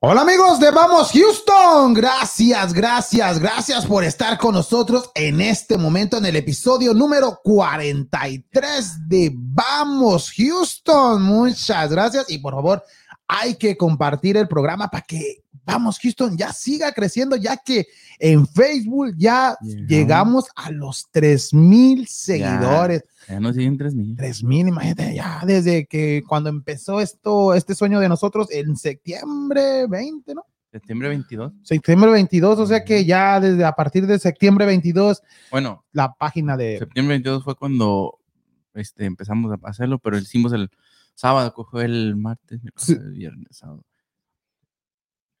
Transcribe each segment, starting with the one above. Hola amigos de Vamos Houston, gracias, gracias, gracias por estar con nosotros en este momento en el episodio número 43 de Vamos Houston. Muchas gracias y por favor hay que compartir el programa para que Vamos Houston ya siga creciendo, ya que en Facebook ya Yeah. llegamos a los 3 mil seguidores. Ya nos siguen 3000. 3000, imagínate, ya desde que cuando empezó esto, este sueño de nosotros en septiembre 20, ¿no? Septiembre 22. septiembre 22, o sea que ya desde a partir de septiembre 22 Bueno, la página de septiembre 22 fue cuando este, empezamos a hacerlo, pero hicimos el sábado, que fue el martes, miércoles, Sí. viernes, sábado.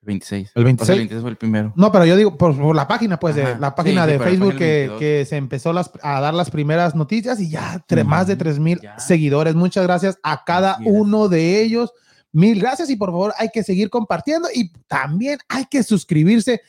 El 26. El 26. O sea, el fue el primero. no, pero yo digo por, por la página, pues, de Ajá, la página sí, sí, de por la Facebook página que, 22. que se empezó las- a dar las primeras noticias y ya tre- Ujú, más de 3000 ya. seguidores. Muchas gracias a cada Así es. uno de ellos. Mil gracias y por favor hay que seguir compartiendo y también hay que suscribirse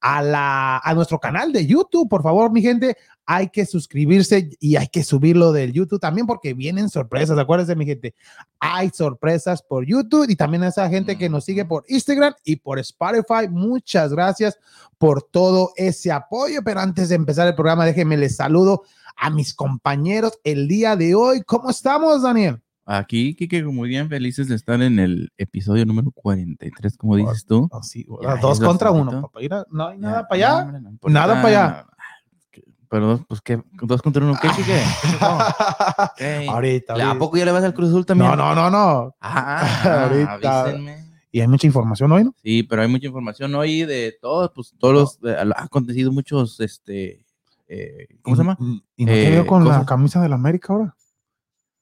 a, la, a nuestro canal de YouTube. Por favor, mi gente, hay que suscribirse y hay que subirlo del YouTube también porque vienen sorpresas. Acuérdense, mi gente, hay sorpresas por YouTube y también a esa gente que nos sigue por Instagram y por Spotify. Muchas gracias por todo ese apoyo. Pero antes de empezar el programa, déjenme les saludo a mis compañeros el día de hoy. ¿Cómo estamos, Daniel? Aquí, Kike, muy bien, felices de estar en el episodio número 43, como dices tú. Así, Ya, Oh, dos es contra bastantito. uno. papá. Mira, No hay nada Ya, para allá. hombre, no importa. nada pa' allá. Pero, dos, pues, ¿qué? ¿Dos contra uno? ¿Qué, Kike? ¿Qué pasó? ¿Qué? ahorita. ¿A ahorita. poco ya le vas al Cruz Azul también? No, no, no, no. Ah, Ahorita. avísenme. Y hay mucha información hoy, ¿no? Sí, pero hay mucha información hoy de todos, pues todos los, eh, ha acontecido muchos, este, eh, ¿cómo se llama? Y, y no te Eh, veo con la cosas. camisa de la América ahora.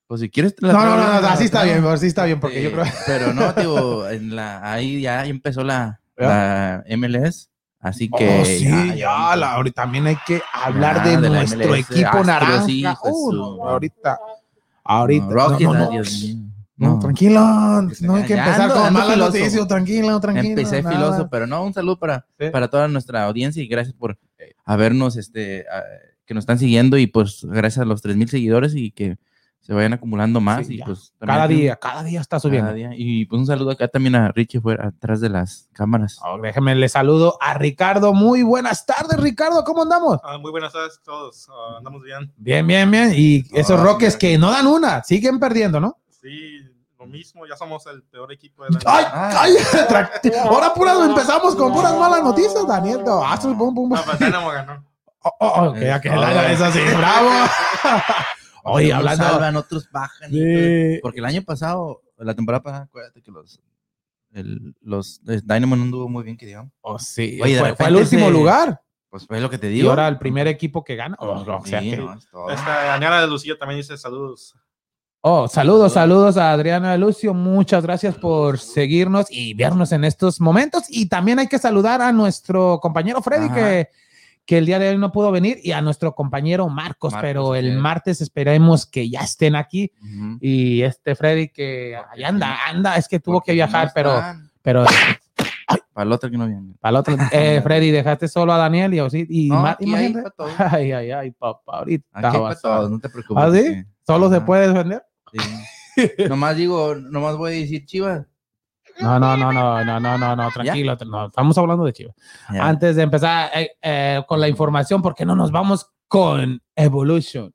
Pues si quieres... te la No, no, traigo, no, la así está traigo. bien, así está bien, porque yo Eh, creo. Pero no, digo, en la, ahí ya empezó la, la MLS, así Oh, que... sí, ya, la- ahorita también hay que hablar Ah, de, de la nuestro MLS, equipo Astros, naranja. sí, hijo de Uh, su- no, ahorita, ahorita. No, Rockies, no, no, ah, no. Dios mío. No, No, tranquilo, no hay ya que empezar ando- con ando malas filoso. noticias, tranquilo, tranquilo. Empecé nada. filoso, pero no, un saludo para, Sí. para toda nuestra audiencia y gracias por habernos, este, a- que nos están siguiendo y pues gracias a los 3.000 seguidores y que se vayan acumulando más Sí, y ya. pues también Cada que- día, cada día está subiendo. cada día. Y pues un saludo acá también a Richie fuera atrás de las cámaras. Oh, déjeme, le saludo a Ricardo. Muy buenas tardes, Ricardo. ¿Cómo andamos? Ah, muy buenas tardes a todos, Ah, andamos bien. Bien, bien, bien. Y esos Ah, Roques mira. que no dan una, siguen perdiendo, ¿no? Sí, lo mismo, ya somos el peor equipo de la ¡Ay! Ah. ¡Ay! tra- Ahora puras empezamos con puras malas noticias, Daniel. Ah, No, pues. Astros, pum, pum, pum. No, pero Dynamo ganó. Oh, oh, ok, Es ok, todo. la- es así, bravo. Ah, Oye, Unos hablando- salvan, otros bajan. Sí. y todo. Porque el año pasado, la temporada pasada, acuérdate que los, el- los el Dynamo no anduvo muy bien, que digamos. Oh, sí, Oye, de fue, fue el repente último se- lugar. Pues fue lo que te Y digo. Pues, ahora el primer equipo que gana. Oh, o sea Sí, que- no, es todo. Esta Daniela de Lucía también dice saludos. Oh, saludos, saludos a Adriana Lucio. Muchas gracias por seguirnos y vernos en estos momentos. Y también hay que saludar a nuestro compañero Freddy, Ajá. que, que el día de hoy no pudo venir, y a nuestro compañero Marcos, Marcos, pero el sí. martes esperemos que ya estén aquí. Ujú. Y este Freddy que Porque ahí anda, sí. anda, es que tuvo Porque que viajar, no pero, están. pero Para el otro que no viene. al otro, eh, Freddy, dejaste solo a Daniel y, así- y No, ma- aquí hay imagínate. pa' todos. Ay, ay, ay, papá, ahorita Aquí hay vas para a- todos, no te preocupes. ¿Ah, sí? porque- solo se Ajá, puede defender. sí. nomás digo, nomás voy a decir chivas. No, no, no, no, no, no, no, no, tranquilo, no, estamos hablando de Chivas. Ya. Antes de empezar eh, eh, con la información, ¿por qué no nos vamos con Evolution?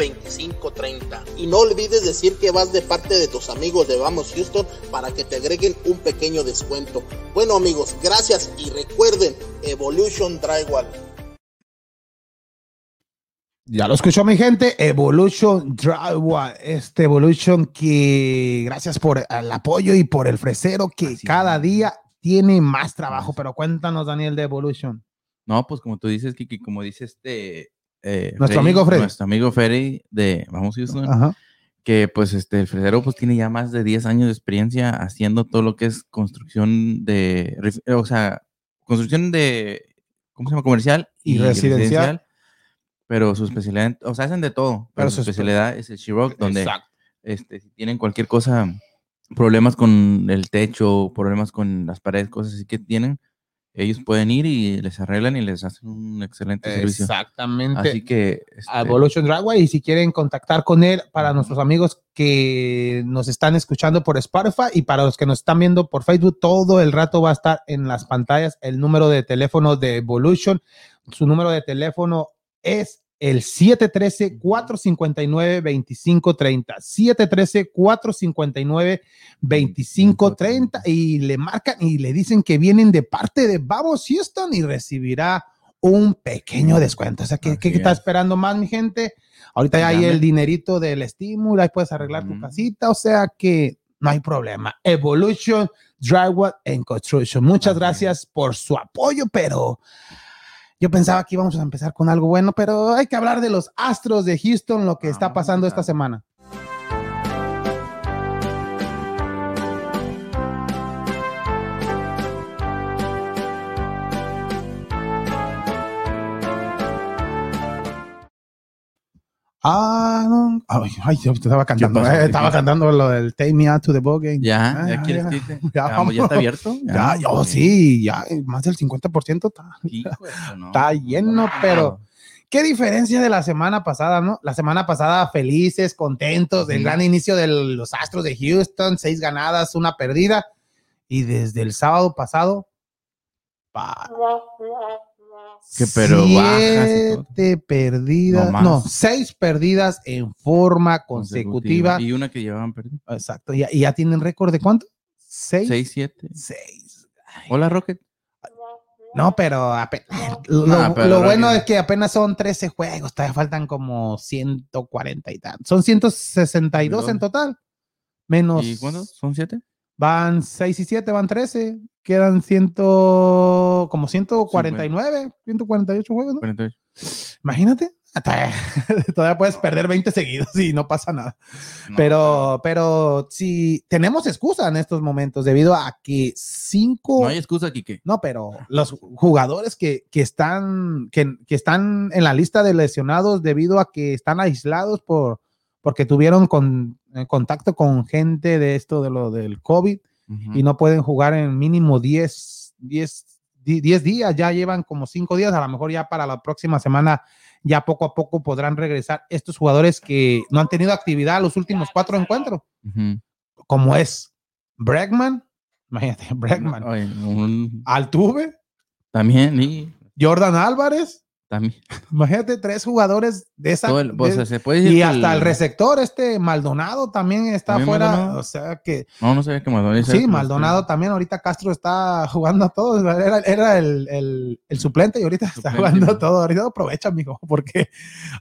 Y no olvides decir que vas de parte de tus amigos de Vamos Houston para que te agreguen un pequeño descuento. Bueno amigos, gracias y recuerden, Evolution Drywall. Ya lo escuchó mi gente, Evolution Drywall, este Evolution que gracias por el apoyo y por el fresero que Así es. cada día tiene más trabajo, pero cuéntanos Daniel de Evolution. No, pues como tú dices, Kiki, como dice este. eh, Nuestro amigo Freddy. Nuestro amigo Freddy de Vamos Houston. Ajá. que pues este, el Fresero pues tiene ya más de 10 años de experiencia haciendo todo lo que es construcción de, ref- eh, o sea, construcción de, ¿cómo se llama? Comercial Y residencial. Pero su especialidad, o sea, hacen de todo, pero, Pero su su espe- especialidad es el Chiroc, donde Exacto. este, si tienen cualquier cosa, problemas con el techo, problemas con las paredes, cosas así que tienen, ellos pueden ir y les arreglan y les hacen un excelente servicio. Exactamente. Así que este, a Evolution Dragway y si quieren contactar con él para nuestros amigos que nos están escuchando por Spotify y para los que nos están viendo por Facebook, todo el rato va a estar en las pantallas el número de teléfono de Evolution. Su número de teléfono es el 713-459-2530. 713-459-2530 y le marcan y le dicen que vienen de parte de Vamos Houston y recibirá un pequeño descuento. O sea, ¿qué, Así qué está es. esperando más, mi gente? Ahorita ya hay Llame. el dinerito del estímulo, ahí puedes arreglar tu Ujú. casita, o sea que no hay problema. Evolution Drywall and Construction. Muchas Así gracias por su apoyo, pero yo pensaba que íbamos a empezar con algo bueno, pero hay que hablar de los Astros de Houston, lo que está Vamos pasando a- esta semana. Ah, no. Ay, ay, yo estaba cantando. pasó? eh, estaba cantando lo del Take Me Out to the Ball Game. ya, Ah, ya quieres ya. que irte? Ya, Ah, pues, ya está vámonos. abierto. Ya, yo ok. sí, ya eh, más del 50% está. Hijo de su- no. Está lleno, pero qué diferencia de la semana pasada, ¿no? La semana pasada felices, contentos del Ujú. gran inicio de los Astros de Houston, seis ganadas, una perdida. Y desde el sábado pasado, pa- Que pero bajas y todo. siete perdidas, No no, más. seis perdidas en forma consecutiva. Y una que llevaban perdido. Exacto, y, y ya tienen récord de cuánto? Seis. 6-7. Seis. Hola, Rocket. No, pero ape- lo, Ah, pero lo no bueno hay- es que apenas son 13 juegos, todavía faltan como 140 y tal. Son 162 en Perdón. total. Menos ¿Y cuántos? ¿Son 7? van 6 y 7, van 13, quedan 100 como 149, 148 juegos, ¿no? Imagínate. Hasta- Todavía puedes perder 20 seguidos y no pasa nada. Pero, pero si tenemos excusa en estos momentos debido a que cinco No hay excusa, Kike. no, pero los jugadores que, que están, que, que están en la lista de lesionados debido a que están aislados por, porque tuvieron con, eh, contacto con gente de esto, de lo del COVID, y no pueden jugar en mínimo 10, 10, di- 10 días, ya llevan como 5 días, a lo mejor ya para la próxima semana, ya poco a poco podrán regresar estos jugadores que no han tenido actividad los últimos cuatro encuentros, Ujú. como es Bregman, imagínate, Bregman. Ay, un- Altuve, También, y Jordan Álvarez, también. imagínate tres jugadores de esa. Todo el- o de- sea, se puede decir y que hasta el receptor, este Maldonado también está También fuera. Maldonado. O sea que No, no sabía que Maldonado. era sí, el- Maldonado también. Ahorita Castro está jugando a todos. Era, era el, el- el suplente y ahorita está Suplente, jugando a ¿no? todo. Ahorita aprovecha, amigo, porque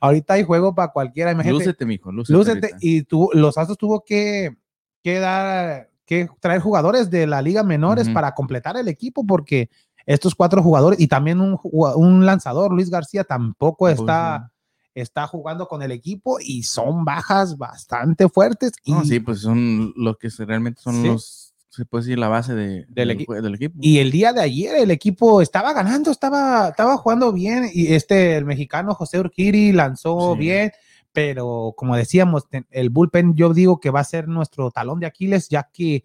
ahorita hay juego para cualquiera. Imagínate, Lúcete, mijo. Lúcete. lúcete. ahorita. Y tú, los Astros tuvo que, que dar que traer jugadores de la liga menores Ujú. para completar el equipo porque estos cuatro jugadores y también un, jugua- un lanzador, Luis García, tampoco Tampoco está, está jugando con el equipo y son bajas bastante fuertes. Y, No, sí, pues son los que se- realmente son Sí. los. Se puede decir la base de, Del equi- jue- del equipo. y el día de ayer el equipo estaba ganando, estaba, estaba jugando bien y este, el mexicano José Urquiri lanzó Sí. bien. Pero como decíamos, te- el bullpen yo digo que va a ser nuestro talón de Aquiles, ya que,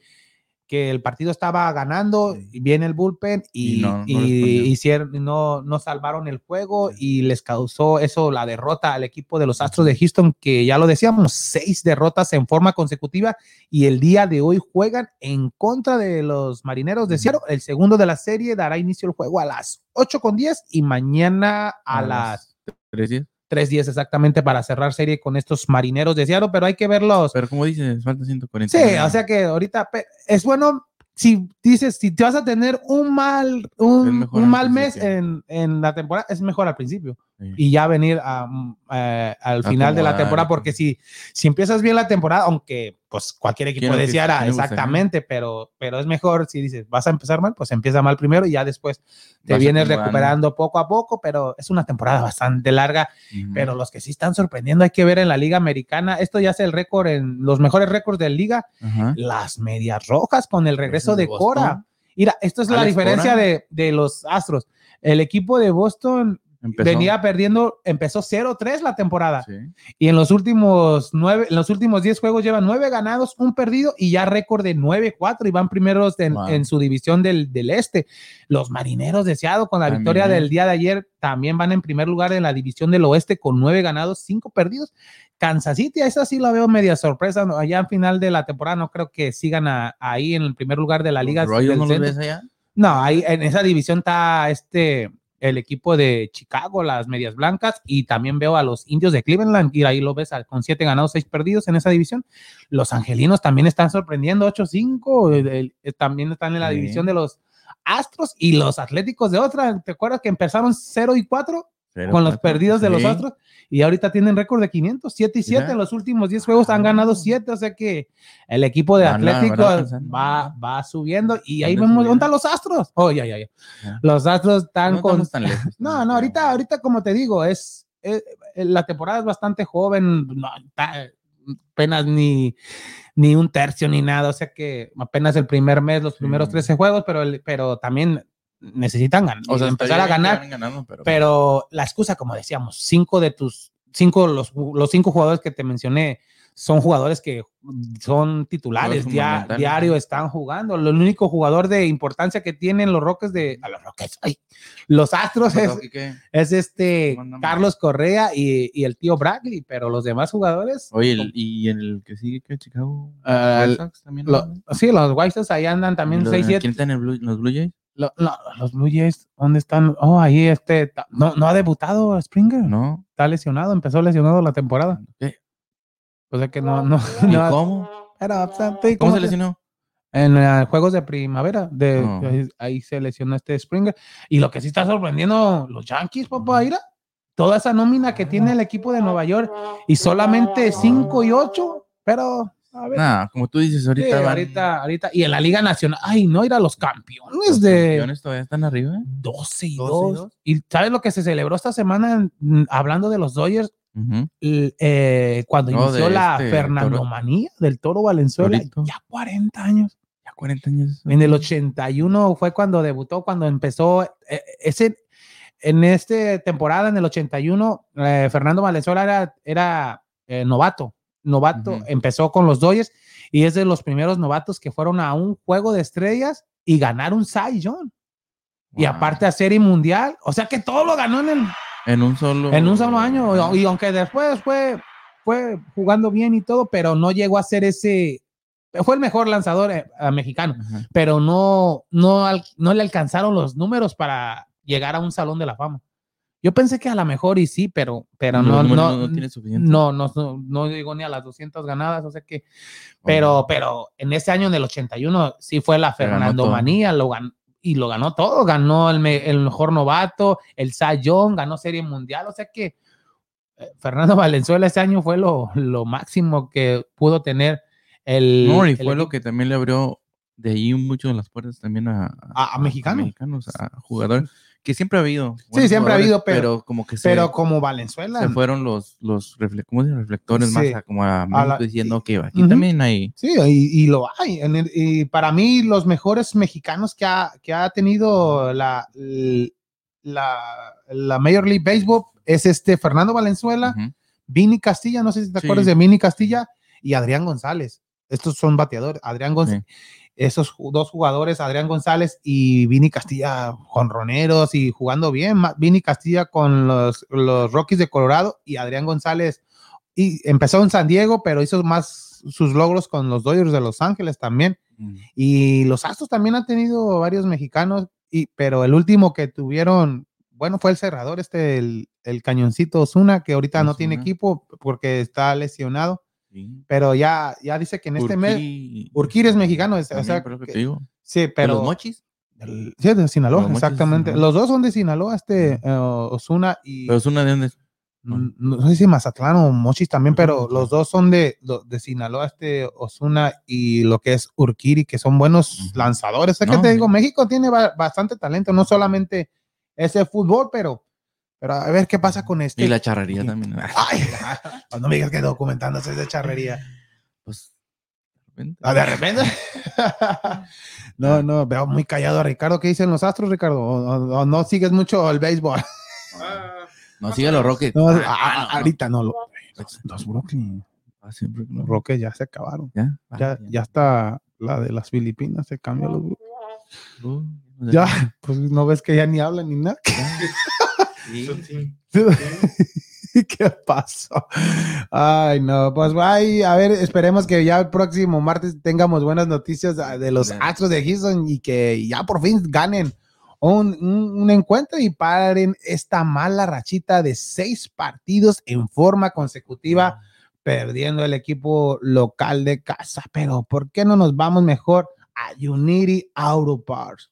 que el partido estaba ganando, y viene el bullpen y, Y no- no y respondió. hicieron, no, no salvaron el juego y les causó eso la derrota al equipo de los Astros de Houston, que ya lo decíamos, seis derrotas en forma consecutiva y el día de hoy juegan en contra de los Marineros de Seattle. El segundo de la serie dará inicio el juego a las 8 con 10 y mañana a, las Tres días. 3.10 exactamente para cerrar serie con estos Marineros de Seattle, pero hay que verlos. Pero como dices, faltan 140. Sí, o sea que ahorita pe- es bueno si dices, si te vas a tener un mal, Es un, mejor un al mal mes principio. en, en la temporada, es mejor al principio. Sí. y ya venir a, mm, eh, al A final de la acomodar. temporada, porque si, si empiezas bien la temporada, aunque pues cualquier ¿Quién equipo lo quis- deseara quién lo gustaría? exactamente, pero, pero es mejor si dices, vas a empezar mal, pues empieza mal primero y ya después te Vas vienes acomodando. recuperando poco a poco, pero es una temporada bastante larga, Ujú. pero los que sí están sorprendiendo hay que ver en la liga americana, esto ya es el récord, en los mejores récords de liga, Ajá. las medias rojas con el regreso Regreso de de Cora. Boston. Mira, esto es la Alex diferencia Cora. de, de los Astros. El equipo de Boston Empezó. venía perdiendo, empezó 0-3 la temporada Sí. y en los últimos nueve, en los últimos 10 juegos llevan nueve ganados, un perdido y ya récord de 9-4 y van primeros en, Wow. en su división del, del este. Los marineros deseados con la También, victoria ¿eh? del día de ayer también van en primer lugar en la división del oeste con nueve ganados, cinco perdidos. Kansas City, a esa sí la veo media sorpresa. no, Allá al final de la temporada no creo que sigan a- ahí en el primer lugar de la ¿Los liga. Royals del no los centro. ves allá? No, ahí en esa división está este el equipo de Chicago, las medias blancas, y también veo a los indios de Cleveland, y ahí lo ves al- con siete ganados, seis perdidos en esa división. Los angelinos también están sorprendiendo, 8-5, el- el- eh, también están en la Sí. división de los Astros y los Atléticos de otra. ¿Te acuerdas que empezaron 0 y 4 Pero con los cuatro, pues, perdidos de los sí. Astros? Y ahorita tienen récord de 500, 7 y 7 Mira. en los últimos 10 juegos, han Ah. ganado 7, o sea que el equipo de Van la- van Atlético alcanzando. va, va subiendo y ahí Van de vemos subida. dónde están los astros. Oh, ya, ya, ya. Ya. Los astros están No con. estamos tan lejos. No, no, ahorita, ahorita, como te digo, es, eh, la temporada es bastante joven, no, ta- apenas ni, ni un tercio ni nada. O sea que apenas el primer mes, los primeros Sí. 13 juegos, pero, el- pero también necesitan gan- O sea, empezar a ganar. pero, Pero la excusa, como decíamos, cinco de tus cinco, los, los cinco jugadores que te mencioné son jugadores que son titulares, Jugadores dia- fundamentales, diario ¿no? están jugando. El único jugador de importancia que tienen los Rockets de a los Rockets, ay, los Astros pues es, Pero, Quique, es este ¿Cómo andamos? Carlos Correa y, y el tío Bradley, pero los demás jugadores, Oye, el- y el que sigue que Chicago. Ah, White el- Sox también. lo- ¿no? sí, los White Sox ahí andan también Los- 6-7. ¿Quién está en el Blue- los Blue Jays? Lo- lo- los Blue Jays, ¿dónde están? Oh, ahí este, ta- no, no ha debutado Springer, No. está lesionado, empezó lesionado la temporada. ¿Qué? O sea que no, Ah. no, ¿Y no- cómo? Era bastante. ¿cómo ¿Cómo se se- lesionó? En eh, juegos de primavera, de, No. ahí, ahí se lesionó este Springer. Y lo que sí está sorprendiendo, los Yankees, papá, mira, toda esa nómina que tiene el equipo de Nueva York y solamente 5 y 8, pero a ver. Nah, como tú dices, sí, ahorita ahorita, van- ahorita, Y en la Liga Nacional, ay, no, ir a los campeones los de campeones todavía están arriba. 12 y 12 y 2. ¿Y sabes lo que se celebró esta semana mm, hablando de los Dodgers? Ujú. l- eh, cuando No, inició de la este, Fernandomanía del Toro Valenzuela, Torito. ya 40 años. Ya 40 años. En el 81 fue cuando debutó, cuando empezó eh, ese en esta temporada en el 81 eh, Fernando Valenzuela era era eh, novato, novato, Ujú. empezó con los Dodgers y es de los primeros novatos que fueron a un juego de estrellas y ganar un Cy Young. Y Wow. aparte a Serie Mundial, o sea que todo lo ganó en el En un solo. en un solo año. Y aunque después fue, fue jugando bien y todo, pero no llegó a ser ese. Fue el mejor lanzador eh, eh, mexicano, Ajá. pero no, no, al- no le alcanzaron los números para llegar a un salón de la fama. Yo pensé que a lo mejor y sí, pero, pero Los no, números no, no tiene suficiente. no, no, no, no llegó ni a las 200 ganadas, o sea que, pero, Oh. pero en ese año, en el 81, sí fue la Se ganó todo. Fernandomanía, lo ganó. Y lo ganó todo, ganó el, me- el mejor novato, el Sayón, ganó Serie Mundial, o sea que eh, Fernando Valenzuela ese año fue lo, lo máximo que pudo tener el... No, y el fue lo equipo. que también le abrió de ahí mucho las puertas también a, A- a mexicanos. mexicanos, a jugadores que siempre ha habido. siempre buenos ha jugadores, habido, pero- como que se, Pero como Valenzuela... se fueron los, los refle- ¿cómo se dice? reflectores más Sí. a, como a la- México diciendo que aquí Ujú. también hay. Sí, y, y lo hay. En el- y para mí, los mejores mexicanos que ha, que ha tenido la, la, la Major League Baseball es este Fernando Valenzuela, Ujú. Vini Castilla, no sé si te Sí. acuerdas de Vini Castilla, y Adrián González. Estos son bateadores. Adrián González, esos ju- dos jugadores, Adrián González y Vini Castilla, con roneros y jugando bien. Ma- Vini Castilla con los, los Rockies de Colorado y Adrián González. Y empezó en San Diego, pero hizo más sus logros con los Dodgers de Los Ángeles también. Mm, Y los Astros también han tenido varios mexicanos, y, pero el último que tuvieron, bueno, fue el cerrador, este, el, el cañoncito Osuna, que ahorita no tiene Ozuna. equipo porque está lesionado, Sí. pero ya, ya dice que en este mes Urquidy- Urquidy es mexicano, es- o También, sea, por lo que que- te digo. Sí, Pero pero los mochis. Del- sí, de Sinaloa, Los Mochis de exactamente. Sinaloa. Los dos son de Sinaloa, este eh, Osuna y Pero es una de donde mm, no, sé si Mazatlán o Mochis también, pero Ujú. los dos son de, lo- de Sinaloa, este Osuna y lo que es Urquiri, que son buenos Ujú. lanzadores. Es que No, te sí. digo, México tiene ba- bastante talento, no solamente ese fútbol, pero, pero a ver qué pasa con este. Y la charrería también. Ay, no me digas que documentándose es de charrería. Pues, de repente. Ah, de repente. no, no, veo muy callado a Ricardo. ¿Qué dicen los astros, Ricardo? ¿O, o- o no sigues mucho el béisbol? Ah, No, sigue los Rockets. No, Ah, a- no, no. ahorita no. lo- los, los Brooklyn. Ah, sí, Brooklyn, Los no. Rockets ya se acabaron. Ya, ah, Ya, ya está la de las Filipinas, se cambió los Bru- Uh, Ya, pues no ves que ya ni hablan ni nada. Sí. sí, sí. ¿Qué pasó? Ay, no, pues ay, a ver, esperemos que ya el próximo martes tengamos buenas noticias ah, de los Ya. Astros de Houston y que ya por fin ganen un, un- un encuentro y paren esta mala rachita de seis partidos en forma consecutiva, perdiendo el equipo local de casa. Pero, ¿por qué no nos vamos mejor a Unity Auto Parts?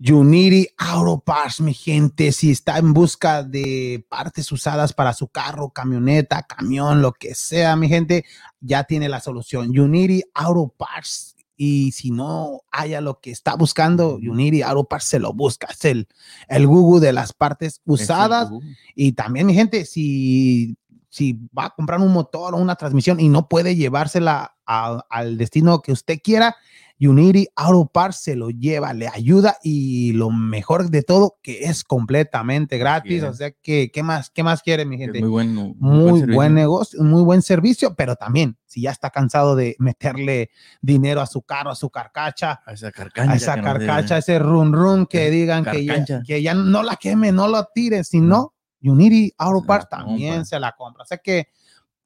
Unity Auto Parts, mi gente, si está en busca de partes usadas para su carro, camioneta, camión, lo que sea, mi gente, ya tiene la solución. Unity Auto Parts. Y si no haya lo que está buscando, Unity Auto Parts se lo busca. Es el, el Google de las partes usadas. Es el Google. Y también, mi gente, si, si va a comprar un motor o una transmisión y no puede llevársela a- al destino que usted quiera, Unity Auto Parts se lo lleva, le ayuda y lo mejor de todo, que es completamente gratis. es. O sea que, ¿qué más, qué más quiere, mi Es gente? muy bueno. muy buen, servicio. negocio, un muy buen servicio, pero también si ya está cansado de meterle dinero a su carro, a su carcacha, A esa carcancha. a esa que nos debe. carcacha, ese run run que Esa digan que ya, carcancha. que ya no la queme, no la tire, sino Unity Auto Se la Parts también compra. se la compra. O sea que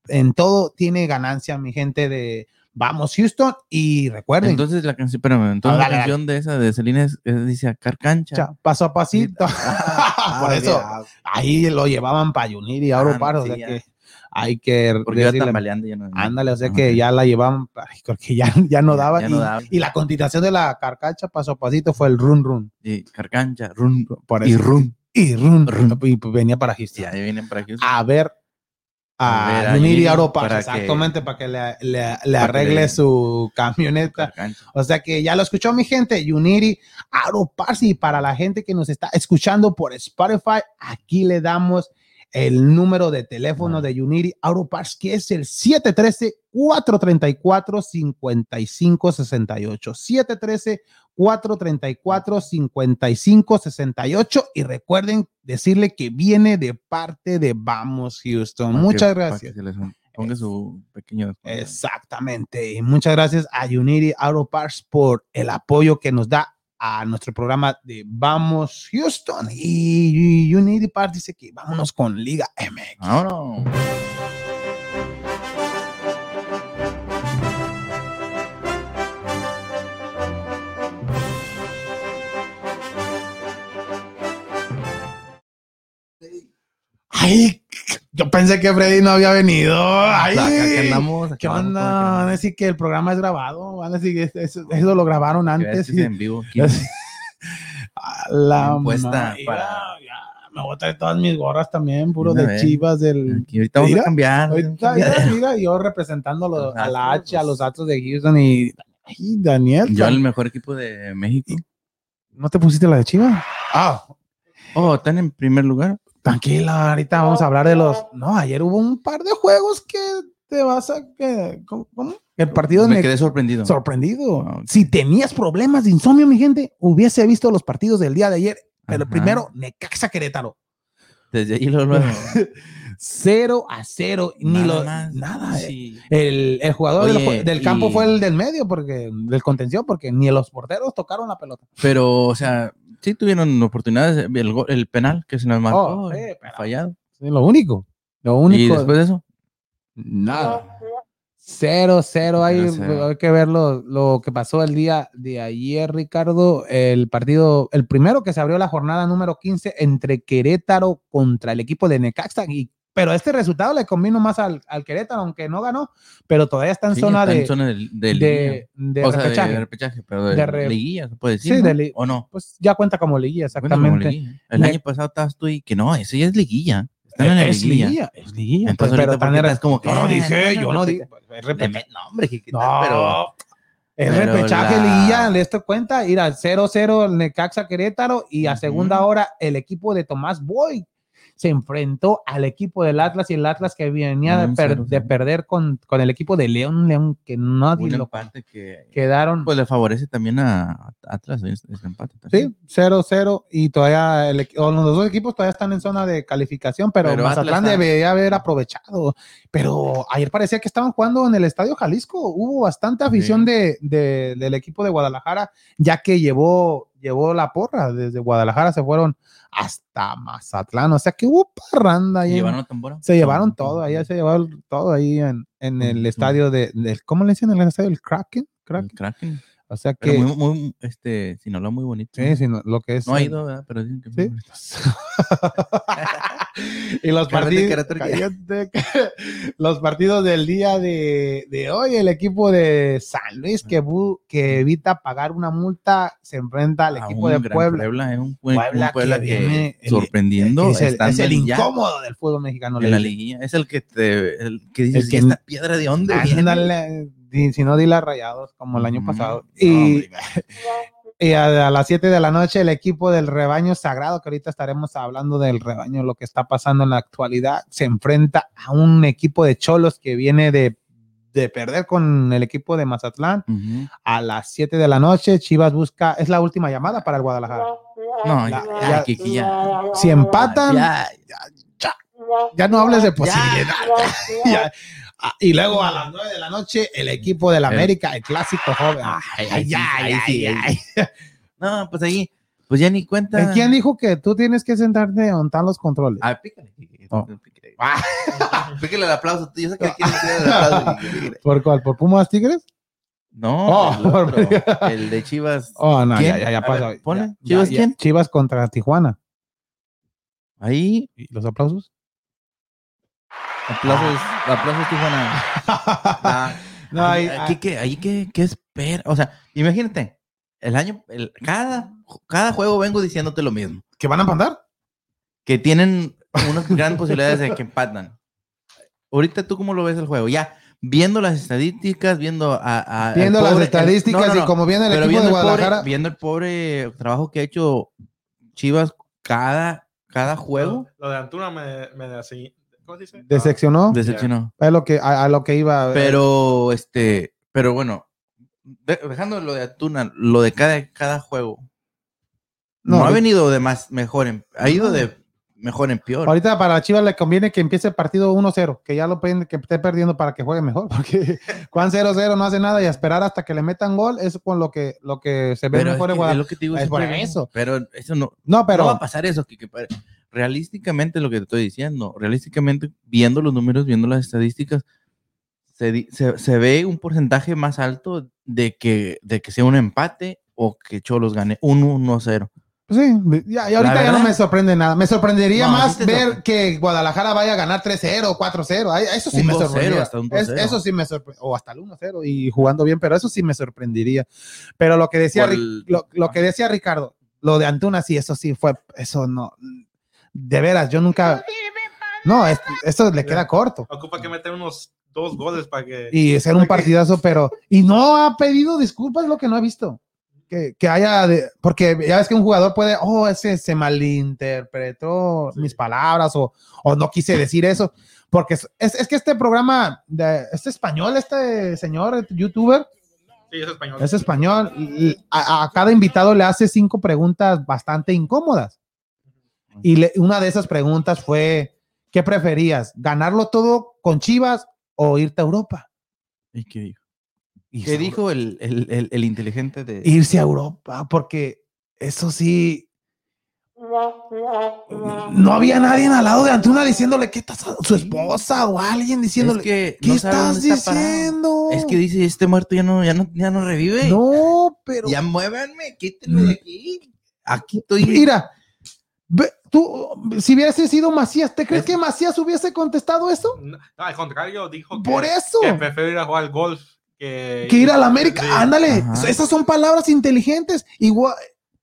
en todo tiene ganancia mi gente de Vamos Houston y recuerden, Entonces la canción, espérame, entonces Ah, dale, la canción de esa de Celines dice carcancha. cha- paso a pasito. Por eso ahí lo llevaban para Unity Auto Ah, Parts, o sí, sea ya. que hay que Porque iba decirle, tambaleando. Ya no, Ándale, o sea Ah, que ok. ya la llevaban, ay, porque ya, ya no Ya- daba. ya y, no daba. y la continuación de la carcacha paso a pasito fue el run run. Sí, carcancha, run. Por Y eso. run. y run, Run. y pues venía para Y Houston ahí vienen para aquí. a ver A ver a a Unity Unity Europa para que- exactamente para que le, le- le que arregle le- su camioneta Carcancha. o sea que ya lo escuchó mi gente Unity Auroparts y para la gente que nos está escuchando por Spotify aquí le damos el número de teléfono Ah. de Unity Auroparts que es el 713 434 5568 713 434-5568 y recuerden decirle que viene de parte de Vamos Houston. Para Muchas que- para gracias. que se les ponga su pequeño. descuento. Exactamente. Y muchas gracias a Unity Auto Parts por el apoyo que nos da a nuestro programa de Vamos Houston. Y Unity Parts dice que vámonos con Liga MX. Vámonos. Ay, yo pensé que Freddy no había venido. Ay, Acá- acá andamos, acá ¿Qué onda? andamos, ¿cómo que no? Van a decir que el programa es grabado. Van a decir que es- es- eso, lo grabaron Que antes. es y- en vivo. aquí. A la Encuesta madre. para- Ya, Me voy a traer todas mis gorras también, puro Una de vez. chivas del. Aquí ahorita vamos Mira, a cambiar. Ahorita, mira, mira, yo representando a los- a la H, a los Astros de Houston y. Ay, Daniel. Yo el mejor equipo de México. ¿No te pusiste la de chivas? Ah, Oh, están en primer lugar. tranquila, ahorita vamos a hablar de los. No, ayer hubo un par de juegos que te vas a. Que, ¿cómo, cómo? El partido en Me el- quedé sorprendido. sorprendido. Ah, ok. Si tenías problemas de insomnio, mi gente, hubiese visto los partidos del día de ayer Pero Ajá. primero, Necaxa Querétaro. Desde ahí lo luego. 0 a 0. Ni Nada lo. más. Nada. eh. Sí. El, el jugador del, Oye, ju- del campo y- fue el del medio, porque del contención, porque ni los porteros tocaron la pelota. Pero, o sea, sí tuvieron oportunidades. El, go- el penal que se nos marcó. Oh, sí, pero- fallado. Es lo único. Lo Y único. después de eso. Nada. 0 0 hay, Cero, cero. hay que ver lo, lo que pasó el día de ayer, Ricardo. El partido, el primero que se abrió la jornada número 15 entre Querétaro contra el equipo de Necaxa. Y, pero este resultado le convino más al, al Querétaro, aunque no ganó, pero todavía está en sí, zona está de, en zona del- de, de, liguilla. de o sea, de- repechaje. de repechaje, pero de, De re- liguilla, se puede Sí, decir. ¿no? de li- ¿O no? Pues ya cuenta como liguilla, Cuenta como exactamente. liguilla. El Me- año pasado estabas tú y que no, ese ya es liguilla. Están en la es liguilla. liguilla. es liguilla. Entonces, pues, ahorita, pero ¿por tan qué era- estás como que, Yo no "Ah, dije, no, yo no, no no, dije. Le met- No, hombre, Jiquita, No, pero Es Pero repechaje, la- Liguilla, de esto cuenta, ir al 0-0 el Necaxa Querétaro y a Ujú. segunda hora el equipo de Tomás Boy se enfrentó al equipo del Atlas y el Atlas que venía de, Un per- 0-0. de perder con, con el equipo de León, León que nadie un lo empate que quedaron. pues le favorece también a a Atlas ¿eh? ese empate. también. Sí, 0-0 y todavía el equi- o los dos equipos todavía están en zona de calificación, pero, Pero Mazatlán Atlas está- debería haber aprovechado. Pero ayer parecía que estaban jugando en el Estadio Jalisco. Hubo bastante afición de, de- del equipo de Guadalajara, ya que llevó, llevó la porra. Desde Guadalajara se fueron hasta Mazatlán. O sea que hubo parranda ¿Y ahí. en- llevaron la tambora? se llevaron todo, allá se llevaron todo ahí en, en el Ujú. estadio de, del- ¿cómo le dicen? El estadio del Kraken. El Kraken. Kraken. O sea que, Pero muy, muy, este, Sinaloa muy bonito. sí, sí, no, lo que es No ha el- ido, ¿verdad? pero dicen que Sí. muy bonito. y los Cállate, partidos, carácter, cállate. los partidos del día de, de hoy, el equipo de San Luis que, bu- que evita pagar una multa se enfrenta al Mm. A equipo un de gran Puebla. es un, buen- un Puebla Puebla, que que, viene- el- sorprendiendo. es el, es estando el en ya incómodo del fútbol mexicano. en le la dicen. liguilla. Es el que te el que dices, El que- que esta piedra de dónde viene?" Ándale, di- si no, di las rayados como el año Ah, Mm, pasado. no, Y, hombre, y a, a las 7 de la noche el equipo del rebaño sagrado, que ahorita estaremos hablando del rebaño, lo que está pasando en la actualidad, se enfrenta a un equipo de cholos que viene de, de perder con el equipo de Mazatlán. Ujú. A las 7 de la noche Chivas busca, es la última llamada para el Guadalajara. No, ya, Ya- ya, ya- Kiki, ya. Si empatan, ya, Ya, no hables de posibilidad. Ya. Ah, Y luego a las 9 de la noche el equipo del El- Ah, América, el clásico joven. Ay, Ay, ay, ay, ay, sí, ay, ay. ay. No, pues ahí, pues ya ni cuenta. ¿Quién dijo que tú tienes que sentarte a montar los controles? Ah, pícale. Kiki, Oh. pícale. Ah, Pícale el aplauso. Tú, yo sé que quieres que le dé el aplauso. Kiki. ¿Por cuál? ¿Por Pumas Tigres? No, Oh, el, otro, el de Chivas. Oh, no, ¿Quién? ya, ya, ya A pasa. ver, ponle. Ya, ¿Chivas ya, ya. quién? Chivas contra Tijuana. Ahí, ¿Y los aplausos? aplausos, aplausos Tijuana. Ah, No, ahí, ahí, aquí que, ahí que, que espera. O sea, imagínate, el año, el, cada, cada juego vengo diciéndote lo mismo. ¿Que van a mandar? que tienen unas grandes posibilidades de que empatan. Ahorita tú cómo lo ves el juego, ya viendo las estadísticas, viendo a, a- Viendo al las pobre- el- estadísticas no, no, no, y como viene el pero equipo de viendo el pobre- Guadalajara. viendo el pobre trabajo que ha hecho Chivas cada cada juego, Lo de Antuna me, me así. ¿Cómo se dice? Ah, decepcionó. decepcionó. Es lo que, a, a lo que iba. eh, Pero este, pero bueno, de- dejando lo de Atuna, lo de cada cada juego, No, no, ha ahorita- venido de más mejor, en- ha ido de mejor en peor. Ahorita para Chivas le conviene que empiece el partido 1-0, que ya lo pen- que esté perdiendo para que juegue mejor, porque Juan 0-0 no hace nada y a esperar hasta que le metan gol es con lo que, lo que se ve mejor Pero es en que- es Guadalajara. lo que te digo es siempre, por ¿no? eso. Pero eso no, No, pero no va a pasar eso, que, realísticamente lo que te estoy diciendo, realísticamente viendo los números, viendo las estadísticas, se, di- se, se ve un porcentaje más alto de que, de que sea un empate o que Cholos gane un 1-0. sí, ya, ya ahorita ya no verdad- me sorprende nada. Me sorprendería No, más sí te ver sorprende. que Guadalajara vaya a ganar 3-0, 4-0. Ay, Eso sí Un me 2-0, sorprendería. hasta un Es- 2-0. eso sí me sorprendería. O hasta el 1-0 y jugando bien, pero eso sí me sorprendería. Pero lo que decía Por Ric- el- lo, lo que decía Ricardo, lo de Antuna, sí, eso sí fue, eso no. De veras, yo nunca. No, es- eso le queda corto. Ocupa que meter unos dos goles para que. Y ser un partidazo, pero. Y no ha pedido disculpas, lo que no he visto. Que, que haya. de- porque ya ves que un jugador puede. Oh, ese se malinterpretó Sí. mis palabras o, o no quise decir eso. Porque es, es- es que este programa, de, este español, este señor este youtuber, Sí, es español. Es español. y- y a, a cada invitado le hace cinco preguntas bastante incómodas. Y le- una de esas preguntas fue, ¿qué preferías? ¿Ganarlo todo con Chivas o irte a Europa? ¿Y qué dijo? Y ¿Qué se- dijo el, el- el- el inteligente de... Irse a Europa, porque eso sí... No había nadie al lado de Antuna diciéndole que estás a- su esposa o alguien diciéndole es que ¿qué no sabe estás dónde está parado. diciendo? Es que dice, este muerto ya no, ya no, ya no revive. no, pero Ya muévanme, quítenme de aquí. Aquí estoy. Mm. Mira, ve- tú, si hubiese sido Macías, ¿te crees Es- que Macías hubiese contestado eso? No, al contrario, dijo que, Por eso, que prefiero ir a jugar al golf que, que ir a la América, Ah, Sí. ándale, Ajá. esas son palabras inteligentes, igual,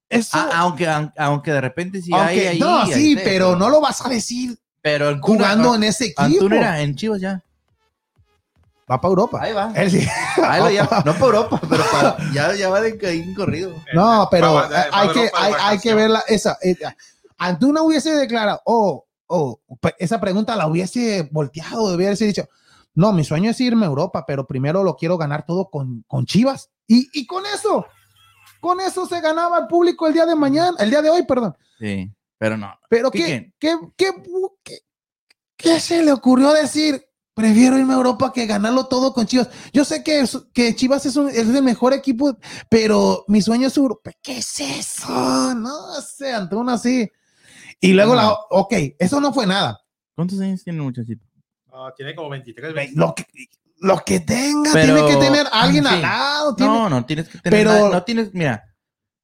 eso, Ah, aunque, aun- aunque de repente sí hay aunque- ahí. no, ahí sí, sé, pero no lo vas a decir Pero en Cuna- jugando en ese equipo. ah, Antuna era en Chivas ya. Va para Europa. Ahí va. Él sí. Ahí lo lleva. No para Europa, pero para- ya, ya va de caín corrido. No, pero Va- va- va- hay va- que, va- va- hay, va- hay que verla, esa, eh, Antuna hubiese declarado, oh, oh, pe- esa pregunta la hubiese volteado, hubiese dicho, no, mi sueño es irme a Europa, pero primero lo quiero ganar todo con, con Chivas. Y, y con eso, con eso se ganaba el público el día de mañana, el día de hoy, perdón. Sí, pero no. Pero ¿qué, Piquen. qué, qué, bu- qué, qué se le ocurrió decir? Prefiero irme a Europa que ganarlo todo con Chivas. Yo sé que, es- que Chivas es, un- es el mejor equipo, pero mi sueño es Europa. ¿Qué es eso? No sé, Antuna sí. Y luego la, ok, eso no fue nada. ¿Cuántos años tiene el muchachito? Ah, tiene como 23, Ve, 20. Lo que, lo que tenga, Pero- tiene que tener alguien sí. al lado. tiene- No, no, tienes que tener. Pero- nada- no tienes, mira.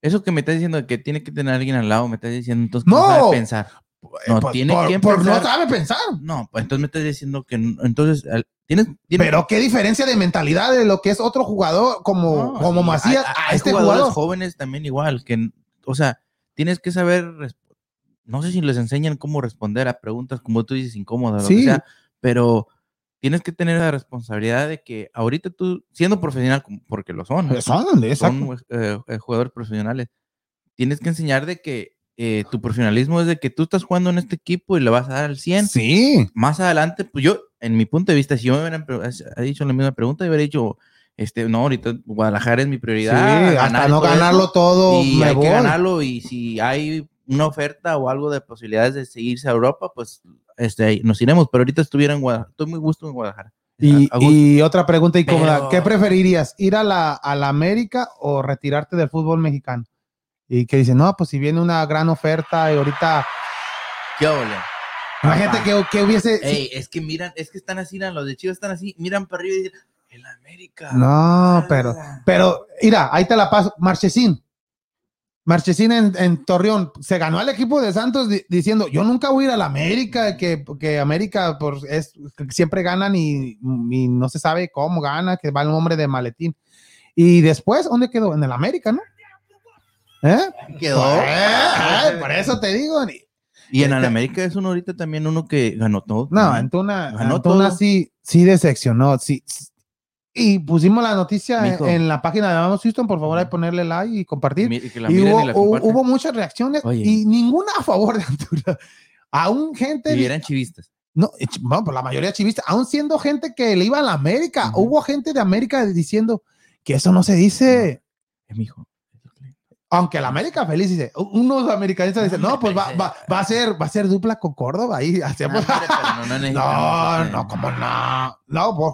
Eso que me estás diciendo de que tiene que tener alguien al lado, me estás diciendo entonces que No. sabe pensar. no eh, por- tiene por- que por no empezar. sabe pensar. No, pues entonces me estás diciendo que n- entonces al- tienes, tienes- Pero qué diferencia de mentalidad de lo que es otro jugador como, No, como sí, Macías hay- a hay este jugadores jugador. jóvenes también igual que n- o sea, tienes que saber res- no sé si les enseñan cómo responder a preguntas como tú dices incómodas, lo que Sí. sea, pero tienes que tener la responsabilidad de que ahorita tú siendo profesional como- porque lo son, Son, exacto. son eh, eh, jugadores profesionales. Tienes que enseñar de que eh, tu profesionalismo es de que tú estás jugando en este equipo y le vas a dar al 100 Sí. más adelante, pues yo, en mi punto de vista, si yo me hubieran pre- ha- dicho la misma pregunta, yo hubiera dicho, este, no, ahorita Guadalajara es mi prioridad. Sí, hasta ganar no todo ganarlo eso, todo, y me hay voy. que ganarlo y si hay una oferta o algo de posibilidades de seguirse a Europa, pues este, ahí nos iremos. Pero ahorita estuviera en Guadalajara, estoy muy gusto en Guadalajara. Y, A- a gusto. y otra pregunta incómoda, Ah, Pero- ¿qué preferirías? ¿Ir a la, a la América o retirarte del fútbol mexicano? Y que dice, no, pues si viene una gran oferta y ahorita, ¿Qué ole? imagínate que, que hubiese... Ah. Ey, es que miran, es que están así, eran los de Chivas están así, miran para arriba y dicen, el América. Ah, No, ala". pero, pero, mira, ahí te la paso, Marchesín. Marchesín en, en Torreón se ganó al equipo de Santos di- diciendo, yo nunca voy a ir a la América, que, que América por, es, siempre ganan y, y no se sabe cómo gana, que va el hombre de maletín. Y después, ¿dónde quedó? En el América, ¿no? ¿Eh? Quedó. Eh, por eso te digo. ni- Y en el América es uno ahorita también uno que ganó todo. No, Antuna, Ganó Antuna todo. sí, sí decepcionó. Sí, sí. Y pusimos la noticia en, Mijo. en la página de Vamos Houston. Por favor, hay ponerle like y compartir. Mi- que la y miren hubo, y la hu- compartan. hubo muchas reacciones Oye. y ninguna a favor de Antuna. Aún gente, Y eran chivistas. no, eh, ch- bueno, pues la mayoría chivista, aún siendo gente que le iba a la América, Ujú. hubo gente de América diciendo que eso no se dice. Eh, Es mi hijo. Aunque la América feliz dice, u- unos americanistas dicen, no, pues va, va, va a ser, va a ser dupla con Córdoba ahí hacemos. Ah, no, No, no, como no. No, pues,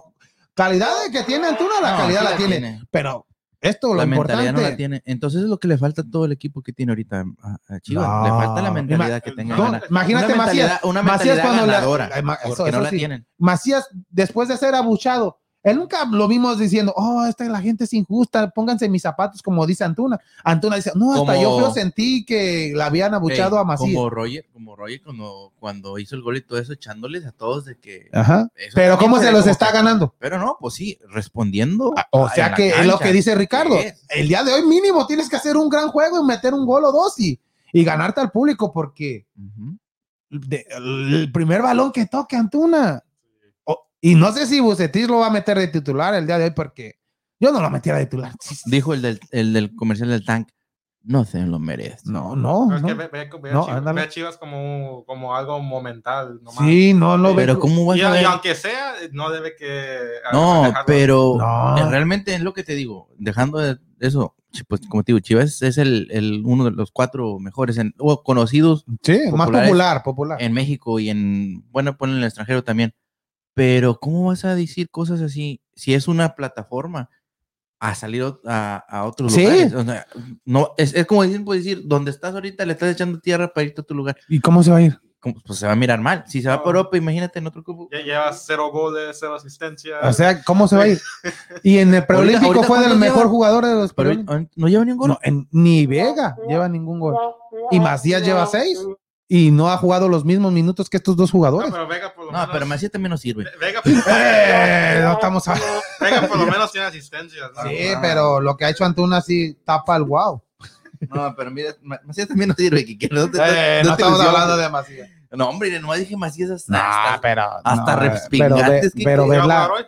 calidad de que tiene Antuna, la calidad la, tiene. Pero esto lo La mentalidad importante. no la tiene. Entonces es lo que le falta a todo el equipo que tiene ahorita a, a Chivas. No. Le falta la mentalidad que tenga. No, gana- imagínate una Macías. mentalidad, una Macías mentalidad cuando la- ganadora. Ay, ma- porque eso- no eso la sí. tienen. Macías, después de ser abuchado, él nunca lo vimos diciendo, oh, esta la gente es injusta, pónganse mis zapatos, como dice Antuna. Antuna dice, no, hasta Como- yo feo sentí que la habían abuchado Ey, a Macías. Como Roger, como Roger cuando, cuando hizo el gol y todo eso, echándoles a todos de que. Ajá. eso Ah, Pero también ¿cómo se ve los como está que- ganando? Pero no, pues sí, respondiendo. O a- en sea la que es lo cancha. que dice Ricardo. Sí. El día de hoy mínimo tienes que hacer un gran juego y meter un gol o dos y, y ganarte al público porque Ujú. de- el primer balón que toque Antuna. O- y no sé si Bucetich lo va a meter de titular el día de hoy porque yo no lo metiera de titular. Dijo el del, el del comercial del tank. no se lo merece. No, no. No, es que Oh, no. ve, ve- ve a No, Chivas, ándale. ve a Chivas como, como algo momental. nomás. Sí, pues, no lo Pero ve- ¿cómo vas Y, a y ver? aunque sea, no debe que. No, dejarlo. pero No. eh, realmente es lo que te digo. Dejando de- eso, chi- pues como te digo, Chivas es el, el- uno de los cuatro mejores en- o conocidos Sí, más populares. popular, popular. en México y en, bueno, pues en el extranjero también. Pero ¿cómo vas a decir cosas así si es una plataforma a salir o- a, a otros Sí. lugares? O sea, no, es, es como decir, pues, decir, donde estás ahorita le estás echando tierra para irte a otro lugar. ¿Y cómo se va a ir? Como, Pues se va a mirar mal. Si se va No. por Europa, imagínate en otro club. Ya lleva cero goles, cero asistencia. O sea, ¿cómo se va a ir? Y en el preolímpico ahorita fue del ¿cuántos mejor lleva? jugador de los Pero preolímpicos. ahorita- no lleva ni un gol. No, en- ni Vega lleva ningún gol. Y Macías lleva seis. Y no ha jugado los mismos minutos que estos dos no, jugadores. pero Vega por lo No, menos. pero Macías también nos sirve. Ve- Vega, por- Eh, no estamos a- Vega por lo menos tiene asistencias. ¿no? Sí, pero lo que ha hecho Antuna sí tapa el wow. No, pero mira, Ma- Macías también nos sirve. Quique, no, te- Eh, no no te estamos ilusiones. hablando de Macías. No, hombre, nomás dije Macías hasta. Nah, hasta- pero. hasta no, pero, respingates, ve- Quique. pero ¿Se va a verla. jugar hoy?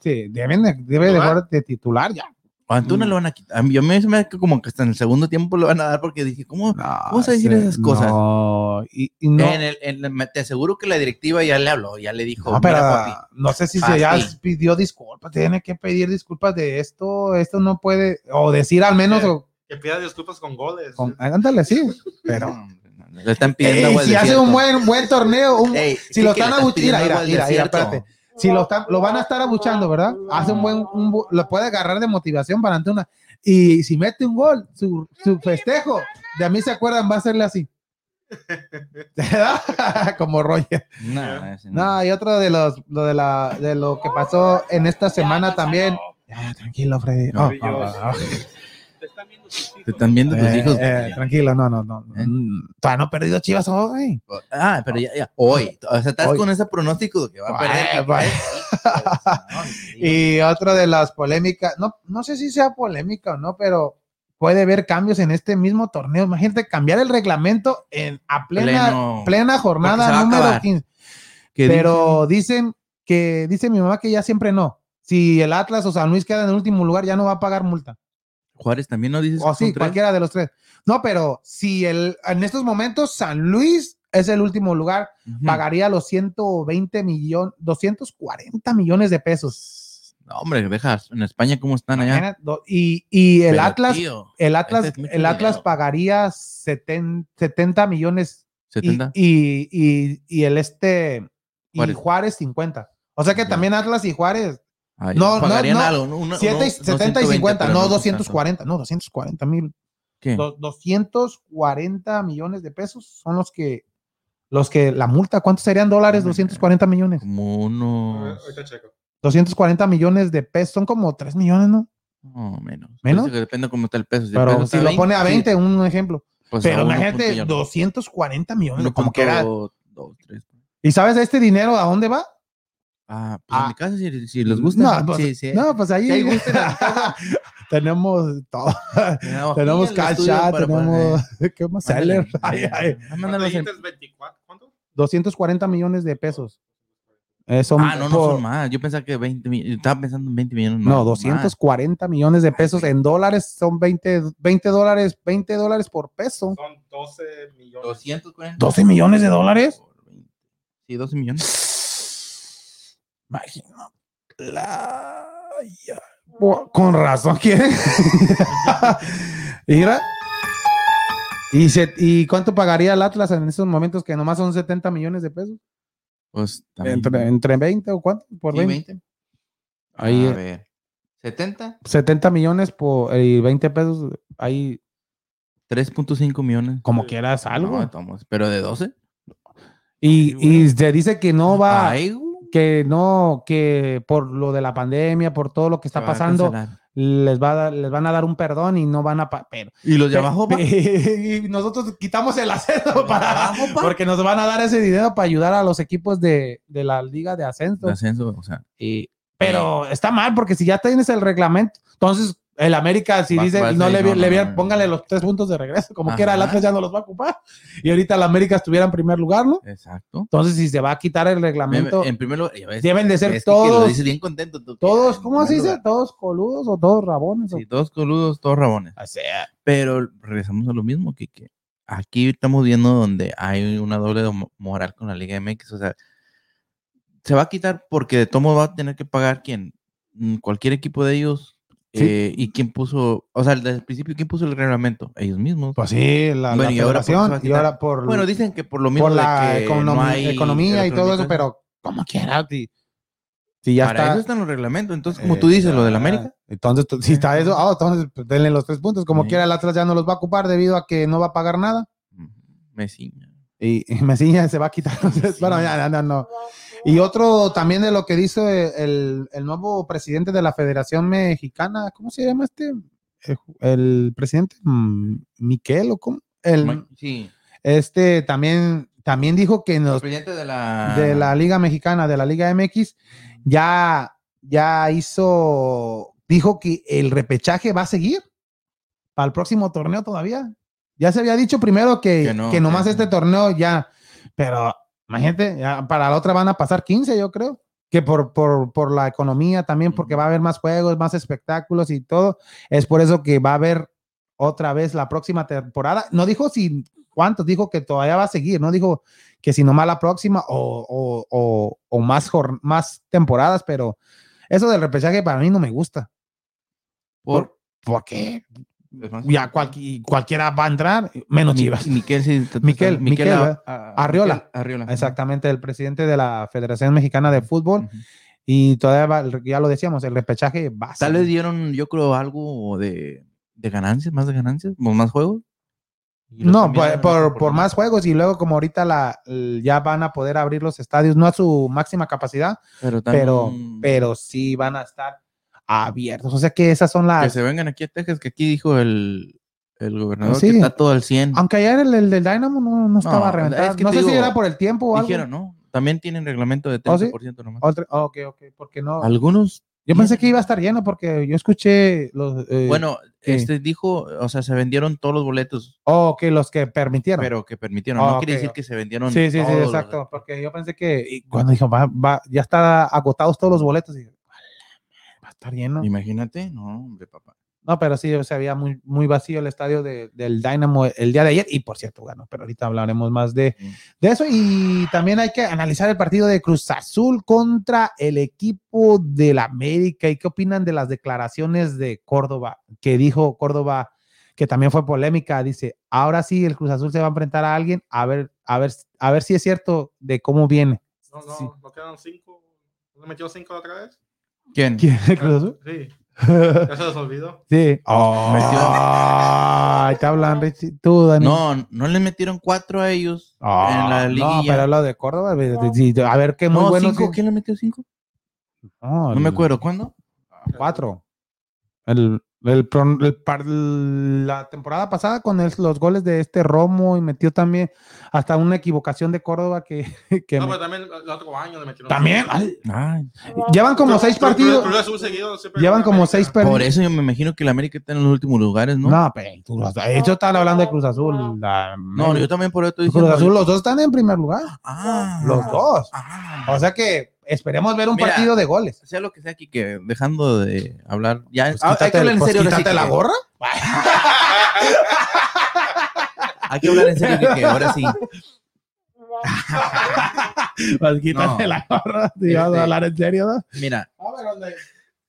Sí, deben de- debe de ¿Titular? jugar de titular ya. A Antuna lo van a quitar. A mí- Yo me, se me hace que como que hasta en el segundo tiempo lo van a dar porque dije, ¿cómo? Vamos a decir sí, esas cosas. No, y, y no. En el- en el- me- te aseguro que la directiva ya le habló, ya le dijo. No, pero ah, "Mira, papi, no sé si se Papi. ya pidió disculpas, tiene que pedir disculpas de esto, esto no puede, o decir al menos, Sí. o- Que pida disculpas con goles. con- ándale, sí, pero... no, no, le están Ey, pidiendo agua al si hace desierto". un buen, buen torneo, un- Ey, si lo Quique, están le pidiendo abuchando, mira, agua al mira, mira, desierto. espérate, si lo, están, lo van a estar abuchando, ¿verdad? Hace un buen, un bu- lo puede agarrar de motivación para Antuna, y si mete un gol, su, su festejo, de a mí se acuerdan, va a serle así. Como Roger. Eh, No, ese no. No, y otro de los lo de la de lo que pasó en esta semana también. Ya, tranquilo, Freddy. No, Oh, oh, oh, Te están viendo tus eh, hijos. eh, tranquilo, no, no, no. ¿Eh? Mm, Todavía no perdido Chivas oh, hoy. Ah, pero ya, ya, hoy. O sea, estás Hoy. con ese pronóstico de que va a Ay, perder. Quique. vaya. pues, No, sí. Y otro de las polémicas, no, no sé si sea polémica o no, pero puede haber cambios en este mismo torneo. Imagínate cambiar el reglamento en a plena, Pleno. plena Porque se va jornada a número acabar. 15. Que pero dicen que dice mi mamá que ya siempre no. Si el Atlas o San Luis quedan en último lugar, ya no va a pagar multa. dice- Juárez también no dices. O que son Oh, sí, tres? cualquiera de los tres. No, pero si el, en estos momentos San Luis es el último lugar, Ujú. pagaría los 120 millones, 240 millones de pesos. No, hombre, dejas. En España, ¿cómo están allá? Imagina- do- Y, y el Ah, Pero, Atlas, tío, el Atlas, ese es mucho el Atlas dinero. pagaría 70, 70 millones y, 70. y- y- y el este y Juárez. Juárez. 50. O sea que Ya. también Atlas y Juárez, Ay, No, no, pagarían no. algo, ¿no? Una- siete y- uno- 70 y 220, 50, pero no es tanto. 240, no 240 mil ¿Qué? do- 240 millones de pesos son los que los que la multa, ¿cuántos serían dólares? Oh my God. 240 millones. Como Ah, unos. Ahorita checo. 240 millones de pesos, son como 3 millones, ¿no? No, menos. ¿Menos? Dice que depende cómo está el peso. Si el peso Pero está si lo pone a 20, sí, un ejemplo. pues a Pero uno imagínate, punto y algo. 240 millones, Uno como que era. punto dos, tres. ¿Y sabes este dinero a dónde va? Ah, pues Ah. en mi casa, si, si les gusta. No, pues, sí, sí. No, pues ahí Si hay gusto en la tenemos todo. Me da hojilla pues, tenemos el estudio cacha, para poner- tenemos. ¿Qué más? Ándale. Seller. Ay, ay. Ah, ¿Cuánto mándalos en- dijiste? ¿24? ¿Cuánto? 240 millones de pesos. Eh, son Ah, no, no por- son más. Yo pensaba que 20 millones. Estaba pensando en 20 millones. No, más. 240 millones de pesos en dólares son 20, 20 dólares, 20 dólares por peso. Son 12 millones. 240. 12 millones de dólares. Por 20. Sí, 12 millones. Imagino. La- ya. Bu- Con razón, ¿quién? Mira. ¿Y, se- ¿Y cuánto pagaría el Atlas en estos momentos que nomás son 70 millones de pesos? Pues también. ¿Entre, entre 20 o cuánto? Por Sí, 20. 20. Ahí, A eh, ver. 70, 70 millones por y 20 pesos. Ahí, 3.5 millones. como Sí. quieras, algo. No, estamos- pero de 12. y, sí, y güey. se dice que no va. Ay, güey, que no, que por lo de la pandemia, por todo lo que se está va a pasando, cancelar. les, va a dar- les van a dar un perdón y no van a... pa- Pero, Y los de abajo, pa? y nosotros quitamos el ascenso para... Porque nos van a dar ese dinero para ayudar a los equipos de, de la liga de ascenso. De ascenso, o sea, Y- pero está mal porque si ya tienes el reglamento, entonces El América, si Va- dice, va a no ser- le, no, vi- le no, vi- no. póngale los tres puntos de regreso, como Ajá. quiera, el Atlas ya no los va a ocupar. Y ahorita el América estuviera en primer lugar, ¿no? Exacto. Entonces, si se va a quitar el reglamento, En primer lugar, ya ves, deben de Em, es ser que quien lo todos, dice bien contento. tú, todos, en ¿cómo se primer dice? lugar. Todos coludos o todos rabones. o- Sí, todos coludos, todos rabones. O sea, Pero regresamos a lo mismo, que Aquí estamos viendo donde hay una doble dom- moral con la Liga MX. O sea, se va a quitar porque de tomo va a tener que pagar quien, mm, cualquier equipo de ellos. Sí. eh, y quien puso, o sea, desde el principio, ¿quién puso el reglamento? Ellos mismos. Pues sí, la, Bueno, la y ahora por federación, eso va a y quitar. ahora por, bueno, dicen que por lo mismo por de la que econom- no hay economía y todo eso, electronización. pero como quiera, si, si ya Para está. eso están los reglamentos. Entonces, como tú dices, lo del Ah, América. Entonces, tú- si está eso, ah, entonces pues, denle los tres puntos. Como Sí. quiera, el Atlas ya no los va a ocupar debido a que no va a pagar nada. mm, Messi. Y, y Messi se va a quitar. Entonces, bueno, ya, ya, no, no. Y otro también de lo que dice el, el nuevo presidente de la Federación Mexicana, ¿cómo se llama este? El, el presidente mm, Miquel o cómo? El, Sí. este también, también dijo que El nos presidente de la. de la Liga Mexicana, de la Liga MX, ya, ya hizo, dijo que el repechaje va a seguir para el próximo torneo todavía. Ya se había dicho primero que, Que que, no, nomás que- este torneo ya, pero imagínate, ya para la otra van a pasar 15, yo creo. Que por, por, por la economía también, porque Ujú. va a haber más juegos, más espectáculos y todo. Es por eso que va a haber otra vez la próxima temporada. No dijo si cuántos, dijo que todavía va a seguir, no dijo que si nomás la próxima o, o, o, o más, jor- más temporadas, pero eso del repechaje para mí no me gusta, Por. porque es más- ya cualqui- cualquiera va a entrar, menos Mi- Chivas. Miquel, sí, t- t- Miquel, Miquel Miquel, a- ¿verdad? a- Arriola. Miquel Arriola. Exactamente, el presidente de la Federación Mexicana de Fútbol, Ujú. y todavía va- ya lo decíamos, el repechaje va a Tal vez seguir. dieron, yo creo, algo de, de ganancias, más de ganancias, o más juegos. Y los No, cambiaron por, a por- otro por más juegos y luego como ahorita la, el- ya van a poder abrir los estadios, no a su máxima capacidad, Pero, tan- pero, pero sí van a estar abiertos. O sea que esas son Que las... se vengan aquí a Texas, que aquí dijo el, el gobernador Sí. Ah, que está todo al 100. Aunque ayer el, el del Dynamo no, no estaba eh, No, a reventar. es que no te sé si digo, era por el tiempo o algo. Dijeron, ¿no? También tienen reglamento de ¿Oh, sí? 30% nomás. Otra- ah, ok, ok, porque no. Algunos, Yo pensé que iba a estar lleno porque yo escuché los. eh, bueno, sí. este dijo, o sea, se vendieron todos los boletos, oh, que los que permitieron. pero que permitieron. Ah, no quiere ok, decir ok. que se vendieron sí, sí, sí, todos los- exacto. Porque yo pensé que y cuando dijo, va, va, ya está agotados todos los boletos. dije, "A la madre, va a estar lleno. Imagínate, no, hombre, papá. No, pero sí, o sea, había muy, muy vacío el estadio de- del Dynamo el día de ayer y por cierto ganó, pero ahorita hablaremos más de, Sí. de eso y también hay que analizar el partido de Cruz Azul contra el equipo del América y qué opinan de las declaraciones de Córdoba, que dijo Córdoba que también fue polémica, dice, ahora sí el Cruz Azul se va a enfrentar a alguien, a ver, a ver, a ver si es cierto de cómo viene. No, no, Sí. no quedaron cinco. ¿No metió cinco la otra vez? ¿Quién? ¿Quién es el Cruz Azul? Sí, ya se los olvidó. Sí. metió- Ay, te hablan, Richie. Tú, Dani. Ah. No, no le metieron cuatro a ellos en Ah, la no, liguilla. pero lo de Córdoba, ve- de- sí, de- a ver qué muy No, bueno. cinco, sí- ¿Quién le metió cinco? No, No me el- acuerdo. ¿Cuándo? Cuatro. El, el pro- el par- la temporada pasada con el- los goles de este Romo y metió también hasta una equivocación de Córdoba que, que No, me- pero también el otro año le metieron. también cinco. ay, Ay, llevan como seis Cruz- Cruz- partidos, Cruz Azul seguido siempre llevan gana como América. seis por partidos. eso yo me imagino que el América está en los últimos lugares, ¿no? No, pero Cruz Azul- ellos están hablando de Cruz Azul. la- No, yo también por eso estoy Cruz diciendo. Azul, los dos están en primer lugar. Ah, Los dos. ah. O sea que esperemos ver un Mira, partido de goles. sea lo que sea, que dejando de hablar. Ya, Pues ah, hay que quítate, hablar en pues serio. ahora sí, quítate la Quique. gorra. Hay que hablar en serio, Quique, ahora sí. Pues quítate No. la gorra, si vas Este- a hablar en serio, ¿no? Mira.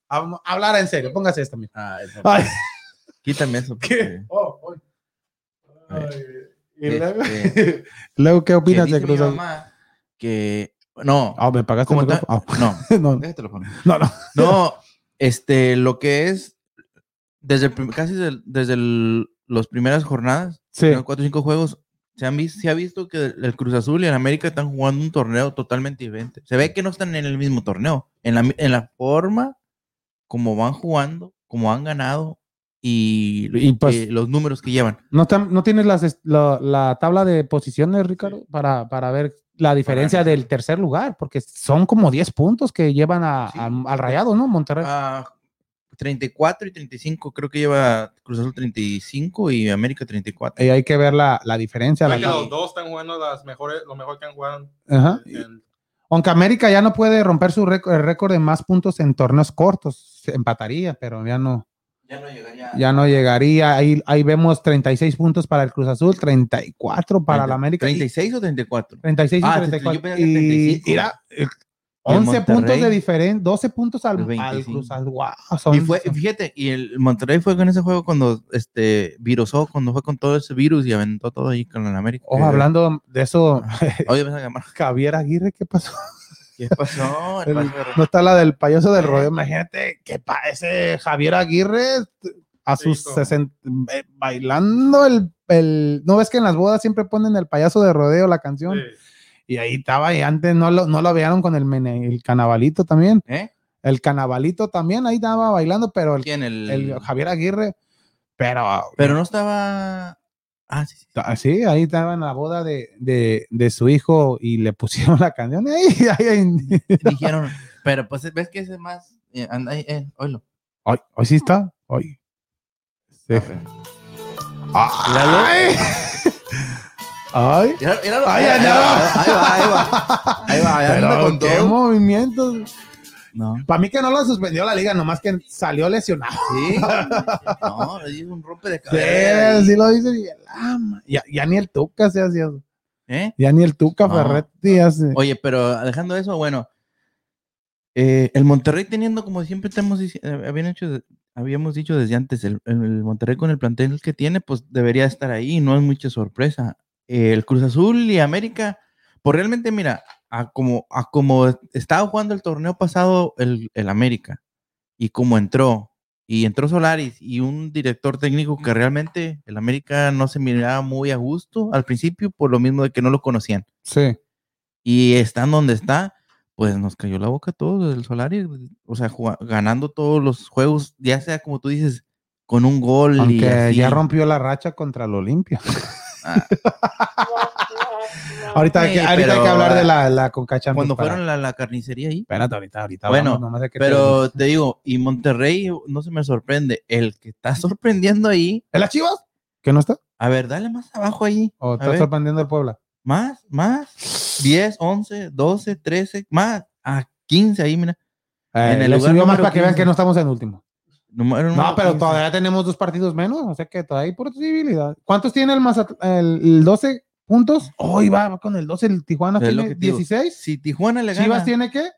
Vamos a hablar en serio, póngase esta mira. ah, eso. Ay, Quítame eso. ¿qué? porque- Oh, oh. A ver. Ay, y luego, Este, luego, ¿qué que opinas de dice mi Cruz Azul? mamá que no, Ah, me pagaste como el ta- micrófono? no, Ah, no, déjate lo pongo. no, no. No, este, lo que es desde el prim- casi del- desde el- los primeras jornadas, Sí, primeros cuatro o cinco juegos, se han visto, se ha visto que el Cruz Azul y el América están jugando un torneo totalmente diferente. Se ve que no están en el mismo torneo, en la, mi- en la forma como van jugando, como han ganado y, Y pues- eh, los números que llevan. ¿No, tam- no tienes las est- la, la tabla de posiciones, Ricardo, para, para ver la diferencia del tercer lugar, porque son como 10 puntos que llevan a, Sí. a- al rayado, ¿no? Monterrey. Ah, 34 y 35, creo que lleva Cruz Azul 35 y América 34. Y hay que ver la, la diferencia. Creo que la- los dos están jugando las mejores, lo mejor que han jugado. Ajá. en- Aunque América ya no puede romper su récord, el récord de más puntos en torneos cortos, se empataría, pero ya no, Ya no llegaría. ya no llegaría. Ahí, ahí vemos 36 puntos para el Cruz Azul, 34 para la América. y 36 o 34. 36 Ah, y sí, sí, 34. yo pensaba que y 35. mira, eh, Y el 11 puntos de Monterrey. diferencia, 12 puntos al, El al 25. Cruz Azul. Guau, son- y fue, fíjate, y el Monterrey fue con ese juego cuando este virusó, cuando fue con todo ese virus y aventó todo ahí con el América. Oh, hablando de eso, Oye, me vas a llamar. Javier Aguirre, ¿qué pasó? ¿Qué pasó? El- no está la del payaso del rodeo. Imagínate que parece Javier Aguirre a sus Hijo. 60 eh, bailando el, el- No ves que en las bodas siempre ponen el payaso de rodeo la canción. Sí. Y ahí estaba, y antes no lo, no lo vearon con el, mene- el canabalito también. ¿Eh? El canabalito también ahí estaba bailando, pero el, ¿Quién? El, el Javier Aguirre, pero Pero no estaba. Ah, sí, sí. Ah, Sí, ahí estaba en la boda de, de- de su hijo y le pusieron la canción. Ay, ay, ay. Dijeron. Pero pues ves que ese es más. eh, anda ahí, eh, oílo. Ay, hoy sí está. Hoy. Sí. Ay. Ay. Míralo, míralo. Ay, Ahí ay, va, ahí va, ahí va. Ahí va, ahí va, anda Pero con qué todo. movimientos. No. Para mí que no lo suspendió la liga, nomás que salió lesionado. Sí. No, es un rompe de Sí, cabeza. Eh, sí lo dice. y el ama. Ya, ya ni el Tuca se hacía. eso. ¿Eh? Ya ni el Tuca No. Ferretti hace. Oye, pero dejando eso, bueno, eh, el Monterrey teniendo, como siempre te hemos dici- eh, habían hecho de- habíamos dicho desde antes, el, el Monterrey con el plantel que tiene, pues debería estar ahí, no es mucha sorpresa. Eh, el Cruz Azul y América, pues realmente, mira, a como, a como estaba jugando el torneo pasado el, el América, y como entró, y entró Solaris, y un director técnico que realmente el América no se miraba muy a gusto al principio, por lo mismo de que no lo conocían Sí. y están donde está, pues nos cayó la boca a todos el Solari, o sea, jua- ganando todos los juegos, ya sea como tú dices, con un gol y Aunque así. ya rompió la racha contra el Olimpia. Ah, Ahorita, hay que, Sí, ahorita hay pero, que hablar de ah, la, la Conca Champions cuando para- fueron a la, la carnicería ahí. Espérate, ahorita, ahorita. Bueno, hablamos nomás de que te- Pero te digo, y Monterrey no se me sorprende, el que está sorprendiendo ahí, ¿Es la Chivas? ¿Que no está? a ver, dale más abajo ahí, ¿O a está ver, sorprendiendo el Puebla? más, más, 10, 11, 12, 13, más, a 15 ahí, mira. Eh, En el le lugar subió más número para que vean 15. que no estamos en último. número- No, número pero 15. todavía tenemos dos partidos menos, o sea que todavía hay posibilidad. ¿Cuántos tiene el Mazat el, el 12 puntos? Hoy va va con el 12, el Tijuana Es lo tiene que te digo. 16. Si Tijuana le gana, Chivas tiene qué?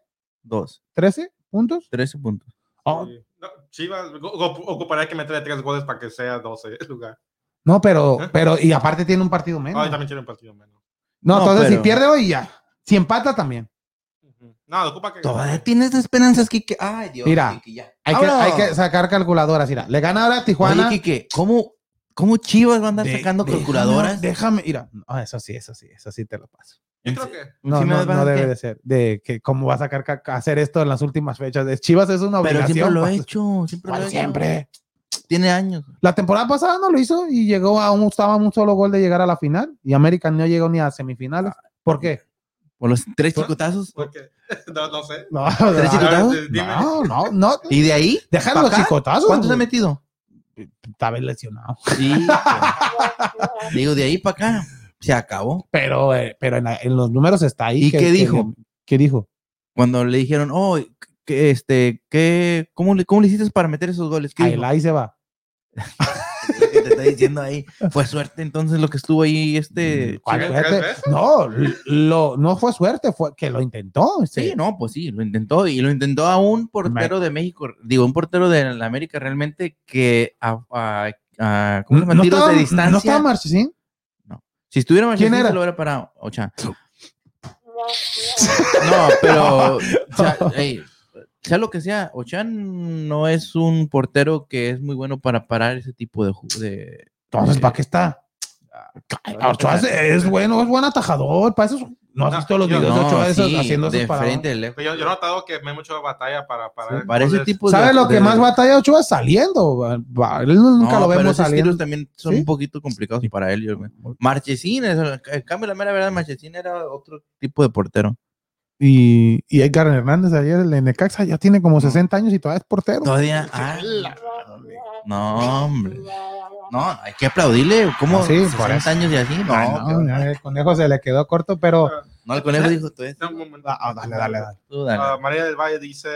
dos, 13 puntos. 13 puntos. Oh, No, Chivas, go- go- ocuparía que meterle tres goles para que sea 12 el lugar. no, pero, ¿Eh? pero, y aparte tiene un partido Ay, menos. también tiene un partido menos. no, No, entonces si pero- pierde hoy ya. Si empata también. Ujú. No, ocupa que. Todavía tienes esperanzas, Kike. Ay, Dios. Mira, Kike, ya. Hay, que, ¡Vámonos! hay que sacar calculadoras. Mira, le gana ahora a Tijuana. Oye, Kike, ¿cómo, ¿cómo Chivas va a andar De- sacando déjame- calculadoras? Déjame, mira. Ah, eso sí, eso sí, eso sí te lo paso. Yo creo que. No, Sí me no, vas a no dar debe que- de ser. De que cómo va a sacar ca- hacer esto en las últimas fechas. De Chivas es una Pero obligación. siempre lo pa- he hecho. Siempre lo ¿Cuál he hecho. siempre. Tiene años. La temporada pasada no lo hizo y llegó a un, estaba a un solo gol de llegar a la final y América no llegó ni a semifinales. Ah. ¿Por qué? Por los tres chicotazos. Porque, no, no sé. No, o sea, ¿Tres chicotazos? A ver, dime. no, no, no. ¿Y de ahí? Dejan ¿Pa' los acá? chicotazos. ¿Cuántos ha güey. metido? Estaba lesionado. Sí. pero- Digo, de ahí para acá. Se acabó. Pero, eh, pero en, la- en los números está ahí. ¿Y qué dijo? ¿Qué dijo? Cuando le dijeron, oh, que este, que, ¿cómo, le, ¿cómo le hiciste para meter esos goles? ¿Qué Ahí, dijo? ahí se va. Lo que te está diciendo ahí. Fue suerte entonces lo que estuvo ahí este. Mm, ¿Cuál ¿Tres suerte? veces? No, lo, no fue suerte, fue que lo intentó. este. Sí, no, pues sí, lo intentó y lo intentó a un portero de México, digo, un portero de la América realmente que a, a- a- ¿cómo se llama? tiros estaba- de distancia. ¿No estaba Marchesín? si estuviera Marchesín, ¿Quién era? se lo hubiera parado. O sea, no, pero o sea, ey, sea lo que sea, Ochan no es un portero que es muy bueno para parar ese tipo de, ju- de Entonces, ¿para qué está? Ah, no, Ochoa es, es bueno, es buen atajador. Para esos, no has No, visto los yo videos de pues, No, Ochoa esos sí, haciendo de esos paradas. frente, de lejos. Pero Yo, yo he notado que me hay mucha batalla para. Para, Para ese goles. tipo de- ¿Sabes lo que de- más batalla Ochoa? Saliendo. va- va- Él nunca No, lo pero vemos esos saliendo. tiros también son ¿Sí? un poquito complicados para él. Yo, Marchesín, es- en cambio, la mera verdad, Marchesín era otro tipo de portero. Y, y Edgar Hernández ayer el de Necaxa ya tiene Mm. como 60 años y todavía es portero. Todavía. ah, no, hombre. No, hay que aplaudirle. ¿Cómo? Ah, sí, por 60 eso. años y así. No, Ah, qué no, bueno. el conejo se le quedó corto, pero. No, el conejo dijo tú. No, un momento. Ah, dale, dale, dale. tú dale. Ah, María del Valle dice: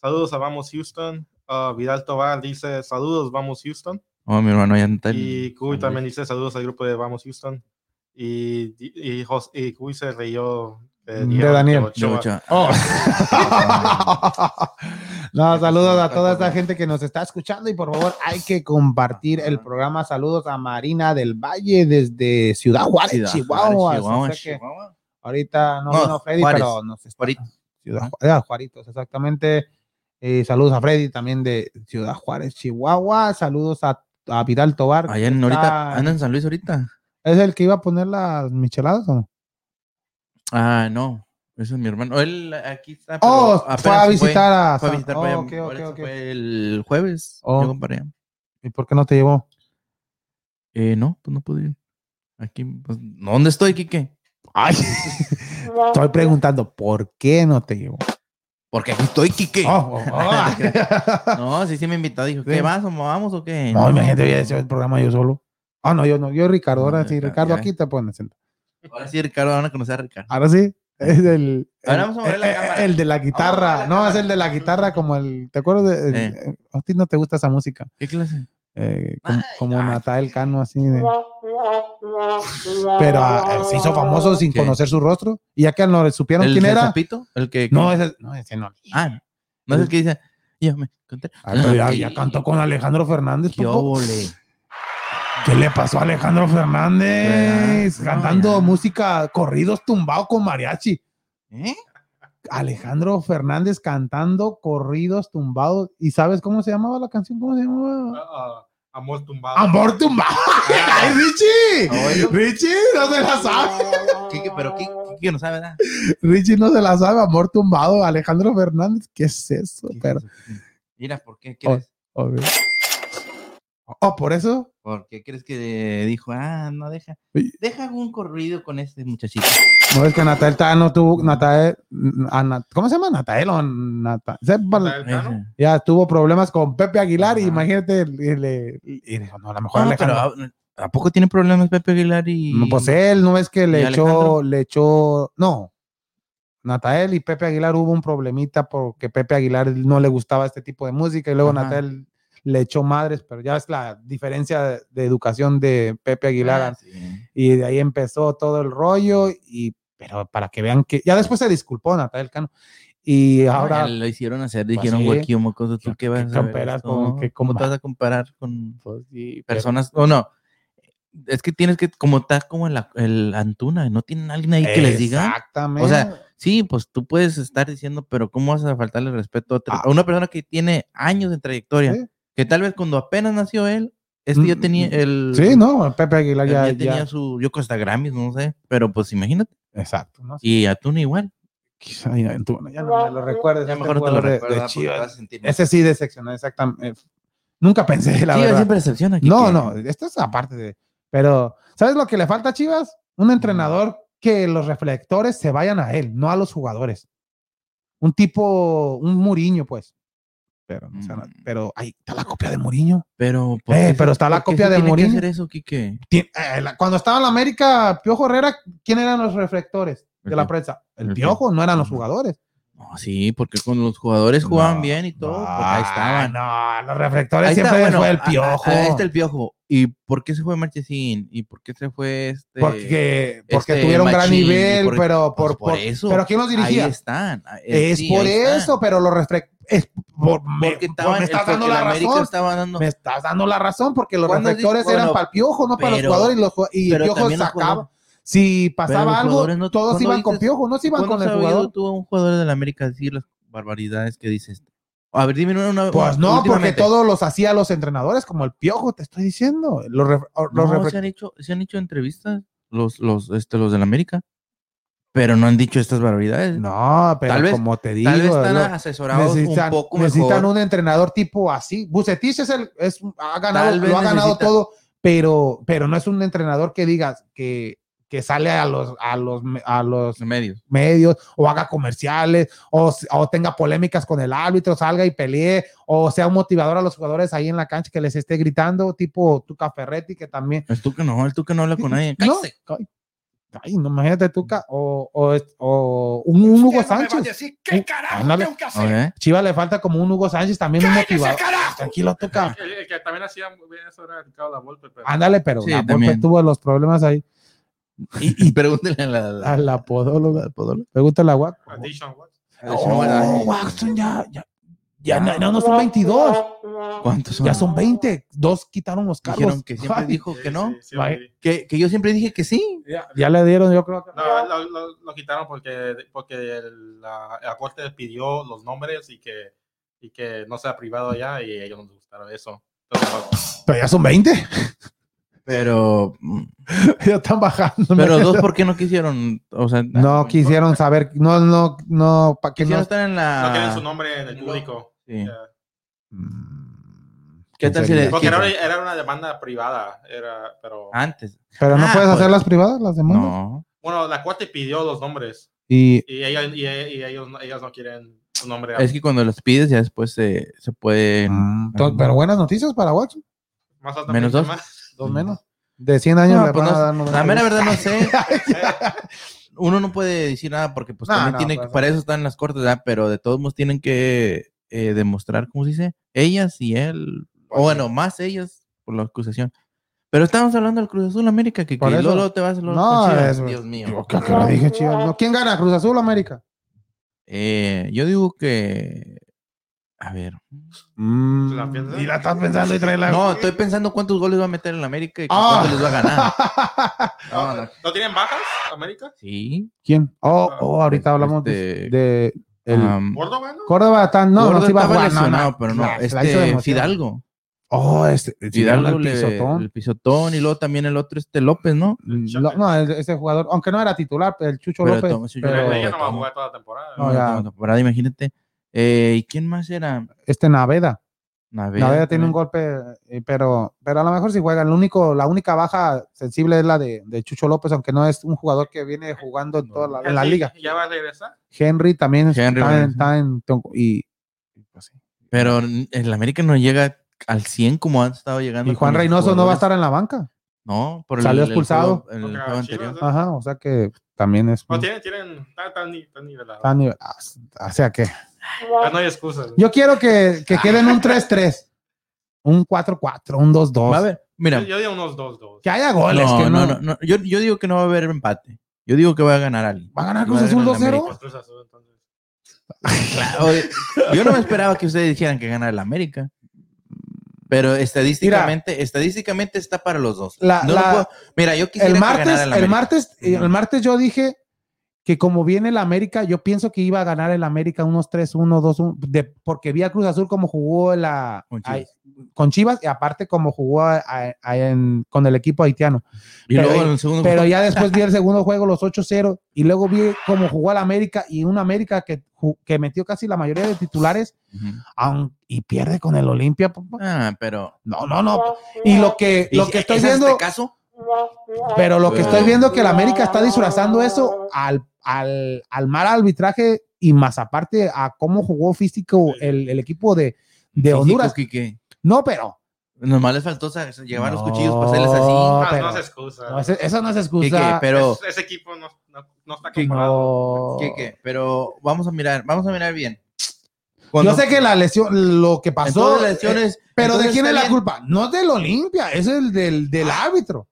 Saludos a Vamos Houston. Ah, Vidal Tobar dice: Saludos, Vamos Houston. Oh, mi hermano, ya está. el- Y Cuy también dice saludos al grupo de Vamos Houston. Y, di- y, Jos- y Cuy se reyó De dijeron Daniel. que De Ochoa. Ochoa. Oh. no, saludos a toda esta gente que nos está escuchando y por favor hay que compartir el programa. Saludos a Marina del Valle desde Ciudad Juárez, Ciudad Chihuahua. Juárez, Chihuahua, O sea que Chihuahua. ahorita no, No, vino Freddy, Juárez. pero nos está- Juarito. Ciudad Juárez, Juaritos, exactamente. Eh, saludos a Freddy también de Ciudad Juárez, Chihuahua. Saludos a, a Vidal Tobar. que Allá en ahorita, está- anda en San Luis ahorita. ¿Es el que iba a poner las micheladas o no? Ah, no. Ese es mi hermano. Él aquí está. pero Oh, apenas fue a se visitar a. Fue a San- visitar Oh, para allá. ok, ok, Ahorita ok. Fue el jueves. Oh. Llegó para allá. ¿Y por qué no te llevó? Eh, no, pues no pude ir. Aquí, pues, ¿dónde estoy, Quique? Ay, estoy preguntando, ¿por qué no te llevó? Porque aquí estoy, Quique. Oh, oh, oh. No, sí, sí me invitó. Dijo, Sí. ¿qué vas? ¿Cómo vamos o qué? no, imagínate, voy a hacer el programa yo solo. Ah, no, yo no, yo Ricardo, ahora No, sí, ya, Ricardo, ya. aquí te pones. sentado. Ahora sí, Ricardo, van a conocer a Ricardo. Ahora sí, es el, el, Ahora vamos a mover la eh, eh, cámara. el de la guitarra. Vamos a mover la no, cámara. es el de la guitarra como el, ¿te acuerdas? De, el- Eh. a ti no te gusta esa música, ¿Qué clase? eh, como, Ay, como ay. Natal Cano así. de- Pero ah, eh, se hizo famoso sin Sí. conocer su rostro y ya que no supieron ¿El quién del era. sapito? ¿El que.? No, ese no, ese no. Ah, no es el que dice. Yo me conté. Ah, pero ya, Sí. ya cantó con Alejandro Fernández. Yo Topo. volé. ¿Qué le pasó a Alejandro Fernández? ¿Verdad? No, Cantando ya. música, corridos tumbado con mariachi. ¿Eh? Alejandro Fernández cantando corridos tumbados. ¿Y sabes cómo se llamaba la canción? ¿Cómo se llamaba? Ah, ah, amor tumbado. Ah, Amor tumbado. ¡Ay, Richie! Ah, bueno. Richie no se la sabe. Quique, pero Quique, Quique no sabe, ¿verdad? Richie no se la sabe. Amor tumbado. Alejandro Fernández. ¿Qué es eso? Quique, Pero, no sabe. Mira, ¿por qué quieres? a ver. Oh, por eso. ¿Por qué crees que dijo, ah, no deja, Oye. deja un corrido con este muchachito? No es que Natael Tano tuvo. Natael. a Nat- ¿Cómo se llama? Natael o Nata- sepa- ¿Natael? ¿Tano? Ese. ya tuvo problemas con Pepe Aguilar y Ajá. imagínate y le- y- y dijo, no, a lo mejor No, pero Alejandro. ¿a, a poco tiene problemas Pepe Aguilar y No, pues él no es que ¿Y le echó, Alejandro? le echó, no. Natael y Pepe Aguilar hubo un problemita porque Pepe Aguilar no le gustaba este tipo de música y luego Ajá. Natael le echó madres, pero ya es la diferencia de, de educación de Pepe Aguilar Ah, sí. y de ahí empezó todo el rollo y pero para que vean que ya después se disculpó Natael Cano y ahora Ya lo hicieron hacer, Pues dijeron, sí. güey, qué mocoso, ¿Qué- ¿tú qué qué vas a saber comparas esto? con- qué ¿Cómo compa- te vas a comparar con pues, sí, pero- personas? O no, es que tienes que, como está como la- el Antuna, no tienen alguien ahí que les diga. Exactamente. O sea, Sí, pues tú puedes estar diciendo, pero ¿cómo vas a faltarle el respeto a, otra- Ah. a una persona que tiene años de trayectoria? Sí. Que tal vez cuando apenas nació él, este Mm, ya tenía mm. el... sí, no, Pepe Aguilar él ya, ya, ya- tenía su... Yo costa Grammys, no sé, pero pues imagínate. exacto, ¿no? Y a Tuna igual. Quizá ya, tú, bueno, ya no me lo recuerdes. Ya este mejor no te lo jugador de- de recuerdas porque Chivas. vas a sentir mal. Ese sí decepcionó, exactamente. eh, Nunca pensé, la Chivas verdad. siempre decepciona. No, Kike. no, esto es aparte de. Pero, ¿sabes lo que le falta a Chivas? Un entrenador que los reflectores se vayan a él, no a los jugadores. Un tipo, un Muriño, pues. Pero, o sea, no- Mm. pero ahí está la copia de Muriño. Pero, Eh, qué se- pero está la por qué copia se de tiene que Mourinho. hacer eso, Quique? Tien- eh, la- cuando estaba en la América, Piojo Herrera, ¿quién eran los reflectores de El la Piojo. prensa? El El Piojo, no eran los Ajá. jugadores. No, sí, porque con los jugadores jugaban No, bien y todo, No, porque pues, ahí estaban. Ah, No, los reflectores Ahí está, siempre bueno, fue el a- a- este Piojo. Ahí está el piojo. ¿Y por qué se fue Marchesín? ¿Y por qué se fue este? porque porque este, tuvieron gran Machín, y nivel, por- pero pues por, por por- eso, Pero ¿quién los Ahí dirigía? están. Ah, eh, Es sí, por ahí están. eso, pero los reflectores. Es por, me, Porque por- estaban, me estás dando la razón. Estaba dando, Me estás dando la razón porque los ¿Cuándo dice- reflectores eran bueno, para el piojo, no para los pero- jugadores. Y, los ju- y el pero piojo también los sacaba. jugadores- Si pero los pasaba algo, jugadores no- todos ¿cuándo iban con dices- piojo, no se iban ¿Cuándo con el se ha oído jugador. tú a un jugador de la América decir las barbaridades que dices? A ver, dime una. una- Pues no, porque últimamente. todos los hacía los entrenadores, como el piojo, te estoy diciendo. Los, ref- oh, los No, refle- se han hecho, se han hecho entrevistas los, los, este, los de la América, pero no han dicho estas barbaridades. No, pero Tal vez- como te digo, Tal vez están lo- asesorados necesitan, un poco necesitan mejor. un entrenador tipo así. Bucetich es el, es, un- ha ganado, Tal vez lo ha ganado necesita- todo, pero, pero no es un entrenador que digas que, que sale a los, a los, a los medios. medios o haga comerciales o, o tenga polémicas con el árbitro, salga y pelee o sea un motivador a los jugadores ahí en la cancha que les esté gritando, tipo Tuca Ferretti que también. El Tuca no, el Tuca no habla con nadie. No, Cállese. ay, ay, no, imagínate Tuca o, o, o un, un Hugo Sánchez. decir qué carajo Ándale. tengo que Ok. Chivas le falta como un Hugo Sánchez también un motivador. Tranquilo Tuca. El, el que también hacía muy bien eso era Ricardo La Volpe, pero Ándale, pero Sí, la Volpe también. tuvo los problemas ahí. Y, y pregúntele a la. A la podóloga, pregúntale a Wack. a Deshaun Watson. No, Watson Oh, ya, ya, ya, no, no, no son 22. Ah, ¿Cuántos son? Ya son 20. Dos quitaron los cargos. Dijeron que siempre Ay, dijo que no. Sí, sí, lo Bye. vi. Que, que yo siempre dije que sí. Ya, Ya le dieron, yo creo que. No, lo, lo- lo quitaron porque, porque el- la, la corte pidió los nombres y que, y que no sea privado ya y ellos no les gustaron eso. Entonces, Pero ya son 20. Pero. ya están bajando. Pero dos, ¿por qué no quisieron? O sea, No quisieron saber. No, no, no. Para que quisieron no. estar en no, no Ah. quieren la. su nombre en el público. Sí. Ya. Mm, ¿Qué tal si sería? le- Porque ¿Qué? era, era una demanda privada, era, pero... Antes. Pero no Ah, puedes pues. hacer las privadas, las demandas. No. Bueno, la corte pidió los nombres Y y, ella, y, y ellos, no- ellas no quieren su nombre. Es que cuando los pides, ya después se, se puede. Mm, to- pero buenas noticias para Watson. Más alta menos prima. Dos menos. De 100 años No, le pues van a no- dar noventa. la mera verdad no sé. Uno no puede decir nada porque pues No, también no, tiene pues, que, para eso están las cortes, ¿verdad? pero de todos modos tienen que eh, demostrar, ¿cómo se dice? Ellas y él, Pues o bueno, más ellas por la acusación. Pero estábamos hablando del Cruz Azul América, que, que Por eso. luego luego te vas a los No, es- Dios mío. Yo creo que lo dije, chido. No, ¿Quién gana? ¿Cruz Azul o América? Eh, yo digo que... A ver. Mm, ¿Se la piensa? Mm, y la estás pensando y trae la. No, estoy pensando cuántos goles va a meter el América y con Ah. cuántos les va a ganar. No, No, no. ¿no tienen bajas, América? Sí. ¿Quién? Oh, Ah, oh, ahorita hablamos de, Este, de el am, ¿Gordo, bueno? Córdoba está, no, Gordo no se iba a estaba jugar, no, lesionado, no, pero no. nah, se la hizo de este, emoción. Fidalgo. Oh, este, sí, Fidalgo el le- pisotón. el pisotón y luego también el otro este López, ¿no? Lo- no, el- ese jugador, aunque no era titular, el Chucho Pero López. toma, sí, yo pero creo ella no va a no. jugar toda la temporada. Ah, No, ya. Como temporada, imagínate. Eh, ¿Y quién más era? este Naveda, Naveda. Naveda tiene también. un golpe, eh, pero, pero a lo mejor si juega, el único, la única baja sensible es la de, de Chucho López, aunque no es un jugador que viene jugando en, toda la, en la ¿Ya- liga. ¿Ya va a regresar? Henry también Henry está, en, Valencia. está en- y, Pero n- el América no llega al 100 como ha estado llegando. y Juan con los Reynoso no va a jugadores. estar en la banca. No, por el- Salió el expulsado. juego- en el Contra juego Chivas, anterior. ¿no? Ajá, o sea que también es... No, tienen, tienen, tan, tan, ni- tan nivelado. está a nivel- Mm. ah, o sea que... Ya Ah, no hay excusas. Yo quiero que, que queden un 3-3, un 4-4, un 2-2. Va a haber, mira. Yo, yo digo unos 2-2. Que haya goles. No, que no, no, no, Yo, yo digo que no va a haber empate. Yo digo que va a ganar alguien. ¿Va a ganar Va Cruz a Azul ganar el 2-0? Pues Cruz Azul, entonces. Claro, oye, yo no me esperaba que ustedes dijeran que gana el América. Pero estadísticamente, estadísticamente está para los dos. La- No lo la- puedo- mira, yo quisiera El que martes, ganara el el, América. martes, eh, el martes yo dije que como viene el América, yo pienso que iba a ganar el América unos 3-1, 2-1, de- porque vi a Cruz Azul como jugó la, Con Chivas. ay, con Chivas y aparte como jugó a- a- a- en- con el equipo haitiano. Y Pero- luego en el segundo Pero juego- ya después vi el segundo juego, los 8-0, y luego vi cómo jugó al América y un América que, ju- que metió casi la mayoría de titulares Ujú. aun- y pierde con el Olimpia. papá. Ah, pero. No, no, no. Y lo que, lo ¿Y que estoy es este viendo... caso? Pero lo que Pues- estoy viendo es que la América está disfrazando eso al, al, al mal arbitraje y más aparte a cómo jugó físico el, el equipo de, de Físico, Honduras. Quique. No, pero Nomás les faltó sa- llevar los No, cuchillos, pasarles así. No, Ah, pero- no es excusa. no, ese- eso no es Quique, excusa. pero. Es- ese equipo no, no, no está Quique, comparado. No. Quique, pero vamos a mirar, vamos a mirar bien. Yo sé que la lesión, lo que pasó, pasó lesiones. eh, pero ¿de entonces quién es está la bien. culpa? No es del Olimpia, es el del, del árbitro.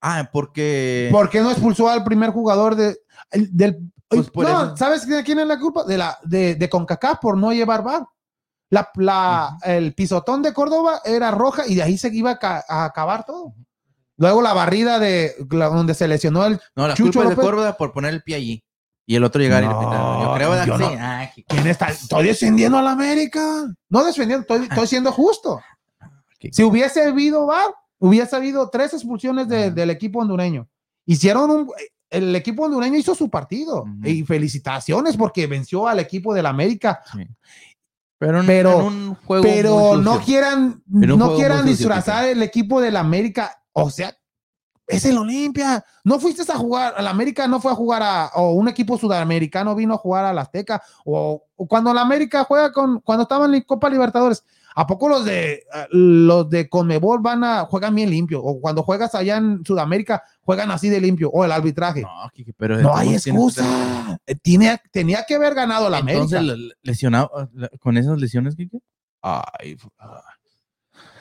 Ah, porque. ¿Por qué no expulsó al primer jugador de, el- del... Pues por no, eso. ¿sabes de quién es la culpa? De, la, de, de CONCACAF por no llevar bar. La, la- El pisotón de Córdoba era roja y de ahí se iba a, ca- a acabar todo. Luego la barrida de la- donde se lesionó el... No, la Chucho culpa es de López. Córdoba por poner el pie allí. Y el otro llegar y No, le pitar. Yo creo ¿verdad yo que no. sí? Ah, Quique. ¿Quién está? Estoy defendiendo a la América. No defendiendo, estoy, estoy siendo justo. Ah. Ok. Si hubiese habido bar, hubiese habido tres expulsiones de- Ajá. del equipo hondureño. Hicieron un... El equipo hondureño hizo su partido Ujú. y felicitaciones porque venció al equipo del América Pero, en- Pero- en un juego muy pero sucio. no quieran Pero un no juego quieran muy sucio, disfrazar el equipo del América o sea es el Olimpia. No fuiste a jugar, la América no fue a jugar a, o un equipo sudamericano vino a jugar a la Azteca, o, o cuando la América juega con, cuando estaban en la Copa Libertadores, ¿a poco los de, eh, los de Conmebol van a, juegan bien limpio? O cuando juegas allá en Sudamérica, juegan así de limpio, o el arbitraje. No, No, Kike, pero hay entonces tienes que tener- excusa. Eh, Tiene, tenía que haber ganado la América. Entonces, le- lesionado le- con esas lesiones, Kike. Ay, fu- ah.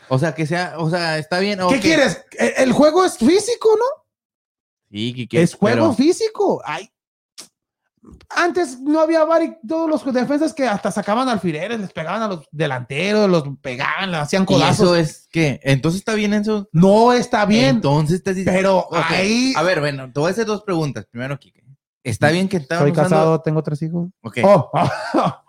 o sea, que sea, o sea, está bien. ¿Qué quieres? Eh, El juego es físico, ¿no? Sí, Kike, es juego pero- físico. Ay. Antes no había VAR y todos los defensas que hasta sacaban alfileres, les pegaban a los delanteros, los pegaban, les hacían ¿Y codazos. eso es que, entonces está bien eso. No está bien, Entonces estás diciendo. pero Ok, ahí. A ver, bueno, te voy a hacer dos preguntas. Primero, Kike. Está bien que estaban Soy usando- casado, tengo tres hijos. Ok, Oh,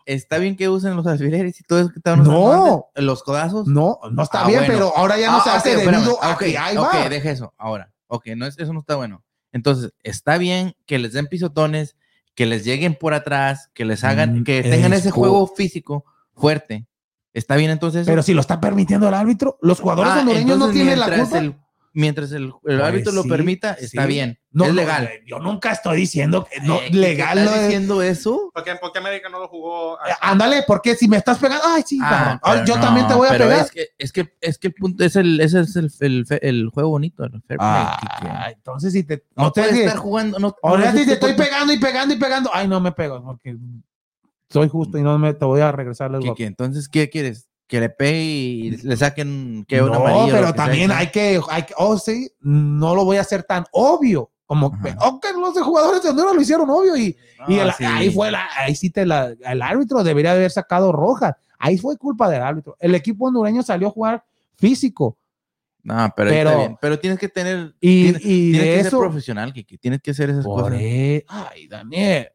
Está bien que usen los alfileres y todo eso que estaban usando No. antes, los codazos. no, no está Ah, bien, bueno. pero ahora ya no Ah, se ok, hace espérame. debido a Ok, que hay ok, VAR. deja eso. Ahora, ok, no, es- eso no está bueno. Entonces, está bien que les den pisotones, que les lleguen por atrás, que les hagan, Mm, que tengan ese escu- juego físico fuerte. Está bien entonces. eso? Pero si lo está permitiendo el árbitro, los jugadores Ah, hondureños no entonces, tienen la mientras culpa. Pues el- mientras el, el árbitro lo sí, permita, está sí. bien. No, es no, legal. yo nunca estoy diciendo que no, Eh, legal. ¿Estás no es- diciendo eso? ¿Por qué, por qué América no lo jugó? Eh, Ándale, porque si me estás pegando, ay, sí, cabrón. Ah, Ay, pero yo no, también te voy a pero pegar. Es que, es que, es que el punto es el, ese es el, el, el juego bonito, el fair play, Quique. Ah, entonces si te. No te puedes dejes- estar jugando. No, no Ahora es si te justo estoy porque- pegando y pegando y pegando. Ay, no me pego, porque soy justo y no me te voy a regresar los Quique, golpes. entonces, ¿qué quieres? Que le pegue y le saquen que una No, amarilla, lo pero que sea, también ¿no? hay que, hay que, oh sí, no lo voy a hacer tan obvio. Como que, Ajá. aunque los de jugadores de Honduras lo hicieron obvio y, y Ah, el- sí. ahí fue la, ahí sí te la- el árbitro debería haber sacado roja. Ahí fue culpa del árbitro. El equipo hondureño salió a jugar físico No, pero, ahí pero- está bien. pero tienes que tener. y, tienes, y tienes de que ser eso profesional, Kike. Tienes que hacer esas Por cosas. e- Ay, Daniel.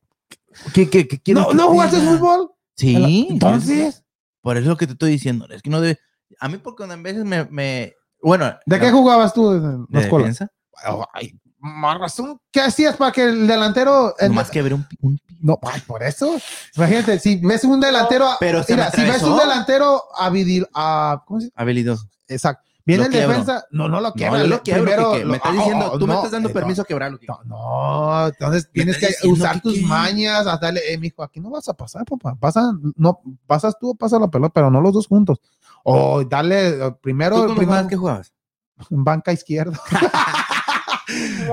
¿Qué, qué, qué quieres ¿No, que ¿no te jugaste diga? fútbol? Sí. Entonces, Por eso es lo que te estoy diciendo. Es que no debe. A mí, porque en veces me. me- bueno. ¿de qué la- jugabas tú en de la escuela? Oh, defensa, Ay, más razón. ¿Qué hacías para que el delantero... el- Nomás que ver un, un No, ay, por eso. Imagínate, si ves un delantero... Pero se mira, me si ves atravesó. un delantero avidil- a... ¿Cómo se dice? habilidoso. Exacto. Viene Lo el quiebro. defensa... No, no lo quiebra. no, yo lo quiebro, primero Quique. lo- Me estás ah, diciendo, oh, oh, tú me no, estás dando eh, permiso a quebrarlo. Quique. No, no, entonces tienes estás que diciendo usar que tus qué. mañas, hasta le, eh, mijo, aquí no vas a pasar, papá. Pasa, no, pasas tú o pasa la pelota, pero no los dos juntos. O darle eh, ¿Tú primero, cuando jugabas, primero qué jugabas? en banca izquierda.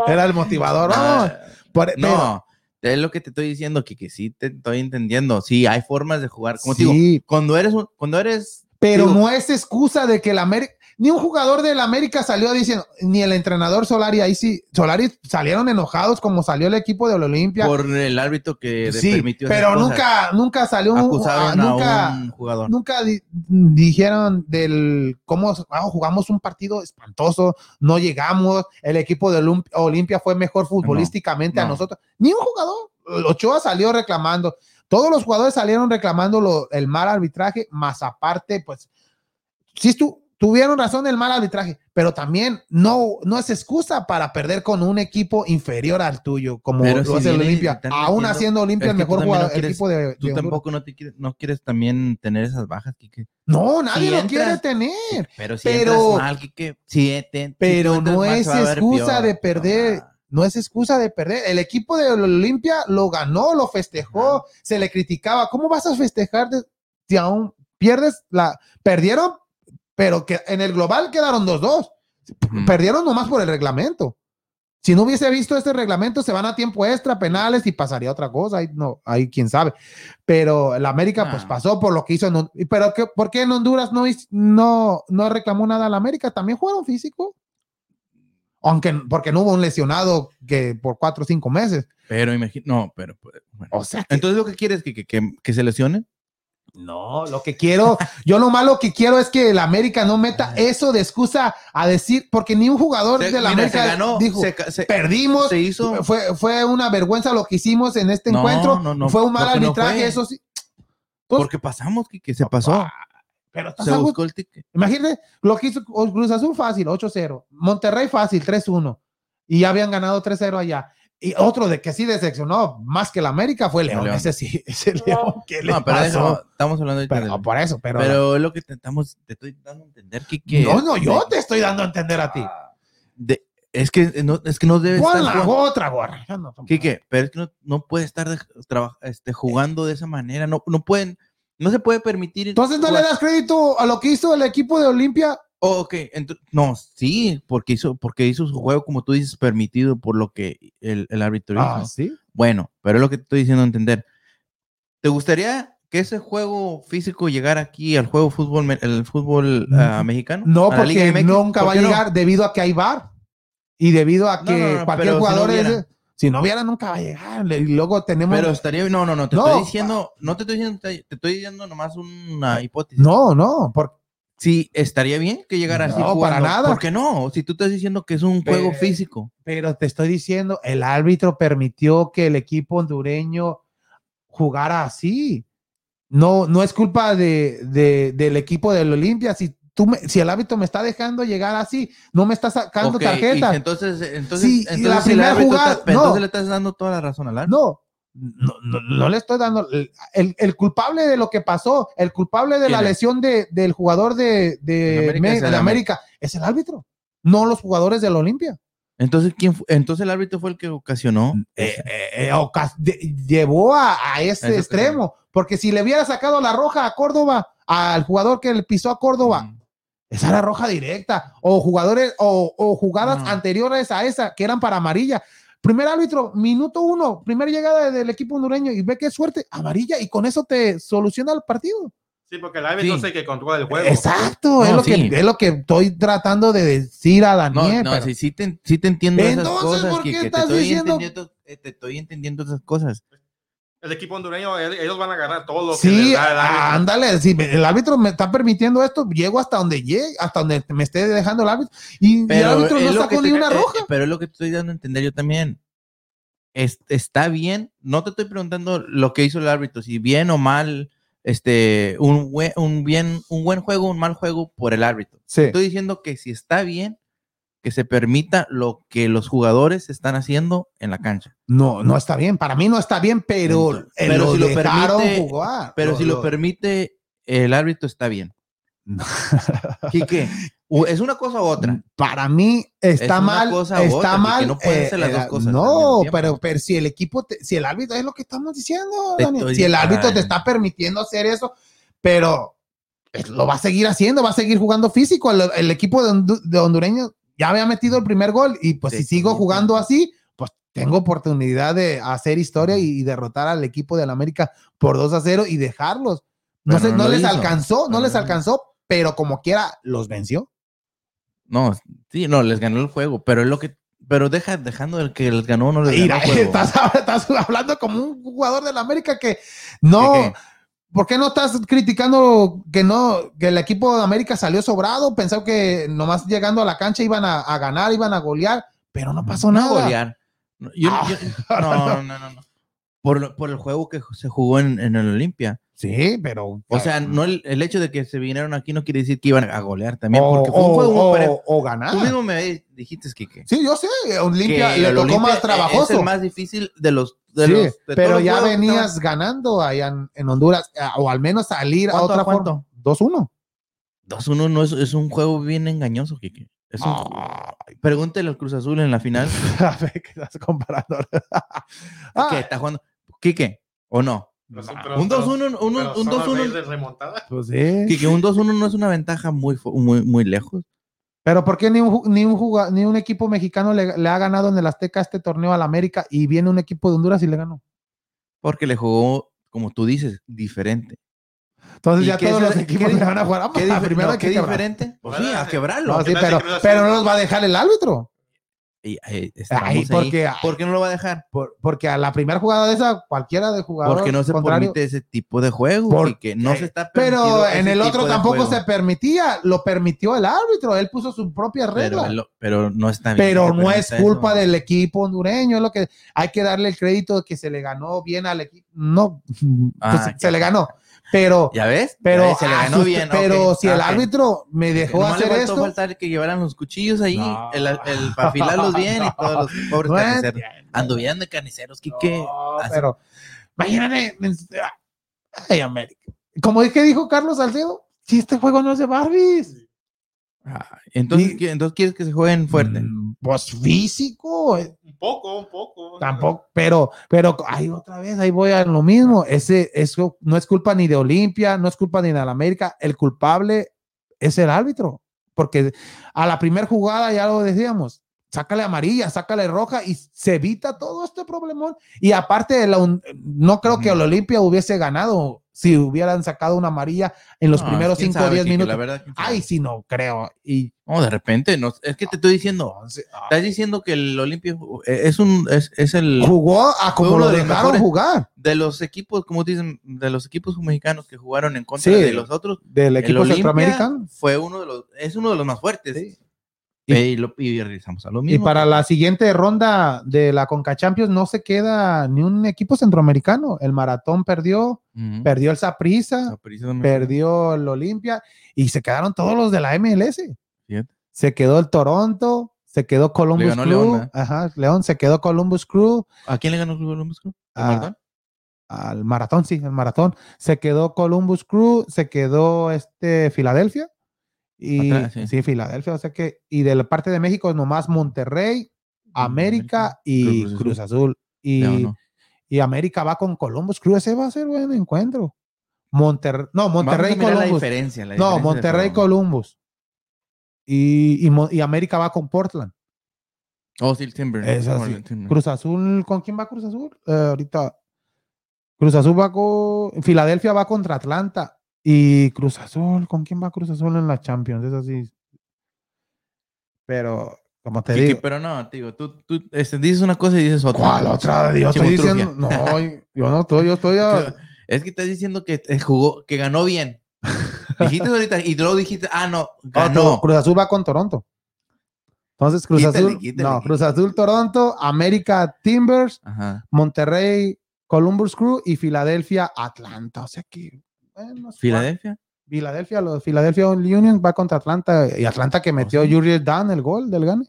Era el motivador. vamos. Ah, Por- pero- No, es lo que te estoy diciendo, que, que sí te estoy entendiendo. Sí, hay formas de jugar. Como te digo, sí, cuando eres un- cuando eres pero digo- no es excusa de que el América, ni un jugador del América salió diciendo, ni el entrenador Solari, ahí sí, Solari salieron enojados como salió el equipo de la Olimpia. por el árbitro que le Sí, permitió esas pero cosas, nunca, nunca salió un- acusaron ah, nunca, a un jugador. nunca di- dijeron del cómo ah, jugamos un partido espantoso, no llegamos, el equipo de Olum- Olimpia fue mejor futbolísticamente a no. nosotros. Ni un jugador, Ochoa salió reclamando, todos los jugadores salieron reclamando lo- el mal arbitraje, más aparte, pues, sí estu- tuvieron razón el mal arbitraje, pero también no, no es excusa para perder con un equipo inferior al tuyo, como Pero lo si hace el vienen y Olimpia, te están aún metiendo- haciendo Olimpia es el que tú mejor también no jugador, el quieres- equipo de, de Tú Honduras. tampoco no, te quieres, no quieres también tener esas bajas, Quique. No, nadie Si lo entras- quiere tener. Pero si Pero- entras mal, Quique, si eh, te- si Pero tú entras no mal, es se va a ver excusa peor. de perder. No, No es excusa de perder. El equipo de Olimpia lo ganó, lo festejó, Ajá. se le criticaba. ¿Cómo vas a festejar de- si aún pierdes la... Perdieron, pero que en el global quedaron 2-2. Ujú. Perdieron nomás por el reglamento. Si no hubiese visto este reglamento, se van a tiempo extra, penales y pasaría otra cosa. Ahí, no, ahí quién sabe. Pero la América Ah. pues pasó por lo que hizo. En, Hon- pero que, ¿por qué en Honduras no, hiz- no, no reclamó nada la América? ¿También jugaron físico? Aunque, porque no hubo un lesionado que por cuatro o cinco meses. Pero imagino, no, pero pues, bueno. O sea, que- Entonces lo que quieres que, que, que, que se lesione. no, lo que quiero, yo lo malo que quiero es que la América no meta eso de excusa a decir, porque ni un jugador Se- de la mira, América se ganó, dijo, se, ca- se- perdimos, se hizo Fue, fue una vergüenza lo que hicimos en este No, encuentro. no, no, fue un mal porque no arbitraje, fue. eso sí. porque pasamos, que, que se pasó. Pero estás Se a gusto. buscó el ticket. Imagínate, lo que hizo Cruz Azul fácil, 8-0. Monterrey fácil, 3-1. Y ya habían ganado 3-0 allá. Y otro de que sí decepcionó más que la América fue León. León. Ese sí, ese León que le No, pero pasó. déjame, estamos hablando de Pero por eso, pero. Pero es lo que Ah. te, estamos, te estoy dando a entender, Kike. no, no, yo te estoy dando a entender a ti. De- es que no, es que no debe Pon estar la jugando- otra gorra. Ya no, Quique, pero es que no, no puede estar de- traba- este, jugando de esa manera. No, no pueden, no se puede permitir. Entonces no le jugar- das crédito a lo que hizo el equipo de Olimpia. Oh, ok, ento- no, sí, porque hizo, porque hizo su juego, como tú dices, permitido por lo que el, el árbitro Ah, hizo. sí. Bueno, pero es lo que te estoy diciendo entender. ¿Te gustaría que ese juego físico llegara aquí al juego fútbol, me- el fútbol No. ah, mexicano? Mm, No, ¿A la Liga porque MX? nunca ¿Por va a qué no? llegar debido a que hay VAR y debido a No, que no, no, cualquier pero si no jugador. hubiera. ese- Si no viera, nunca va a llegar. Le- Y luego tenemos. Pero estaría, no, no, no, te No. estoy diciendo, no te estoy diciendo, te te estoy diciendo nomás una hipótesis. no, no. Por, Sí, estaría bien que llegara así. No, para jugando. nada. ¿Por qué no? Si tú estás diciendo que es un Pero- juego físico. pero te estoy diciendo, el árbitro permitió que el equipo hondureño jugara así. No, no es culpa de, de- del equipo del Olimpia. Si, tú me- si el árbitro me está dejando llegar así, no me está sacando Ok, y tarjeta. entonces, entonces, Sí, y la entonces si el primera árbitro está- jugada- entonces no. le estás dando toda la razón al árbitro. No, no, no, no le estoy dando. El, el- el culpable de lo que pasó, el culpable de la ¿Quién es? lesión de- del jugador de, de, En América Me- es el de América es el árbitro, no los jugadores del Olimpia. Entonces, ¿quién fu- entonces el árbitro fue el que ocasionó. Eh, eh, eh, ocas- de- llevó a, a ese Eso que extremo, porque si le hubiera sacado la roja a Córdoba, al jugador que le pisó a Córdoba, Mm. esa era roja directa, o jugadores, o, o jugadas No. anteriores a esa que eran para amarilla. Primer árbitro, minuto uno, primera llegada del equipo hondureño, y ve qué suerte, amarilla, y con eso te soluciona el partido. Sí, porque el árbitro Sí. es el que controla el juego. Exacto, es, No, lo sí. que, es lo que estoy tratando de decir a No, Daniel. no, pero- sí, sí, te, sí te entiendo esas Entonces, cosas. ¿por qué Quique, te estás estoy diciendo- entendiendo- eh, te estoy entendiendo esas cosas. El equipo hondureño, el- ellos van a ganar todo lo que Sí, ah, les da el árbitro. ándale, si me- el árbitro me está permitiendo esto, llego hasta donde llegue, hasta donde me esté dejando el árbitro, y, y el árbitro es no lo que sacó te- ni una eh, roja. eh, pero es lo que te estoy dando a entender yo también. Es- está bien, no te estoy preguntando lo que hizo el árbitro, si bien o mal, este, un, buen, un, bien, un buen juego, un mal juego por el árbitro. Sí. Estoy diciendo que si está bien, que se permita lo que los jugadores están haciendo en la cancha. No, no está bien, para mí no está bien, pero, Entonces, eh, pero lo si lo dejaron permite- jugar. Pero si lo permite el árbitro, está bien. Quique, u- es una cosa u otra. Para mí está una mal, cosa u está otra, mal. eh, porque no pueden ser las dos cosas al mismo No, tiempo. pero, pero si el equipo, te- si el árbitro es lo que estamos diciendo, Te Daniel, estoy- si el árbitro te ay. está permitiendo hacer eso, pero pues, lo va a seguir haciendo, va a seguir jugando físico. El, el equipo de, hondu- de hondureño ya había metido el primer gol y pues si Sí, sigo sí, jugando sí. así, pues tengo oportunidad de hacer historia y, y derrotar al equipo del América por 2 a 0 y dejarlos. No, Pero sé, no no lo les hizo. alcanzó, no Pero les no- alcanzó, pero como quiera los venció. No, sí, no, les ganó el juego, pero es lo que. Pero deja, dejando el que les ganó o no les Mira, ganó. el Pues juego. estás, estás hablando como un jugador del América que no, Quique, ¿por qué no estás criticando que no, que el equipo de América salió sobrado? Pensaba que nomás llegando a la cancha iban a, a ganar, iban a golear, pero no pasó no nada. golear. No, yo- Ah. yo- no, no, no, no. Por, lo- por el juego que se jugó en, en el Olimpia. Sí, pero ah, O sea, no el, el hecho de que se vinieron aquí no quiere decir que iban a golear también. o, porque fue un o- juego muy o- parejo. o Tú ganar. mismo me dijiste, Quique. Sí, yo sé, Ah. Olimpia que le el tocó Olimpia e, más trabajoso. Es el más difícil de los. De Sí, los de todos pero los ya juegos que estaban- venías ganando allá en, en Honduras, a- o al menos salir a ¿Cuánto a otra cuánto? forma. 2-1. 2-1 no es, es un juego bien engañoso, Quique. Es un- Ah. Pregúntale al Cruz Azul en la final A ver, ¿qué estás comparando? Ah, que está jugando. Quique, ¿o no? Pero son- Ah, pero- un 2-1, un, Pero un son los 2-1. reyes de remontada. pues sí. Quique, un 2-1 no es una ventaja muy, fu- muy, muy lejos. Pero ¿por qué ni un, ju- ni un, juga- ni un equipo mexicano le, le ha ganado en el Azteca este torneo al América y viene un equipo de Honduras y le ganó? Porque le jugó, como tú dices, diferente. Entonces ¿Y ya qué todos es- los qué equipos di- le van a jugar. Ah, ¿Qué, pues, dife- primero no, hay que ¿qué quebrar. diferente? Pues sí, a quebrarlo. No, sí, ¿Qué tal si pero, Cruz Azul- pero no los va a dejar el árbitro. Y, eh, estamos Ay, ahí. porque, ¿Por qué no lo va a dejar? por- porque a la primera jugada de esa, cualquiera de jugador Porque no se contrario- permite ese tipo de juego. Por- eh, Quique. no se está Pero permitido en ese el tipo otro de tampoco juego. se permitía, lo permitió el árbitro, él puso sus propias Pero, reglas. él lo- pero no está bien. pero que no es permita culpa eso. del equipo hondureño, es lo que hay que darle el crédito de que se le ganó bien al equipo. No, pues Ah, se ya. le ganó, pero, ¿Ya ves? pero, Ya se le ah, ganó sus- bien. pero ok, Ah, si el ok. árbitro me dejó Nomás le hacer faltó esto, faltar que llevaran los cuchillos ahí, No. el, el, para afilarlos bien y todos los pobres no es- carniceros. Anduvieran de carniceros, Quique. No, Eh, Así- pero imagínate, ay, América. Como es que dijo Carlos Salcedo, si este juego no es de Barbies. Ah, entonces, Y- ¿qué- entonces quieres que se jueguen fuerte. Mm, Pues físico, eh, Un poco, un poco. tampoco, pero, pero ahí otra vez, ahí voy a lo mismo. Ese, eso no es culpa ni de Olimpia, no es culpa ni de la América. El culpable es el árbitro, porque a la primera jugada ya lo decíamos. Sácale amarilla, sácale roja y se evita todo este problemón. Y aparte, de la un- no creo que el Olimpia hubiese ganado si hubieran sacado una amarilla en los No, primeros quién 5 o sabe, 10 Kike, minutos. La verdad, quién sabe. Ay, sí, no creo. Y No, de repente, no, es que te estoy diciendo, entonces, estás diciendo que el Olimpia eh, es un es, es el jugó a como Fue uno lo de los dejaron mejores. jugar de los equipos, como dicen, de los equipos mexicanos que jugaron en contra Sí. de los otros, del el equipo Olimpia centroamericano. fue uno de los es uno de los más fuertes. Sí. Y, y, lo, y regresamos a lo Y mismo. para la siguiente ronda de la Conca Champions no se queda ni un equipo centroamericano. El Maratón perdió, Ujú. perdió el Saprisa, Saprissa también. perdió el Olimpia y se quedaron todos los de la MLS. Fíjate. Se quedó el Toronto, se quedó Columbus ganó Crew. León, ¿eh? ¿verdad? Ajá, León se quedó Columbus Crew. ¿A quién le ganó el Columbus Crew? ¿El Ah, Maratón? Al maratón, sí, al maratón. Se quedó Columbus Crew, se quedó este Filadelfia. Y Atrás, sí. sí. Filadelfia, o sea que, y de la parte de México nomás Monterrey, América y Cruz Azul. Cruz Azul. Y, León, ¿no? y América va con Columbus Crew, ese va a ser buen encuentro. Monterrey, no, Monterrey Vamos a mirar la Columbus. diferencia. No, la diferencia de Monterrey juego. Columbus. Y, y Mo- y América va con Portland. Oh, sí, el Timber. Es así. Órale, Timber. Cruz Azul, ¿con quién va Cruz Azul? Eh, ahorita. Cruz Azul va con. Filadelfia va contra Atlanta. Y Cruz Azul, ¿con quién va Cruz Azul en la Champions? Es así. Pero, como te Kike, digo. pero no, te digo, tú, tú este, dices una cosa y dices otra. ¿Cuál otra? Yo estoy Chimotrufia. diciendo. No, yo no estoy, yo estoy. a- Es que estás diciendo que eh, jugó, que ganó bien. dijiste ahorita y luego dijiste, ah, no, ganó. Otro, Cruz Azul va con Toronto. Entonces, Cruz Quítale, Azul. quítale, no, quítale. Cruz Azul, Toronto, América, Timbers. Ajá. Monterrey, Columbus Crew y Filadelfia, Atlanta. O sea que. bueno, es- ¿Filadelfia? Filadelfia, los Philadelphia Union va contra Atlanta y Atlanta que metió Oh, sí. Yuri Dan el gol del gane.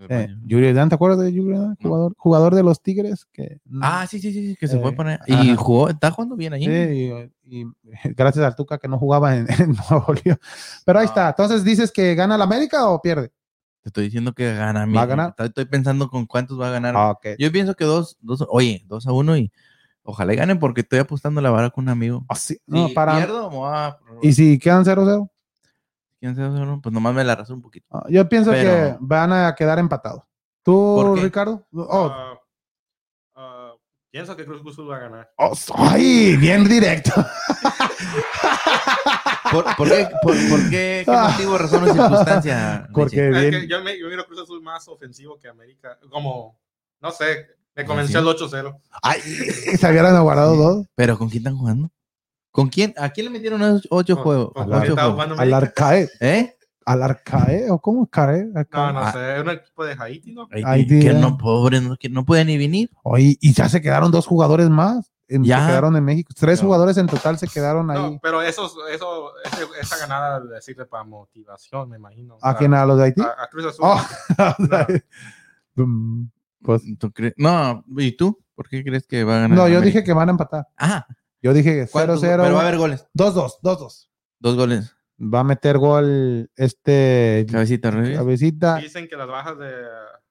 Eh, Vaya. Yuri Dan, ¿te acuerdas de Yuri Dan? Jugador, jugador de los Tigres que Ah, sí, sí, sí, sí, que se fue Eh, para Y ajá. jugó, está jugando bien ahí. Sí, y, y gracias al Tuca que no jugaba en, en Nuevo León. Pero ahí Ah. está. Entonces dices que gana la América o pierde. Te estoy diciendo que gana. ¿Va a mira. ganar? Estoy- Estoy pensando con cuántos va a ganar. Ah, ok. Yo pienso que dos, dos, oye, dos a uno y ojalá y ganen porque estoy apostando la vara con un amigo. Ah, sí, no, No, para- pierdo, me voy a- Y si quedan 0-0, ¿Quién sabe hacerlo? Pues nomás me la arrasó un poquito. Ah, yo pienso que Pero- van a quedar empatados. ¿Por ¿Tú, qué? Ricardo? Oh, Ah, ah, pienso que Cruz Azul va a ganar. Oh, ¡Ay! Bien directo. ¿Por, por qué? ¿Por, por qué? ¿Qué Ah. motivo, razón o circunstancia? Porque Richie? Ah, Es que bien. yo, me, yo miro Cruz Azul más ofensivo que América. Como, no sé, Ah, me convenció el 8-0. Ay, se hubieran aguardado dos. ¿Pero con quién están jugando? ¿Con quién? ¿A quién le metieron esos ocho Con- juegos? con- Ocho la- porque estaba juegos. jugando Al América. arcae. ¿Eh? Al arcae. ¿O cómo? Cae, No, arcae. no Ah. sé, es un equipo de Haití, ¿no? Ay, Ay, que Dios. no, pobre, no, que no puede ni venir. Oye, y ya se quedaron dos jugadores más. en- Ya. Se quedaron en México. Tres No. jugadores en total se quedaron ahí. No, pero eso, eso, ese- esa ganada le sirve para motivación, me imagino. O ¿A sea, quién? ¿A los de Haití? a- a Cruz Azul. Oh. Mm, pues, ¿Tú cre- No, ¿y tú? ¿Por qué crees que va a ganar? no, yo América? dije que van a empatar. Ah, Yo dije ¿cuántos? Pero va a 0-0. haber goles. 2-2, 2-2. Dos goles. Va a meter gol este Cabecita, Reyes. cabecita. Dicen que las bajas de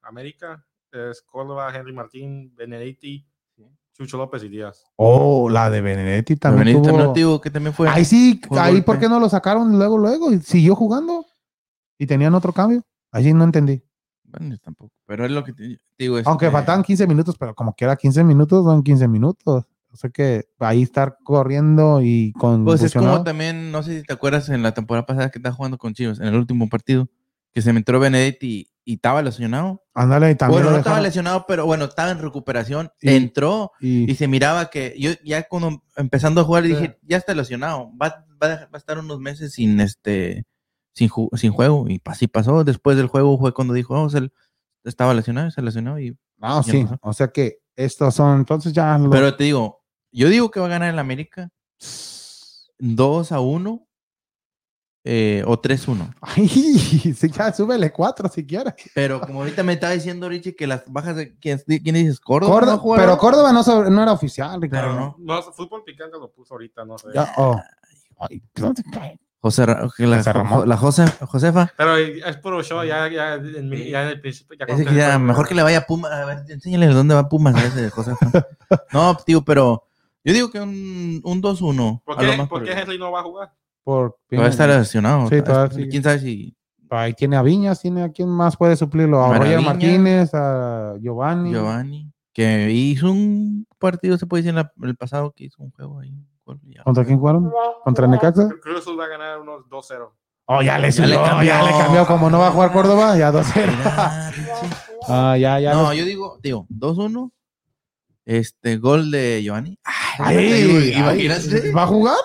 América es Córdoba, Henry Martín, Benedetti, Chucho López y Díaz. Oh, la de Benedetti también. También, también tuvo- activo, que también fue. Ahí sí, fue ahí golpe. por qué no lo sacaron luego, luego, y siguió jugando. Y tenían otro cambio. Allí no entendí. Bueno, yo tampoco. Pero es lo que te te digo. Aunque este, faltaban 15 minutos, pero como que era 15 minutos, son 15 minutos. O sea que ahí estar corriendo y con. Pues es como también, no sé si te acuerdas en la temporada pasada que estaba jugando con Chivas, en el último partido, que se me entró Benedetti y, y estaba lesionado. Ándale, y también. bueno, lo no estaba dejaron. lesionado, pero bueno, estaba en recuperación, Y- entró Y- y se miraba que yo ya cuando empezando a jugar le Sí. dije, ya está lesionado, va, va, a dejar- va a estar unos meses sin este sin, ju- sin juego y pa- así pasó. Después del juego fue cuando dijo, oh, se- estaba lesionado, se lesionó y no, ya sí. pasó. O sea que estos son. Entonces ya. lo- pero te digo, yo digo que va a ganar el América 2 a 1 eh, o 3 a 1. Ay, sí, ya súbele cuatro si quieres. Pero como ahorita me estaba diciendo Richie que las bajas de quién, quién dices Córdoba, Córdoba, Pues no juega? pero Córdoba no, sobre- no era oficial, Ricardo. Pero no. No, fútbol picante lo puso ahorita, no sé. Ya, oh. Ay, ¿dónde- José, Ra- que la, José Ramón. la Jose- Josefa. Pero es puro show, ya, ya, en, mi- ya en el principio. Ya Ese que conté- ya, mejor que le vaya a Pumas. A ver, enséñale dónde va Pumas. a ese Josefa. no, tío, pero yo digo que un, un 2-1. ¿Por a lo qué, más ¿por qué probable. Henry no va a jugar? Por, Va a estar lesionado. Sí, todavía Está- sigue. ¿Quién sabe si Ahí tiene a Viñas, tiene a quién más puede suplirlo. A Roger Maraviña. Martínez, a Giovanni. Giovanni, que hizo un partido, se puede decir, en la- el pasado que hizo un juego ahí. un gol y ya. ¿Contra quién jugaron? ¿Contra Necaxa? Cruz Azul va a ganar unos 2-0. Oh, ya le, Ya subió, le cambió. ya le cambió. Como no va a jugar Córdoba, ya 2-0. Mira, pinche. Ah, ya, ya. No, los- yo digo, digo, 2-1. Este gol de Giovanni. Ay, Ay, ay, imagínate. ¿Va a jugar?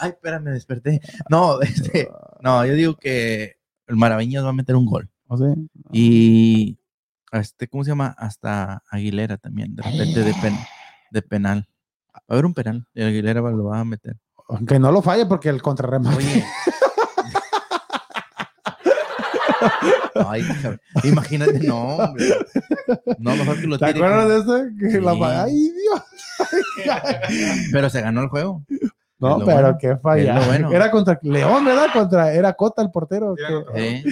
Ay, espera, me desperté. No, este, no, yo digo que el Maraviñas va a meter un gol. No sé. Y a este, ¿cómo se llama? Hasta Aguilera también, de repente ¡Eh! de, pen- de penal. Va a haber un penal. Y Aguilera va- lo va a meter. Que no lo falle porque el contrarremate. Oye. Ay, cabrón. Imagínate, no, hombre. No, mejor que lo ¿Te tire. acuerdas de ese? Que Sí. la fa- Ay, Dios. Pero se ganó el juego. No, Es lo pero bueno. qué falla. Es lo bueno. Era contra León, ¿verdad? Contra, era Cota el portero. Era que- contra- ¿eh?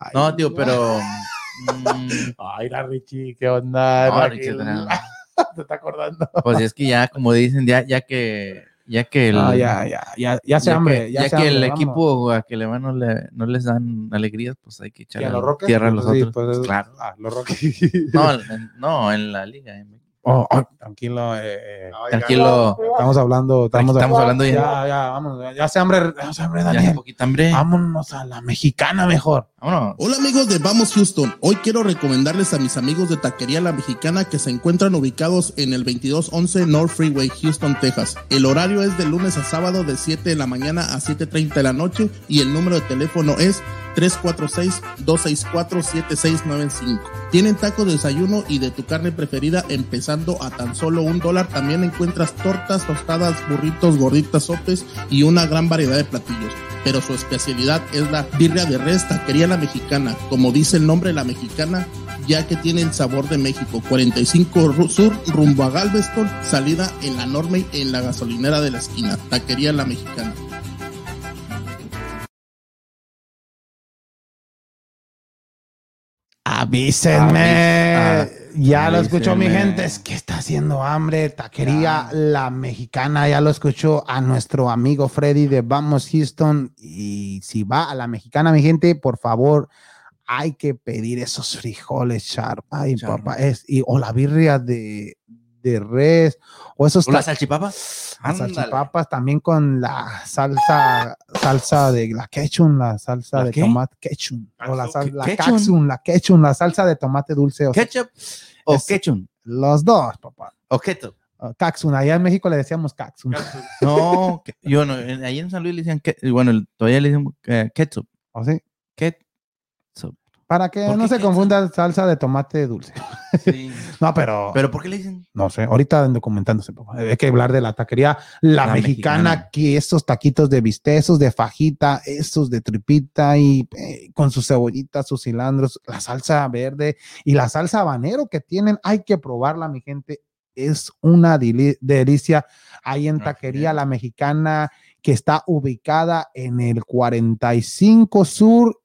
Ay, No, tío, pero. mm, Ay, la Richie, qué onda. no, la- Richie, no. Te está acordando. Pues es que ya, como dicen, ya, ya que. Ya que el. Ah, ya, ya, ya, ya se ya hambre. que, ya ya se que el hambre, vamos. equipo a que le van no, le, no les dan alegrías, pues hay que ¿Y echarle a los Rockets? tierra a los Sí, otros. pues, Pues claro. ah, los Rockets. No, en- no, en la liga. en- Oh, oh, tranquilo, eh, eh, Ay, Tranquilo. estamos hablando, estamos, Estamos hablando ya, ya. ya, vámonos, ya se hambre, ya se hambre, Ya hace Daniel. poquito hambre. Vámonos a la mexicana mejor. Vámonos. Hola amigos de Vamos Houston, hoy quiero recomendarles a mis amigos de Taquería La Mexicana que se encuentran ubicados en el 2211 North Freeway, Houston, Texas. El horario es de lunes a sábado de 7 de la mañana a 7.30 de la noche y el número de teléfono es 346-264-7695. Tienen tacos de desayuno y de tu carne preferida empezando a tan solo un dólar. También encuentras tortas, tostadas, burritos, gorditas, sopes y una gran variedad de platillos pero su especialidad es la birria de res taquería la mexicana, como dice el nombre la mexicana, ya que tiene el sabor de México. 45 Ru- Sur, rumbo a Galveston, salida en la Norme en la gasolinera de la esquina, taquería la mexicana. Avísenme. Avis- ya lo avísenme. escuchó mi gente, es que está haciendo hambre. Taquería La Mexicana, ya lo escuchó a nuestro amigo Freddy de Vamos Houston. Y si va a La Mexicana, mi gente, por favor, hay que pedir esos frijoles, char. Ay, Charro. papá, es, y, o la birria de, de res, o esos ¿O las ta- salchipapas? las Ándale. Ah, salchipapas también con la salsa, salsa de la ketchup, la salsa ¿La de qué? tomate ketchup, o la, sal- ¿Qué- la ketchup? catsup, la ketchup, la salsa de tomate dulce, o sea, ¿Ketchup o Es- ketchup? los dos, papá. ¿O ketchup? Uh, catsup, allá en México le decíamos catsup. No, que- yo no. en- Ahí en San Luis le decían, que- bueno, el- todavía le dicen eh, ketchup. ¿o sí? Ket- Para que ¿Por no qué se ketchup? confunda salsa de tomate dulce. No, pero, ¿Pero por qué le dicen? no sé, ahorita andan documentándose. papá. Hay que hablar de la taquería la, La mexicana, mexicana. que esos taquitos de bistec, esos de fajita, esos de tripita y eh, con sus cebollitas, sus cilantros, la salsa verde y la salsa habanero que tienen. Hay que probarla, mi gente. Es una deli- delicia. Ahí en Así Taquería es. La Mexicana, que está ubicada en el 45 Sur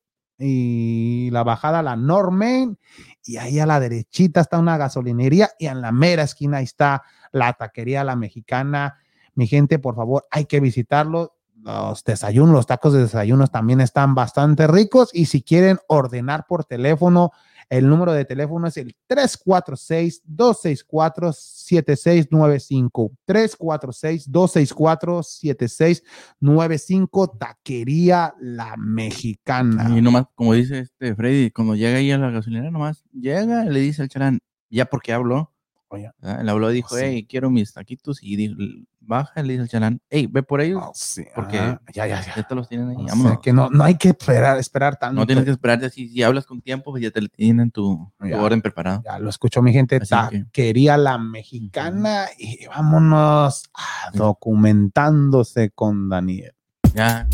y la bajada a la Normain. Y ahí a la derechita está una gasolinería y en la mera esquina ahí está la Taquería La Mexicana. Mi gente, por favor, hay que visitarlo. Los desayunos, los tacos de desayunos también están bastante ricos. Y si quieren ordenar por teléfono, el número de teléfono es el 346-264-7695. 346-264-7695. Taquería La Mexicana. Y nomás, como dice este Freddy, cuando llega ahí a la gasolinera, nomás llega y le dice al charán, ya porque habló. Oye. Ah, Él habló, dijo, Sí. hey, quiero mis taquitos. Y di- baja y le dice al charán, hey, ve por ellos. Ah, sí, porque- ajá. ya, ya, ya. Ya te los tienen ahí. O sea, vámonos. que no, no hay que esperar, esperar tanto. No tienes que esperarte así. Si hablas con tiempo, pues ya te tienen tu, tu Ya. orden preparado. Ya lo escuchó mi gente, Así que- taquería la mexicana y vámonos a documentándose con Daniel. Ya.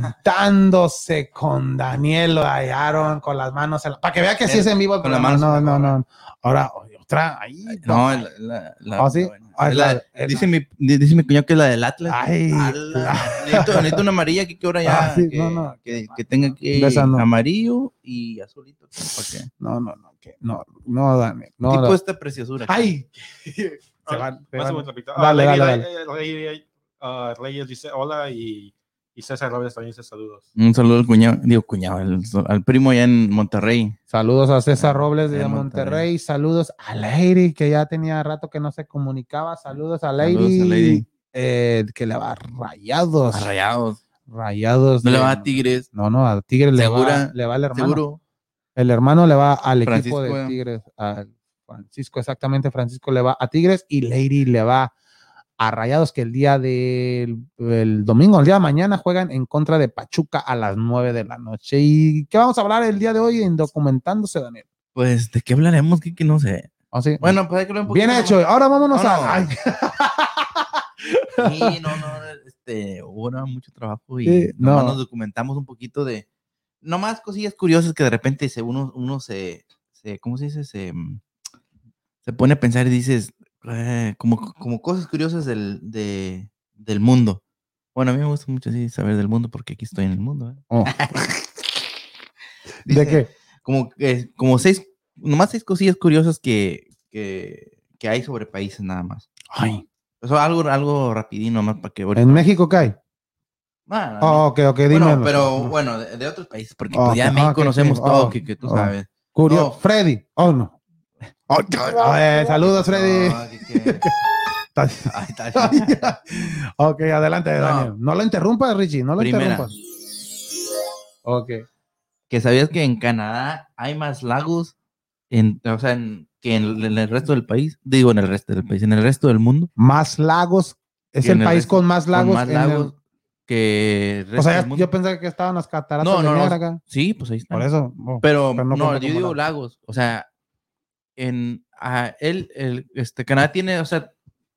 documentándose con Daniel lo hallaron con las manos en la- para que vea que sí es en vivo el Con las programa. manos en la no no no ahora otra ahí No, la. la, la- ¿Ah, sí? bueno. Ah, La- la- el- dice, mi, di- dice mi cuñado que es la del Atlas. ay la- Ala, necesito, necesito una amarilla que, que ahora ya. Ah, sí, que, no, no. que- que tenga que De esa no. amarillo y azulito. ¿para qué? no no no que- no no Daniel no, tipo no. esta preciosura. ay se Ahora, van, se Más van. un ratito. Ah, Dale, Lady- dale, dale. eh, Lady- eh, ah, Reyes dice hola y, y César Robles también dice saludos. Un saludo al cuñado, digo cuñado, al, al primo allá en Monterrey. Saludos a César Robles de Ah, En Monterrey. Monterrey. Saludos a Lady, que ya tenía rato que no se comunicaba. Saludos a Lady. Saludos a Lady. eh, que le va a rayados. A Rayados. rayados. No le de- va a Tigres, No, no, a Tigres le va, ¿Segura? le va el hermano. seguro. El hermano le va al equipo Francisco, de eh. Tigres. A Francisco, exactamente. Francisco le va a Tigres y Lady le va a Rayados, que el día del el domingo, el día de mañana, juegan en contra de Pachuca a las 9 de la noche. ¿Y qué vamos a hablar el día de hoy en Documentándose, Daniel? Pues, ¿de qué hablaremos? Que, que no sé. ¿Ah, sí? Bueno, pues hay que hablar un poquito Bien más. hecho. Ahora vámonos No, no. a. ay, Sí, no, no, este, hubo ahora mucho trabajo y Sí, nomás no. nos documentamos un poquito de, nomás cosillas curiosas que de repente se, uno, uno se, se, ¿cómo se dice? Se, mm, se pone a pensar y dices, eh, como, como cosas curiosas del, de- del mundo. Bueno, a mí me gusta mucho sí, saber del mundo porque aquí estoy en el mundo. ¿eh? Oh. ¿De Dice, qué? Como, que- como seis, nomás seis cosillas curiosas que, que, que hay sobre países nada más. Ay. O sea, algo, algo rapidín nomás para que ahorita- ¿En México qué hay? Bueno, Oh, ok, ok, dime. Ah, Bueno, pero bueno, de, de otros países, porque pues, Ok, ya en ah, México ok, conocemos ok, todo, ah, que, que tú ah. sabes. Curio- no. Freddy. Oh, no. Oh, eh, saludos, Freddy. No, que- que- Ay, está bien. ok, adelante, No. Daniel. No lo interrumpas, Richie, no lo Primera. interrumpas. Ok. que sabías que en Canadá hay más lagos, en, o sea, en- que en, el- en el resto del país, digo en el resto del país, en el resto del mundo, Más lagos. Es Y en el el país resto- con más con lagos. más en el- lagos que el o resto sea, del ya- mundo. yo pensaba que estaban las cataratas No, de no, no. Niágara acá. Sí, pues ahí está. Por eso. oh. Pero Pero no no, cuenta yo como digo lagos. O sea, en ah, él, el, este Canadá tiene, o sea,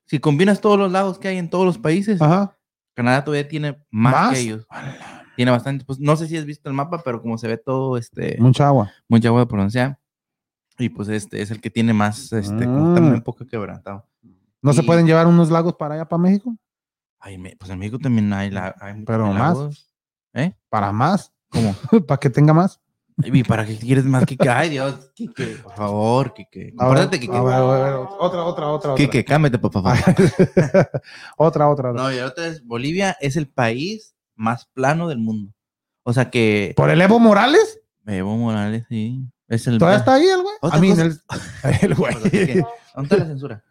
si combinas todos los lagos que hay en todos los países, Ajá. Canadá todavía tiene más, ¿Más? que ellos. A la- Tiene bastante, pues no sé si has visto el mapa, pero como se ve todo, este, Mucha agua. mucha agua por donde sea. Y pues este es el que tiene más, este, como Ah. también poco quebrantado. ¿No se Y- pueden llevar unos lagos para allá, para México? Ay, me- pues en México también hay, la, hay muchos Pero más. lagos. Para más. ¿Cómo? para que tenga más. ¿Y para qué quieres más que Ay, Dios, Kike, por favor, Kike. Ahora- Compórtate, Kike. a ver, a ver, a ver, otra, otra, otra. otra. Kike, cámbiate, por favor. otra, otra. otra. No, y ahorita es Bolivia es el país más plano del mundo. O sea que ¿Por el Evo Morales? Evo Morales, sí. Es el ¿Todavía está ahí el güey? Otra A mí, cosa- el, el güey. Pues, así que, ¿Dónde está la censura?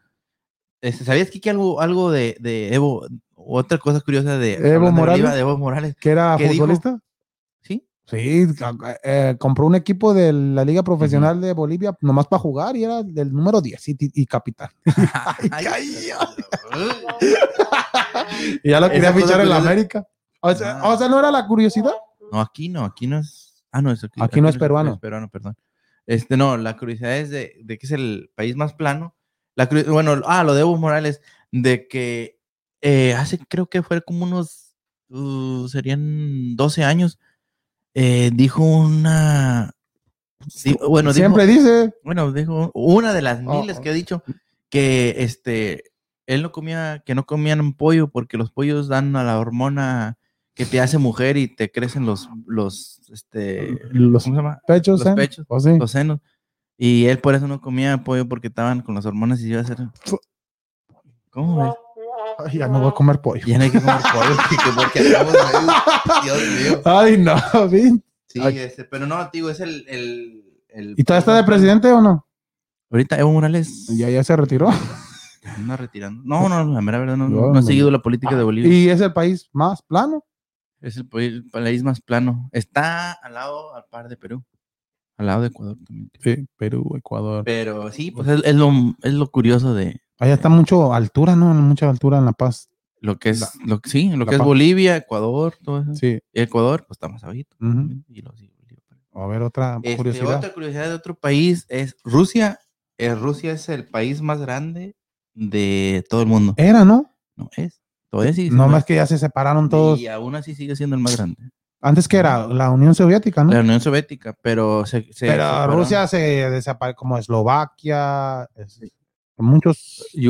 Este, ¿Sabías, Kike, algo, algo de, de Evo? Otra cosa curiosa de, ¿Evo hablando de Morales? Bolivia, de Evo Morales. ¿Que era ¿Qué dijo? futbolista? ¿Sí? Sí, ca- eh, compró un equipo de la Liga Profesional de Bolivia nomás para jugar y era del número 10 y, y capitán. Ay, ay, ay. Y ya lo Esa quería cosa fichar en la curiosa- América. O sea, Ah. o sea, ¿no era la curiosidad? No, aquí no, aquí no es. Ah, no, es Aquí no es peruano. peruano, perdón. Este, no, la curiosidad es de, de que es el país más plano. La curi- bueno, ah, lo de Evo Morales, de que eh, hace, creo que fue como unos, uh, serían 12 años, eh, dijo una. sí, bueno, dijo- Siempre dice. Bueno, dijo una de las Oh, miles oh. que ha dicho que este él no comía, que no comían un pollo porque los pollos dan a la hormona que te hace mujer y te crecen los, los, este, Los ¿cómo se llama? pechos, los ¿eh? pechos. O sí. Los senos. Y él por eso no comía pollo porque estaban con las hormonas y iba a ser. ¿Cómo ves? Ay, ya no voy a comer pollo. Ya no hay que comer pollo porque, porque andamos ahí. Dios mío. Ay, no, ¿sí? Sí, Ay. este, pero no, te digo, es el. el, el ¿Y todavía está de presidente o no? Ahorita Evo Morales. Ya, ya se retiró. Anda retirando. No, no, la mera verdad, no, No, no, no no. Ah. he seguido la política de Bolivia. Y es el país más plano. Es el, pa- el país más plano. Está al lado, al par de Perú. Al lado de Ecuador también. Sí, Perú, Ecuador. Pero sí, pues es, es lo, es lo curioso de Allá está mucho altura, ¿no? Mucha altura en La Paz. lo que es, La- lo, que- sí, lo La que es Paz. Bolivia, Ecuador, todo eso. Sí. Y Ecuador, pues está más abajito. Ujú. Y luego sí, Bolivia. A ver, otra Este, curiosidad. otra curiosidad de otro país es Rusia. Eh, Rusia es el país más grande de todo el mundo. Era, ¿no? No es. Todavía sigue No siendo- más que ya se separaron todos. Y aún así sigue siendo el más grande. Antes que era la Unión Soviética, ¿no? La Unión Soviética, pero se. se Pero separó. Rusia se desapareció, como Eslovaquia, es- muchos. Y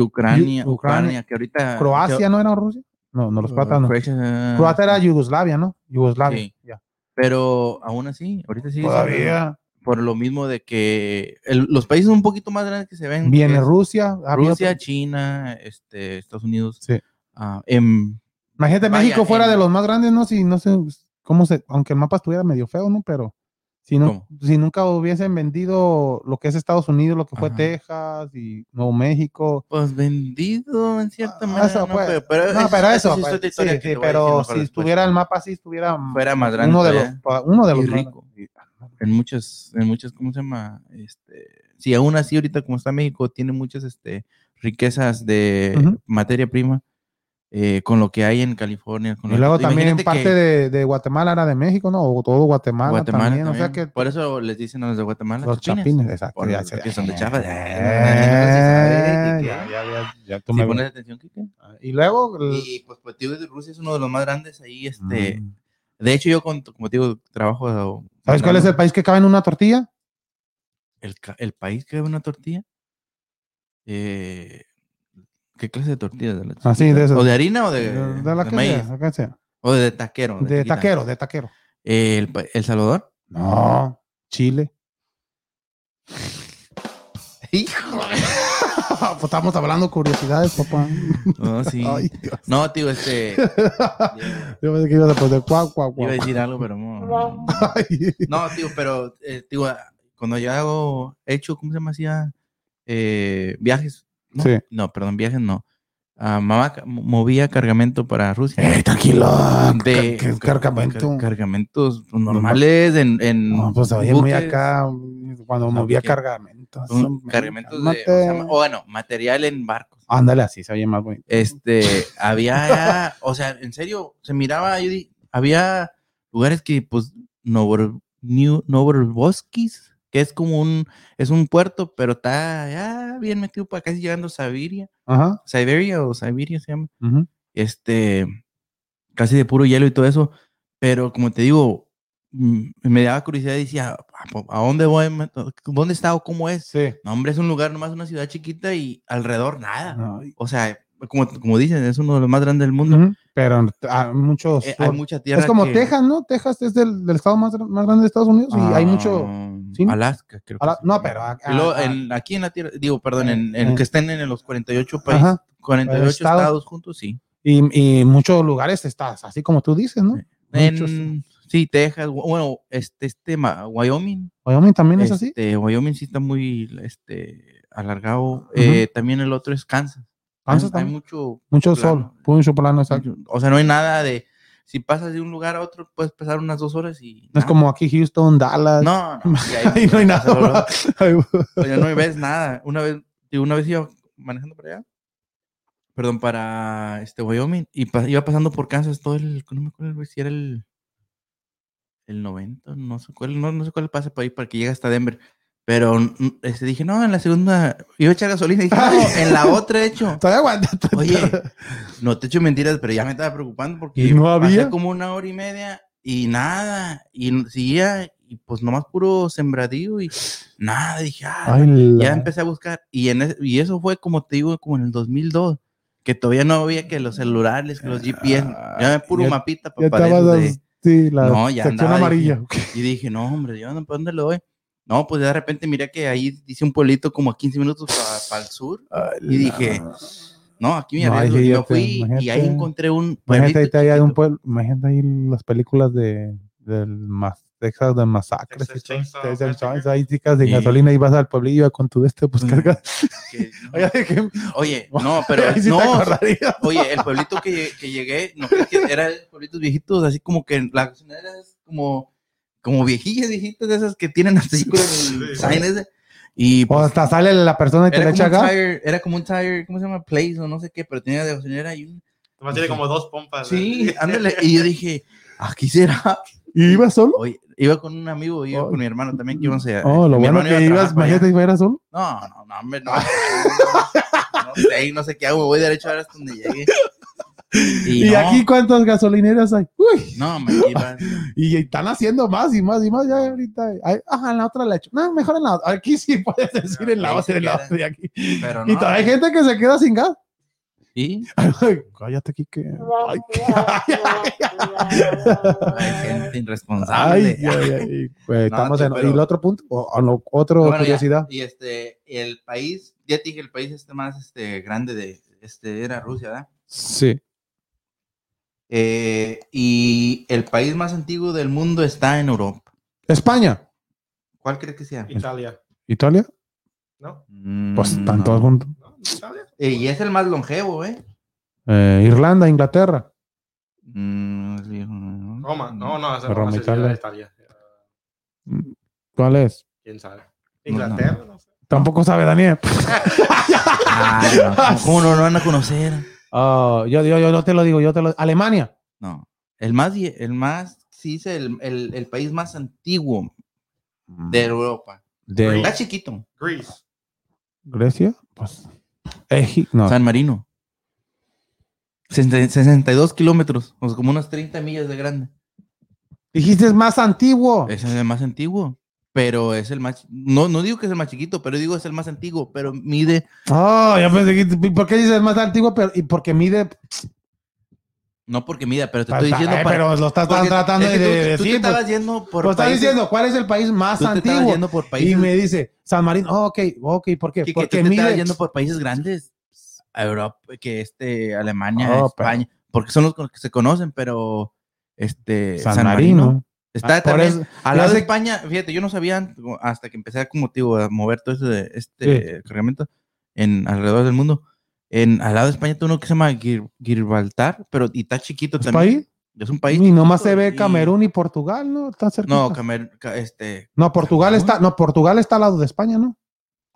Ucrania. Ucrania, Ucrania, que ahorita. Croacia, ¿no era Rusia? No, no, los Eh, croatas no. Ah, Croacia- Croata era Yugoslavia, ¿no? Yugoslavia. Sí. ya. Pero aún así, ahorita sigue siendo- Todavía. por lo mismo de que el- los países un poquito más grandes que se ven. que Viene es Rusia. había Rusia, otro- China, este, Estados Unidos. Sí. ah, em, Imagínate, Vaya, México fuera en- de los más grandes, ¿no? Si no sé pues, cómo se. Aunque el mapa estuviera medio feo, ¿no? Pero si, no, si nunca hubiesen vendido lo que es Estados Unidos, lo que fue Ajá. Texas y Nuevo México. pues vendido en cierta Ah, manera. eso, no, pues. pero, pero No, Eh, es- pero esa eso. sí es pues, otra sí, historia que sí, te voy a decir pero mejor si después. estuviera el mapa, sí estuviera Fuera más grande. uno de los, ¿verdad? uno de y los más- rico. En muchas, en muchas, ¿cómo se llama? Este, si aún así ahorita como está México, tiene muchas este, riquezas de Ujú. materia prima eh, con lo que hay en California. Con Y luego también imagínate parte que de, de Guatemala era de México, ¿no? O todo Guatemala, Guatemala también. O sea también. que Por eso les dicen a los de Guatemala los chapinas. chapines, exacto. Por ya los sé. que son de Chiapas. Eh, ya, ya, ya, ya tú Si me- Ah, pones atención, Kike. Y luego, el- Y pues, pues, te digo, Rusia es uno de los más grandes ahí. Este, Mm. De hecho, yo, con, como te digo, trabajo. ¿sabes cuál es el país que cabe en una tortilla? el, ca- el país que ve una tortilla. Eh, ¿Qué clase de tortilla? De la Ah, sí, chiquita? de esas. ¿O de harina o de, De la de que maíz? sea, la que sea. ¿O de taquero? De chiquita. taquero, de taquero. Eh, el, pa- ¿El Salvador? No, Chile. Hijo. pues estamos hablando curiosidades, papá. No, sí. Ay, Dios. No, tío, este. iba Yo pensé que ibas a poner cuau, cuau, a cuau. decir algo, pero no. Ay. No, tío, pero eh, tío, cuando yo hago, he hecho, ¿cómo se llama? Hacía eh, viajes. ¿no? Sí. No, perdón, viajes no. Ah, mamá ca- movía cargamento para Rusia. Eh, tranquilo. de ca- que es car- cargamento. car- cargamentos normales en, en No, pues oye, muy buques, acá, cuando No, movía porque- cargamentos. un- hombre, cargamentos de, cálmate. o sea, ma- o bueno, material en barcos. Ándale, así se oye más bonito. Este, había, ya- o sea, en serio, se miraba, yo di- había lugares que, pues, Novor, New, Novoroskis, que es como un, es un puerto, pero está ya bien metido para casi llegando a Siberia, Ajá. Siberia o Siberia se llama. ujú. este, casi de puro hielo y todo eso, pero como te digo, mm, me daba curiosidad y decía, ¿a, po- a dónde voy? Me- ¿Dónde está o cómo es? Sí. No, hombre, es un lugar nomás, una ciudad chiquita y alrededor nada. Ay, O sea, como, como dicen, es uno de los más grandes del mundo. ujú, Pero hay muchos. Eh, hay mucha tierra. es como que- Texas, ¿no? Texas es del, del estado más, más grande de Estados Unidos y hay mucho. Ah, ¿sí? Alaska, creo que Ala- sí. no, pero a- Y luego a- a- en- aquí en la tierra, digo, perdón, en, en Eh. que estén en los 48 países, Ajá. 48 Estados. estados juntos, sí. Y, y muchos lugares estás, así como tú dices, ¿no? Sí. Muchos. En, sí, Texas, bueno, este, este, Ma- Wyoming, Wyoming también es así. Este, Wyoming sí está muy este, alargado. Eh, también el otro es Kansas. Kansas hay, hay también. mucho, Mucho plano. sol. Mucho plano, exacto. mucho- O sea, no hay nada de. Si pasas de un lugar a otro, puedes pasar unas dos horas y. No es nada. como aquí Houston, Dallas. Ah. No, no. y ahí- Ahí no hay nada. Solo- ¿verdad? Ahí- o sea, no ves nada. Una vez, digo, una vez iba manejando para allá. Perdón, para este Wyoming. Y pa- iba pasando por Kansas todo el. No me acuerdo güey, si era el. El 90, no sé cuál, no, no sé cuál pasa para ir para que llegue hasta Denver. Pero mm, este, dije, no, en la segunda. Iba a echar gasolina y dije, Ay. no, en la otra he hecho. Todavía aguanta. Oye, no te echo mentiras, pero ya me estaba preocupando porque ¿Y no pasé había? como una hora y media y nada. Y n- seguía, y pues nomás puro sembradío y nada. Dije, ah, Ay, la- ya empecé a buscar. Y, en es- y eso fue, como te digo, como en el 2002, que todavía no había que los celulares, que los GPS. Ya me puro Ah, Ya- mapita, Ya papá. de estabas esos de- as- sí, la No, ya sección andaba, amarilla. y dije, no, hombre, yo no, ¿para dónde le doy? No, pues de repente miré que ahí dice un pueblito como a 15 minutos para el sur. Y dije, No, aquí me No, ahí arriesgo. Y me fíjate, fui y ahí imagínate. encontré un Imagínate ahí, pueblito te haya de un chiquito. pueblo, imagínate ahí las películas de del mas, Texas de masacres. Texas y todo, Chainsaw Texas Massacre. Chainsaw, ahí chicas de Sí. gasolina y vas al pueblillo con tu este, pues Mm. cargas. Que- Oye, que- Oye, no, pero ahí sí te no, acordarías. oye, el pueblito que, que llegué, no crees que era de pueblitos viejitos, así como que la cocina era como, como viejillas viejitas de esas que tienen así con el Sí. sign ese. Y O pues, hasta sale la persona y te le era, echa como un acá. tire, era como un tire, ¿cómo se llama? Place o no sé qué, pero tenía de cocinera y un. Nomás tiene como dos pompas. Sí, ¿eh? ándale. Y yo dije, aquí será. ¿Y ibas solo? Oye, iba con un amigo, iba Oh. con mi hermano también, que íbamos a. Oh, lo Eh, mi bueno hermano iba a que ibas, trabajar para allá. imagínate, iba a ir a solo. No, no, no, hombre, no. No sé, no sé qué hago, voy derecho a ver hasta donde llegue. ¿Y, no, aquí cuántas gasolineras hay? Uy, No, mentiras. y están haciendo más y más y más. Ya ahorita, ay, ajá, en la otra la echo. No, mejor en la otra. Aquí sí puedes decir en la Ah, ahí otra, se en la queda. otra y aquí. Pero no. Y todavía hay gente que se queda sin gas. Sí, Cállate, Kike. Ay, hay gente Ay, irresponsable. ay, ay, pues, No, estamos en pero- ¿y el otro punto, o, o lo- otro Bueno, ya. curiosidad. Y este, el país, ya te dije, el país este más este, grande de, este, era Rusia, ¿verdad? Sí. Eh, y el país más antiguo del mundo está en Europa. España, ¿Cuál crees que sea? Italia. Italia, ¿No? pues Mm, están no. todos juntos. ¿No? ¿Italia? Eh, y es el más longevo, ¿eh? Eh, Irlanda, Inglaterra, Mm, sí, mm, Roma. No, no, esa Roma, Roma, Italia. Italia. Italia. ¿cuál es? ¿Quién sabe? No, Inglaterra, no, sé. Tampoco sabe Daniel. Ah, no, ¿Cómo no lo van a conocer? Ah, yo, yo, yo, yo te lo digo, yo te lo Alemania. No. El más, vie- el más, sí, dice el, el, el país más antiguo Mm. de Europa. De Está chiquito. Greece. Grecia, pues Egipto, no. San Marino. 60 62 kilómetros, o sea, como unas 30 millas de grande. Dijiste es más antiguo. Ese es el más antiguo, pero es el más, no, no digo que es el más chiquito, pero digo es el más antiguo, pero mide, Oh, ya pensé que- ¿por qué dices más antiguo? Pero, y porque mide. no porque mida, pero te Ay, estoy diciendo para- Pues eh, pero lo estás porque- tratando es de, que tú- de tú te decir. estabas Pues, yendo por pues estás países- diciendo, ¿cuál es el país más tú te estabas antiguo? yendo por Y países, me dice, San Marino, oh, ok, ok, ¿por qué? que- porque que tú te estabas mide. yendo por países grandes, a Europa, que este Alemania, Oh, pero- España, porque son los con- que se conocen, pero este San, Marino. Está Ah, por también eso- al lado ya de sé- España, fíjate, yo no sabía hasta que empecé a, como te digo, a mover todo eso de este cargamento en alrededor del mundo. En, al lado de España tiene uno que se llama Gir- Gibraltar, pero y está chiquito ¿Es también. país? Es un país. Y nomás se y- ve Camerún y Portugal, ¿no? Está cerquita. No, Camer- ca- este. No, Portugal Camerún. está, no, Portugal está al lado de España, ¿no?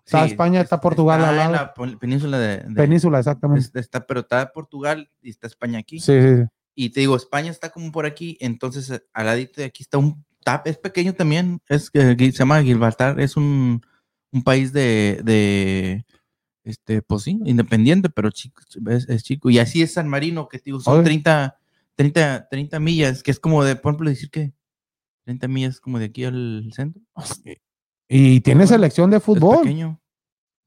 Está España, está es- Portugal está al en lado. la pon- península de. de- Península, exactamente. es- está, pero está Portugal y está España aquí. Sí, sí, sí. Y te digo, España está como por aquí, entonces eh, al ladito de aquí está un tap, es pequeño también, es que gui- se llama Gibraltar, es un, un país de, de, este, pues sí, independiente, pero chico, es, es chico. Y así es San Marino, que te digo, son Oye. 30, 30, 30 millas, que es como de, por ejemplo, decir que 30 millas como de aquí al centro. Y tiene selección de Es fútbol. pequeño.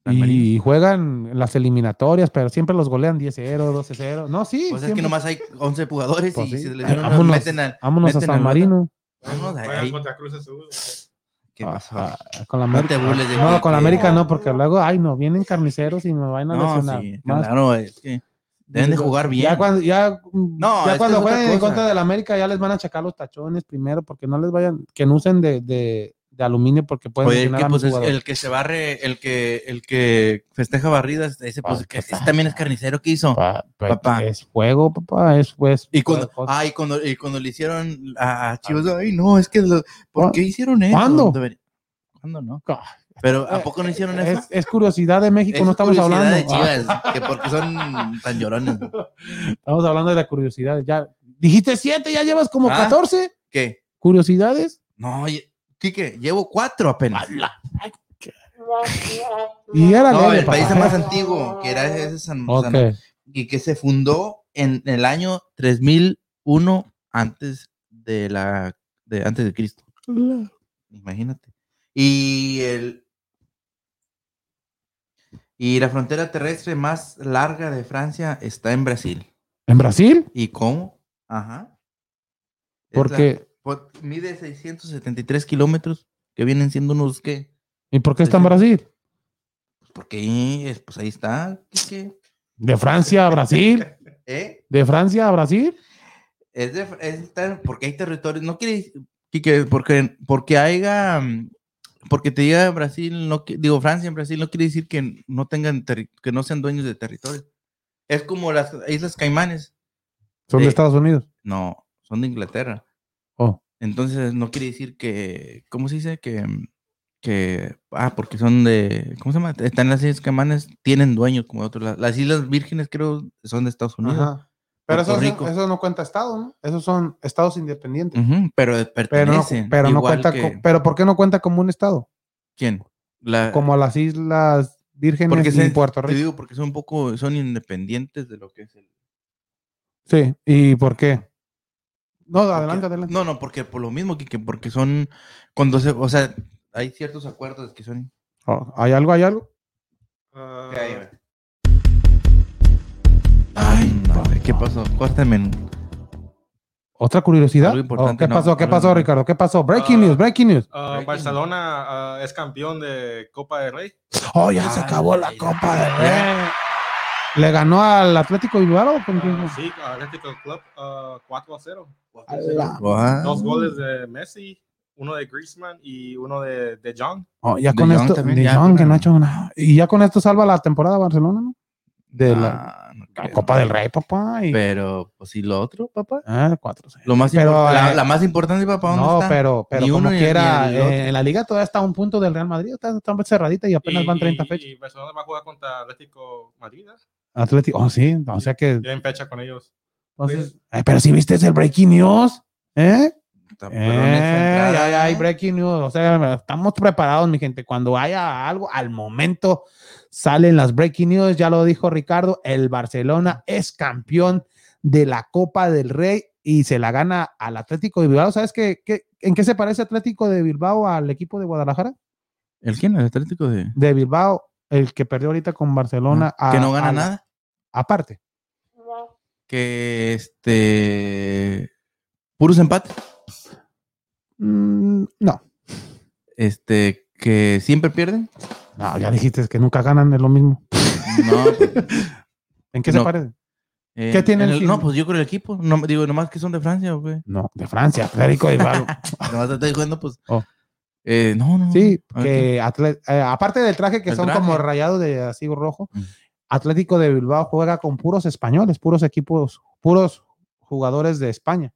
San Marino. Y juegan en las eliminatorias, pero siempre los golean 10-0, 12-0. No, sí. Pues es que siempre- nomás hay 11 jugadores Pues y sí. se les Ay, dieron- vámonos, meten al- Vámonos a meten al San otro. Marino. Vámonos ahí. Juegan contra Cruz Azul. ¿Qué Ah, pasó? ah, con la No te América. burles de No, Quique. con la América no, porque luego, ay, no, vienen carniceros y me van a No, lesionar. sí, Más- claro, es que deben de jugar bien. Ya cuando, ya, No, ya es cuando que es otra jueguen en cosa. contra del América, ya les van a checar los tachones primero, porque no les vayan, que no usen de, de, de aluminio, porque pueden Oye, el lesionar que, a mis pues, es- jugadores. el que se barre, el que, el que festeja barridas, ese pues, Ah, que pues, ese también es carnicero que hizo. Pa- pa- papá. pues, Es juego, papá, es pues. Y cuando, cosa. ay, cuando, y cuando le hicieron a a Chivas, ay, no, es que, lo- ¿por qué hicieron eso? Ah, ¿Cuándo? Debería- ¿Cuándo no? Ah, Pero, ¿a poco no hicieron eso? es, es curiosidad de México, Esa no estamos curiosidad hablando. de Chivas, que porque son tan llorones. Ah, estamos hablando de la curiosidad. Ya dijiste siete, ya llevas como Ah. 14 ¿Qué? curiosidades. No, oye, Quique, llevo cuatro apenas. Y era No, leve, el país papá. más antiguo, que era ese San, Ok. San- y que se fundó en el año 3001 antes de la de antes de Cristo. Imagínate. Y el y la frontera terrestre más larga de Francia está en Brasil. ¿En Brasil? ¿Y cómo? Ajá. Es la- Porque, po- mide 673 kilómetros, que vienen siendo unos qué? ¿Y por qué está en Brasil? Pues porque ahí, es- pues ahí está. ¿qué, De Francia a Brasil. qué? ¿Eh? De Francia a Brasil. Es de- es ter- porque hay territorios, no quiere decir- Quique, porque, porque haya, mm, porque te diga Brasil, no, qui- digo Francia en Brasil, no quiere decir que no tengan, terri- que no sean dueños de territorio. Es como las Islas Caimanes. Son de Sí. Estados Unidos. No, son de Inglaterra. Oh. Entonces no quiere decir que, ¿cómo se dice? Que, mm, que, ah, porque son de, ¿cómo se llama? Están las Islas Caimanes, tienen dueños como de otros lados. Las Islas Vírgenes creo son de Estados Unidos. Ajá. Pero Puerto eso, Rico. eso no cuenta estado, ¿no? Esos son estados independientes. Ujú, pero Pero no, pertenecen. pero no Mm, igual cuenta, que- co- pero ¿por qué no cuenta como un estado? ¿Quién? La, Como las Islas Vírgenes porque y se- Puerto Te Rico. digo porque son un poco, son independientes de lo que es el. Sí, ¿y por qué? No, adelante, adelante. No, no, porque por lo mismo, que porque son cuando se, o sea, hay ciertos acuerdos que son. Oh, ¿Hay algo, hay algo? Ah, Ay, madre, ¿qué pasó? Córtame. ¿Otra curiosidad? Algo importante, Oh, ¿Qué no, pasó? ¿Qué no, pasó, no. Ricardo? ¿Qué pasó? Breaking Ah. news, breaking news. ah, Barcelona ah, es campeón de Copa del Rey. Oh, ya se Ay, acabó la ay, Copa ay, del Eh. Rey. ¿Le ganó al Atlético Bilbao? o con quién Ah, fue? sí, Atlético Club ah, 4 a 0. A la- Guau. Ah. Dos goles de Messi, uno de Griezmann y uno de, de John. Oh, ya De con Jong esto, también, de ya, Jong, que pero- no ha hecho nada. Y ya con esto salva la temporada Barcelona, ¿no? De la, Ah, no la creo. Copa del Rey, papá. Y, Pero, pues, ¿y lo otro, papá? Ah, cuatro, seis. Lo más Pero, impor- la, eh, la más importante, papá, ¿dónde No, está? pero, pero Ni como uno ni- quiera, ni el otro. eh, en la liga todavía está a un punto del Real Madrid, está, está cerradita y apenas Y- van 30 y- fechas. Y Barcelona va a jugar contra Atlético Madrid. ¿eh? Atlético, oh, sí, o sea que. Ya en fecha con ellos. Pues, Entonces, Ay, pero si viste el breaking news, ¿eh? Está Eh, perrón esa ay, Ah, entrada, ay, ay, ¿eh? breaking news. O sea, estamos preparados, mi gente. Cuando haya algo, al momento salen las breaking news. Ya lo dijo Ricardo, el Barcelona es campeón de la Copa del Rey y se la gana al Atlético de Bilbao. ¿Sabes qué, qué- en qué se parece Atlético de Bilbao al equipo de Guadalajara? ¿El quién? ¿El Atlético de...? De Bilbao, el que perdió ahorita con Barcelona. a- Ah, que no gana a- nada. Aparte. Que, este... Puros empates. Mm, no, Este, que siempre pierden. no, ya dijiste que nunca ganan, es lo mismo. No, pues, ¿En qué se No. parece? eh, ¿Qué tienen en el- sin- No, pues yo creo el equipo. No, digo, nomás que son de Francia, güey. No, de Francia, Atlético de Bilbao. Nomás te estoy diciendo, pues... Oh. eh, no, no. Sí, A ver que atle- eh, aparte del traje que El son traje. como rayados de así rojo, Mm. Atlético de Bilbao juega con puros españoles, puros equipos, puros jugadores de España.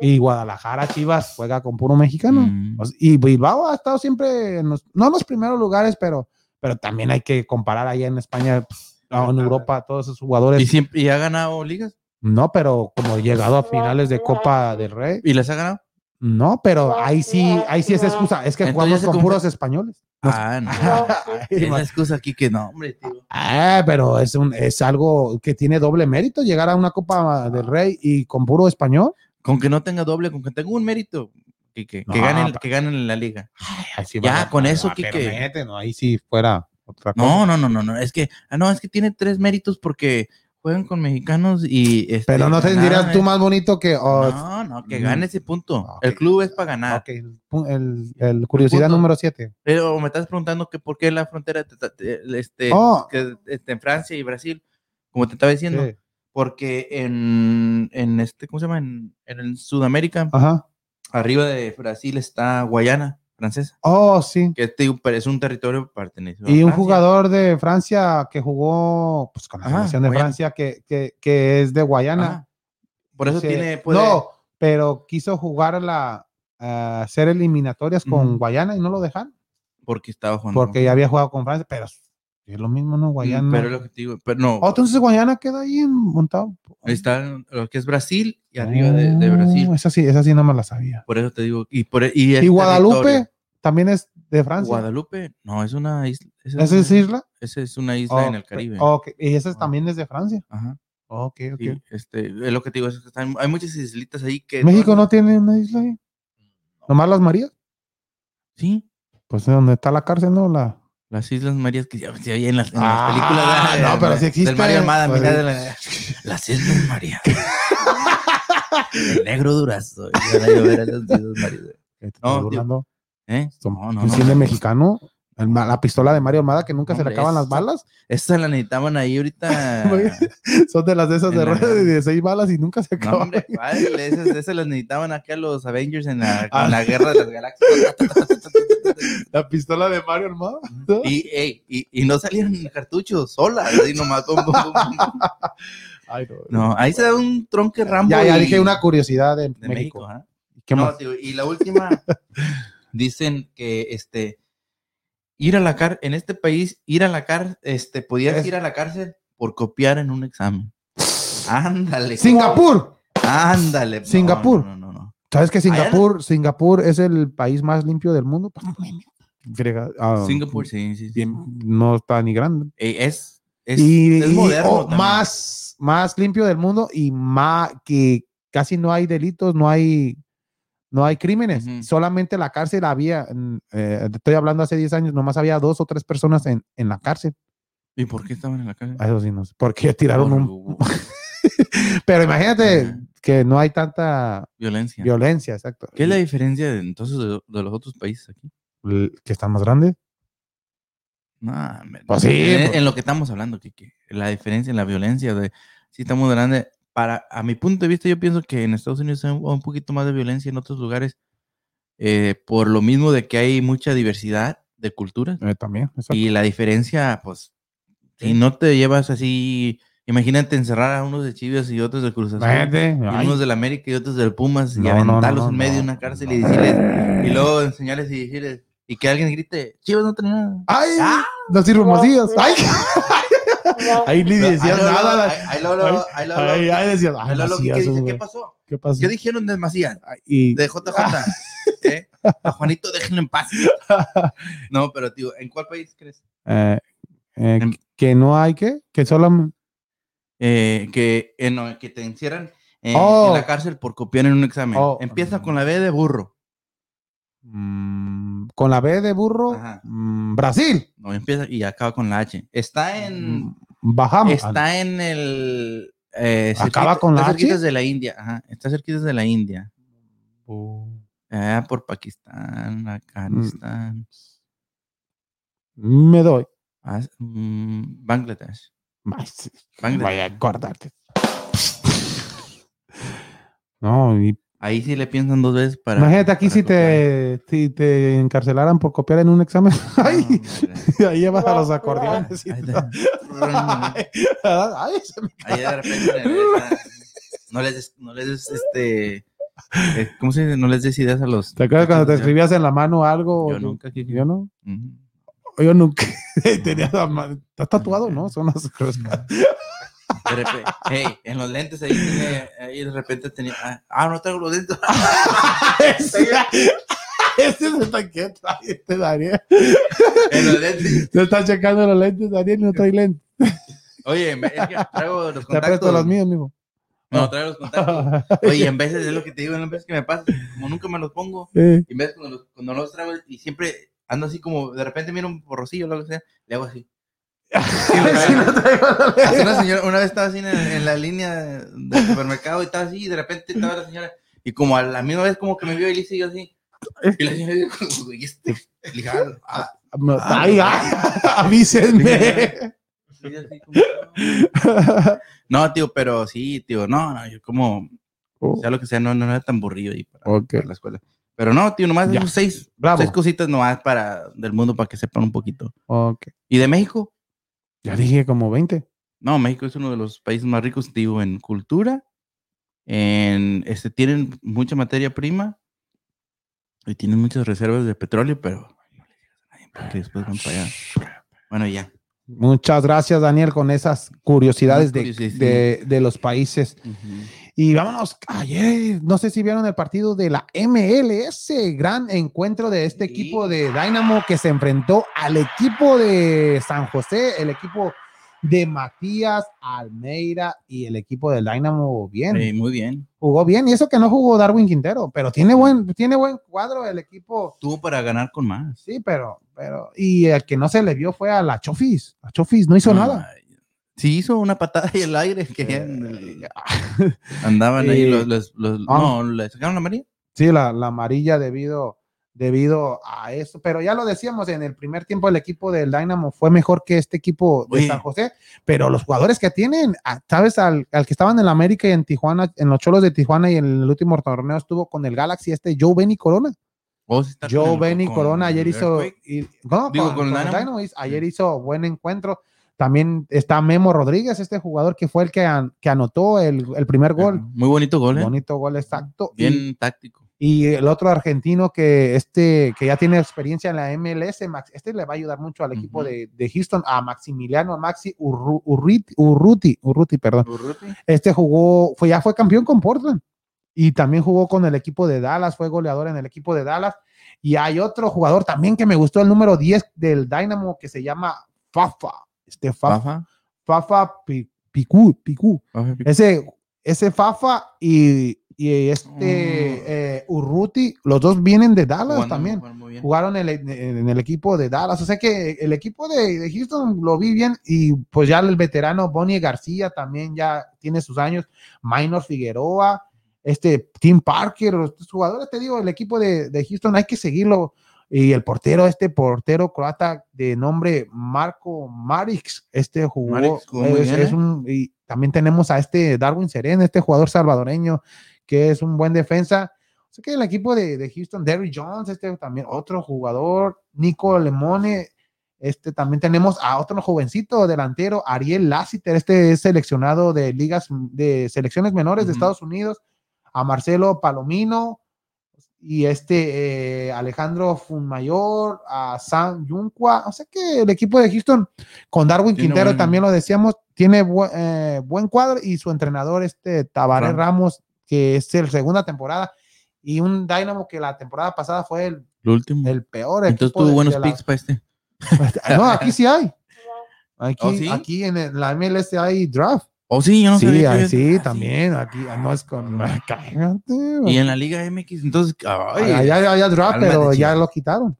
Y Guadalajara Chivas juega con puro qué. mexicano. Mm. O sea, Y Bilbao ha estado siempre, en los- no en los primeros lugares, pero, pero también hay que comparar allá en España, o en Europa, todos esos Y, jugadores. siempre, y ha ganado ligas. No, pero como llegado a finales de Copa del Rey. Y las ha ganado. No, pero ahí sí, ahí sí es excusa. Es que Entonces ya jugamos se con conf- puros españoles. Nos- Ah, no. Ay, Es la excusa aquí que no, hombre, tío. Ah, pero es, un, es algo que tiene doble mérito llegar a una Copa del Rey y con puro español. Con que no tenga doble, con que tenga un mérito. Que, que, que No, ganen, pa- que ganen en la liga. Así Ya, vale, con vale, eso, va, Quique. pero mete, ¿no? Ahí sí fuera otra cosa. No, no, no, no, no. Es que, ah, no, es que tiene tres méritos porque juegan con mexicanos y. este, pero no te ganaron, dirás tú eh. más bonito que. oh, No, no, que gane ese punto. Ok. El club es para ganar. ok, el, pu- el- el curiosidad Punto. número 7. Pero me estás preguntando que por qué la frontera te- te- te- este, Oh. que, este, en Francia y Brasil, como te estaba diciendo, porque en, en este, ¿cómo se llama? En, en Sudamérica, Ajá. arriba de Brasil está Guayana francesa, Oh, sí. que este es un territorio perteneciente. a Y un Francia. jugador de Francia que jugó pues, con la Ajá, selección de Guayana. Francia que, que, que es de Guayana. Ajá. Por eso Se- tiene. puede- No, pero quiso jugar la a hacer eliminatorias con Ujú. Guayana y no lo dejan Porque estaba jugando. porque ya había jugado con Francia, pero es lo mismo, ¿no? Guayana. Mm, Pero el objetivo. Pero no. Oh, entonces Guayana queda ahí en- montado. Está lo que es Brasil y arriba de, de Brasil. Oh, Esa sí, esa sí no me la sabía. Por eso te digo. Y, por, y, es ¿Y Guadalupe territorio. también es de Francia? Guadalupe, no, es una isla. Esa ¿Esa es una- isla? esa es una isla Oh, en el Caribe. ok, Y esa es- Ah. también es de Francia. Ajá. Ok, ok. sí, este, es lo que te digo. es que están- hay muchas islitas ahí que. ¿México no tiene una isla ahí? ¿Nomás las Marías? Sí, Pues donde está la cárcel, ¿no? La... las Islas Marías que ya se oye en las, en las Ah, películas. de- no, de- pero sí existe, Del Mario Armada, pues. mira, de la- las Islas Marías. el negro durazo. y ahora yo veré las Islas Marías, que te No, estoy tío. burlando. ¿eh? No, no, un no. cine mexicano. el ma- la pistola de Mario Armada que nunca se le Hombre, acaban las es- balas. Esa la necesitaban ahí ahorita. Son de las de esas En de, la- ruedas de seis balas y nunca se No, acaban. hombre, vale, esas, esas las necesitaban acá los Avengers en la, Ah. en la guerra de las galaxias. la pistola de Mario Armada. ¿no? Y, ey, y, y no salían cartuchos solas, así nomás. pum, pum, pum, pum, pum. Ay, no. No, ahí se da un tronque rambo. ya, ya y- dije una curiosidad de, de México. México. ajá. ¿Qué No, más? tío, y la última, dicen que este ir a la cárcel, en este país, ir a la cárcel, este, podías Es- ir a la cárcel por copiar en un examen. Ándale. Singapur. Ándale. No, Singapur. No, no, no. ¿Sabes que Allá- Singapur, Singapur es el país más limpio del mundo? Frega- ah, Singapur, sí, sí. sí. bien, no está ni grande. Eh, es Es, y, es y- moderno. o también. más, más limpio del mundo y más que casi no hay delitos, no hay, no hay crímenes. Ujú. Solamente la cárcel había, mm, eh, te estoy hablando hace 10 años, nomás había dos o tres personas en, en la cárcel. ¿Y por qué estaban en la calle? Ah, Eso sí, no sé. Porque tiraron Por un. gu- Pero imagínate Ajá. que no hay tanta Violencia. violencia, exacto. ¿Qué es la diferencia de, entonces de, de los otros países aquí? L- Que están más grandes. Nah, hombre, Pues sí, En, pues. en lo que estamos hablando, Kike. La diferencia en la violencia de si estamos grande. Para, a mi punto de vista, yo pienso que en Estados Unidos hay un, un poquito más de violencia en otros lugares. eh, por lo mismo de que hay mucha diversidad de culturas. Eh, también, exacto. Y la diferencia, pues, si no te llevas así, imagínate encerrar a unos de Chivas y otros de Cruz Azul, Imagínate, y ay, unos del América y otros del Pumas, y No, no, aventarlos no, no, en medio de no, pues una cárcel y no. Eh. decirles, y luego enseñarles y decirles, y que alguien grite, Chivas no tenía nada. ¡Ay! ¡Ah! Los irmumacillos. ¡Ay! Ahí ni Pero decías ahí luego, nada. la- ahí- ahí luego, luego, ahí luego, Ahí, ahí decías, ahí ay, luego, ¿qué Macías, dice? güey, ¿Qué pasó? ¿Qué pasó? ¿Qué dijeron de Macías? Y- De JJ. ¿eh? Ah. A Juanito, déjenlo en paz. No, pero tío, ¿en cuál país crees? Eh, eh, Em- que- que no hay que, que solo Eh, que, eh, no, que te encierran eh, Oh. en la cárcel por copiar en un examen. Oh. Empieza con la B de burro. mm, con la B de burro, Ajá. mm, Brasil, Mm, No, empieza y acaba con la H. Está en. bajamos. Está en el. eh, ¿Acaba con la está H? cerquitas de la India. Ajá, está cerquitas de la India. Oh, Ah, por Pakistán, Afganistán, Me doy. Ah, mm, Bangladesh. Ay, sí, Bangladesh. Vaya a acordarte. No, y- Ahí sí le piensan dos veces para. imagínate aquí para si copiar. te, si te encarcelaran por copiar en un examen. No, Ay, hombre. ahí llevas a los acordeones. y- Ahí está. Ay, se me- Ahí de repente le regresa. No les des, no les des, este. eh, ¿Cómo se dice? No les des ideas a los. ¿Te acuerdas cuando te Yo- escribías en la mano algo? Yo nunca, Kiki. Yo no. Ujú. Yo nunca tenía la mano. ¿Estás tatuado, no? Son las cosas. De repente, hey, en los lentes ahí, tenía- ahí de repente tenía. ah, Ah, no traigo los lentes. Este se está quieto. Ay, Este Daniel. En los lentes. Se está checando los lentes, Daniel. No trae lentes. Oye, me- es que traigo los Te apresto contactos. los míos, mijo. No, traigo los contactos. Oye, en veces es lo que te digo, en veces que me pasa, como nunca me los pongo, Eh, en veces cuando los, cuando los traigo y siempre ando así como, de repente miro un porrocillo o lo que sea, le hago así. Sí, lo sí, traigo. no traigo los lentes. Hace una señora, una vez estaba así en, el- en la línea del supermercado y estaba así, y de repente estaba la señora, y como a la misma vez como que me vio y le hice yo así. Y la señora dijo, "Güey, este". Le dije, "Ah, ah". No, Ay, ah, avísenme. Sí, así como, No, tío, pero sí, tío, no, no, yo como, Oh, sea lo que sea, no, no era tan burrillo ahí para, ok. para la escuela. Pero no, tío, nomás Ya. esos seis, Bravo. seis cositas nomás para, del mundo para que sepan un poquito. Ok. ¿Y de México? Ya dije como 20. No, México es uno de los países más ricos, digo, en cultura, en, este, tienen mucha materia prima y tienen muchas reservas de petróleo, pero no le digas a nadie, Ah, porque después van para allá. Bueno, ya. Muchas gracias, Daniel, con esas curiosidades de, Curiosidades, de- de los países. Y vámonos, ayer, no sé si vieron el partido de la MLS, gran encuentro de este Sí. equipo de Dynamo que se enfrentó al equipo de San José, el equipo de Matías Almeida y el equipo del Dynamo bien, Sí, Eh, muy bien. jugó bien y eso que no jugó Darwin Quintero, pero tiene buen, tiene buen cuadro el equipo, Tuvo para ganar con más. sí, pero, pero, y el que no se le vio fue a la Chofis, la Chofis no hizo No, nada. Sí, hizo una patada y el aire que ya en el- andaban ah. Eh, ahí los, los- los- ah. no, le sacaron la María. Sí, la, la amarilla debido, debido a eso. Pero ya lo decíamos, en el primer tiempo el equipo del Dynamo fue mejor que este equipo de Oye. San José, pero los jugadores que tienen, a- sabes, al, al que estaban en la América y en Tijuana, en los Cholos de Tijuana y en el último torneo estuvo con el Galaxy este Joe Benny Corona. Oh, sí está con Joe el- Benny con Corona ayer el hizo, Earthquake. y- no, Digo, con- con el con el Dynamo. Dynamo, hizo- ayer hizo buen encuentro. También está Memo Rodríguez, este jugador que fue el que, an- que anotó el, el primer gol. Muy bonito gol, ¿eh? Bonito gol, exacto. Y- Bien táctico. y el otro argentino que este que ya tiene experiencia en la MLS, Max, este le va a ayudar mucho al equipo Ujú. de, de Houston, a Maximiliano Maxi Urru- Urrit- Urruti, Urruti, perdón. Este jugó, fue, ya fue campeón con Portland y también jugó con el equipo de Dallas, fue goleador en el equipo de Dallas. Y hay otro jugador también que me gustó, el número 10 del Dynamo, que se llama Fafa. Este Fafa, Fafa. Fafa Pi- Picú, Picú. Ajá, pi- Ese, ese Fafa y, y este Mm. eh, Urruti, los dos vienen de Dallas jugando, también. jugaron muy bien. Jugaron en el- en el equipo de Dallas. O sea que el equipo de, de Houston lo vi bien. Y pues ya el veterano Bonnie García también ya tiene sus años. Minor Figueroa, este Tim Parker, los jugadores, te digo, el equipo de, de Houston hay que seguirlo. Y el portero, este portero croata de nombre Marco Marix, este jugó, Marić jugó muy es- bien, es ¿eh? un- y también tenemos a este Darwin Seren, este jugador salvadoreño, que es un buen defensa. Así que el equipo de, de Houston, Derry Jones, este también otro jugador, Nico Lemone, este también tenemos a otro jovencito delantero, Ariel Lassiter, este es seleccionado de ligas de selecciones menores de Ujú. Estados Unidos, a Marcelo Palomino y este eh, Alejandro Funmayor, a Sam Yuncua, o sea que el equipo de Houston con Darwin Tiene Quintero buen- también lo decíamos, tiene bu- eh, buen cuadro y su entrenador este Tabaré Ram- Ramos que es el segunda temporada y un Dynamo que la temporada pasada fue el, Lo último. el peor. Entonces equipo tuvo de- buenos de la- picks para este. No, aquí sí hay. Aquí, ¿Oh, sí? aquí en el- la MLS hay draft. Oh, sí, yo no sí, sabía que ahí había- sí, Ah, también. Aquí ah, no es con. Cállate. Y en la Liga MX, entonces. ay, allá, allá había draft, Alma de pero ya Chivas. lo quitaron.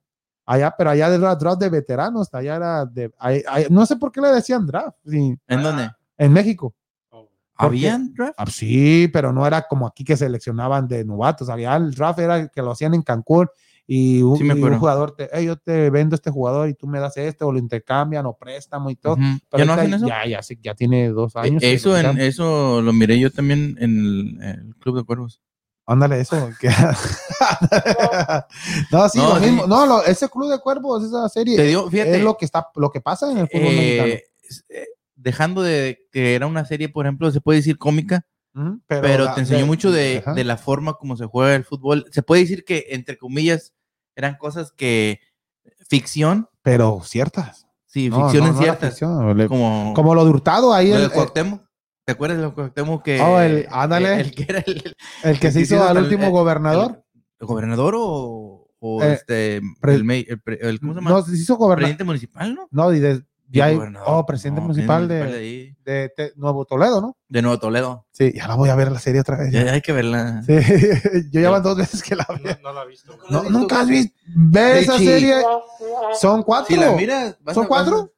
Allá, pero allá era draft de veteranos. Allá era de. ahí- ahí- no sé por qué le decían draft. sí, ¿En dónde? en México. Oh. porque- ¿Habían draft? Ah, sí, pero no era como aquí que seleccionaban de novatos. Había el draft, era el que lo hacían en Cancún y un, Sí, me y un acuerdo. jugador te, "Ey, yo te vendo este jugador y tú me das este, o lo intercambian, o préstamo y todo. Ujú. Pero ¿Ya no ahorita hacen eso? Ya, ya, sí, ya tiene dos años. Eh, que eso, lo en, quitaron. eso lo miré yo también en el, el Club de Cuervos. Ándale, eso. que- no, sí, No, lo sí. mismo. No, lo- ese Club de Cuervos, esa serie, Te digo, fíjate, es lo que, está, lo que pasa en el fútbol mexicano. eh, s- eh, dejando de que era una serie, por ejemplo, se puede decir cómica, Ujú, pero, la- te enseñó mucho de, ajá. de la forma como se juega el fútbol. Se puede decir que, entre comillas, eran cosas que ficción, Pero ciertas. sí, No, ficciones no, no era ciertas, ficción, le- como, como, lo de Hurtado ahí. lo el- eh, de Cuauhtémoc. ¿Te acuerdas de lo de Cuauhtémoc que, Oh, el- ándale. el, el que era el, el- El que El se que hizo hicieron al tal- último el- gobernador. el gobernador o, o Eh, este, pre- el me- el pre- el- ¿cómo se llama? No, se hizo gobernador. presidente municipal, ¿no? No, y de, Sí, ya hay- gobernador. oh, presidente No, municipal presidente de, municipal ahí, de Te- Nuevo Toledo, ¿no? de Nuevo Toledo. Sí, ya la voy a ver la serie otra vez. Ya, ya hay que verla. Sí, yo ya van dos veces que la veo. No, no la he visto. No, nunca has visto. Ve esa Richie. serie. Son cuatro. Si la miras, vas ¿Son a- vas a- cuatro?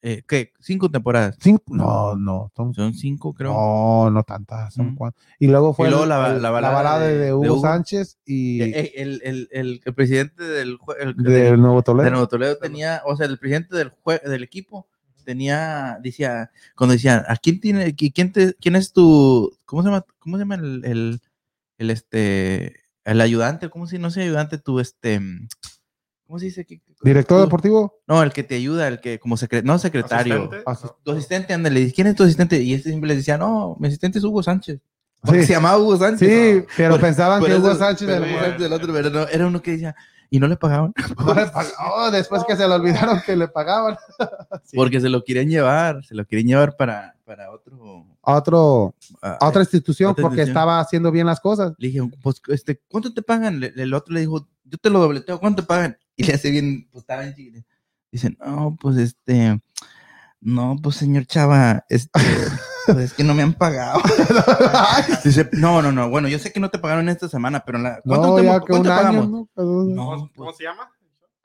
eh, ¿Qué? Cinco temporadas. Cinco- No, no. Son, Son cinco, creo. Oh, no, no tantas. Son Mm. cuatro. Y luego fue Y luego el- la- el- la balada de, de- de Hugo de Hugo. Sánchez y Eh, eh, El, el- el- el presidente del, jue- el- de, del- Nuevo de Toledo. Nuevo Toledo tenía, o sea, el presidente del, jue- del equipo tenía, decía, cuando decían, ¿a quién tiene, qui- quién, te- quién es tu, cómo se llama, cómo se llama el, el, el, este, el ayudante, cómo si no se ayudante, tu, este, ¿cómo se dice? aquí? Director Tu- deportivo. Ah, No, el que te ayuda, el que, como secretario, no secretario. ¿Asistente? Asist- Tu asistente, anda, le dice, ¿quién es tu asistente? Y este siempre le decía, no, mi asistente es Hugo Sánchez. Porque Sí, se llamaba Hugo Sánchez. sí, pero Por- pensaban Por que eso- Hugo Sánchez pero era- Hugo Sánchez del otro, pero no, era uno que decía, y no le pagaban No le pag- oh, después que se le olvidaron que le pagaban. Sí. porque se lo querían llevar, se lo querían llevar para, para otro. A, otro, ah, a otra institución Otra porque institución. estaba haciendo bien las cosas. Le dije, pues, este, ¿cuánto te pagan? Le- el otro le dijo, yo te lo dobleteo, ¿cuánto te pagan? Y le hace bien, pues estaba en Chile. Dice, no, pues este, no, pues señor Chava, este, pues es que no me han pagado. Dice, no, no, no, bueno, yo sé que no te pagaron esta semana, pero en la, ¿cuánto, No, te, ya que un cuánto año. pagamos? ¿no? Pero- No, ¿Cómo, pues, cómo se llama?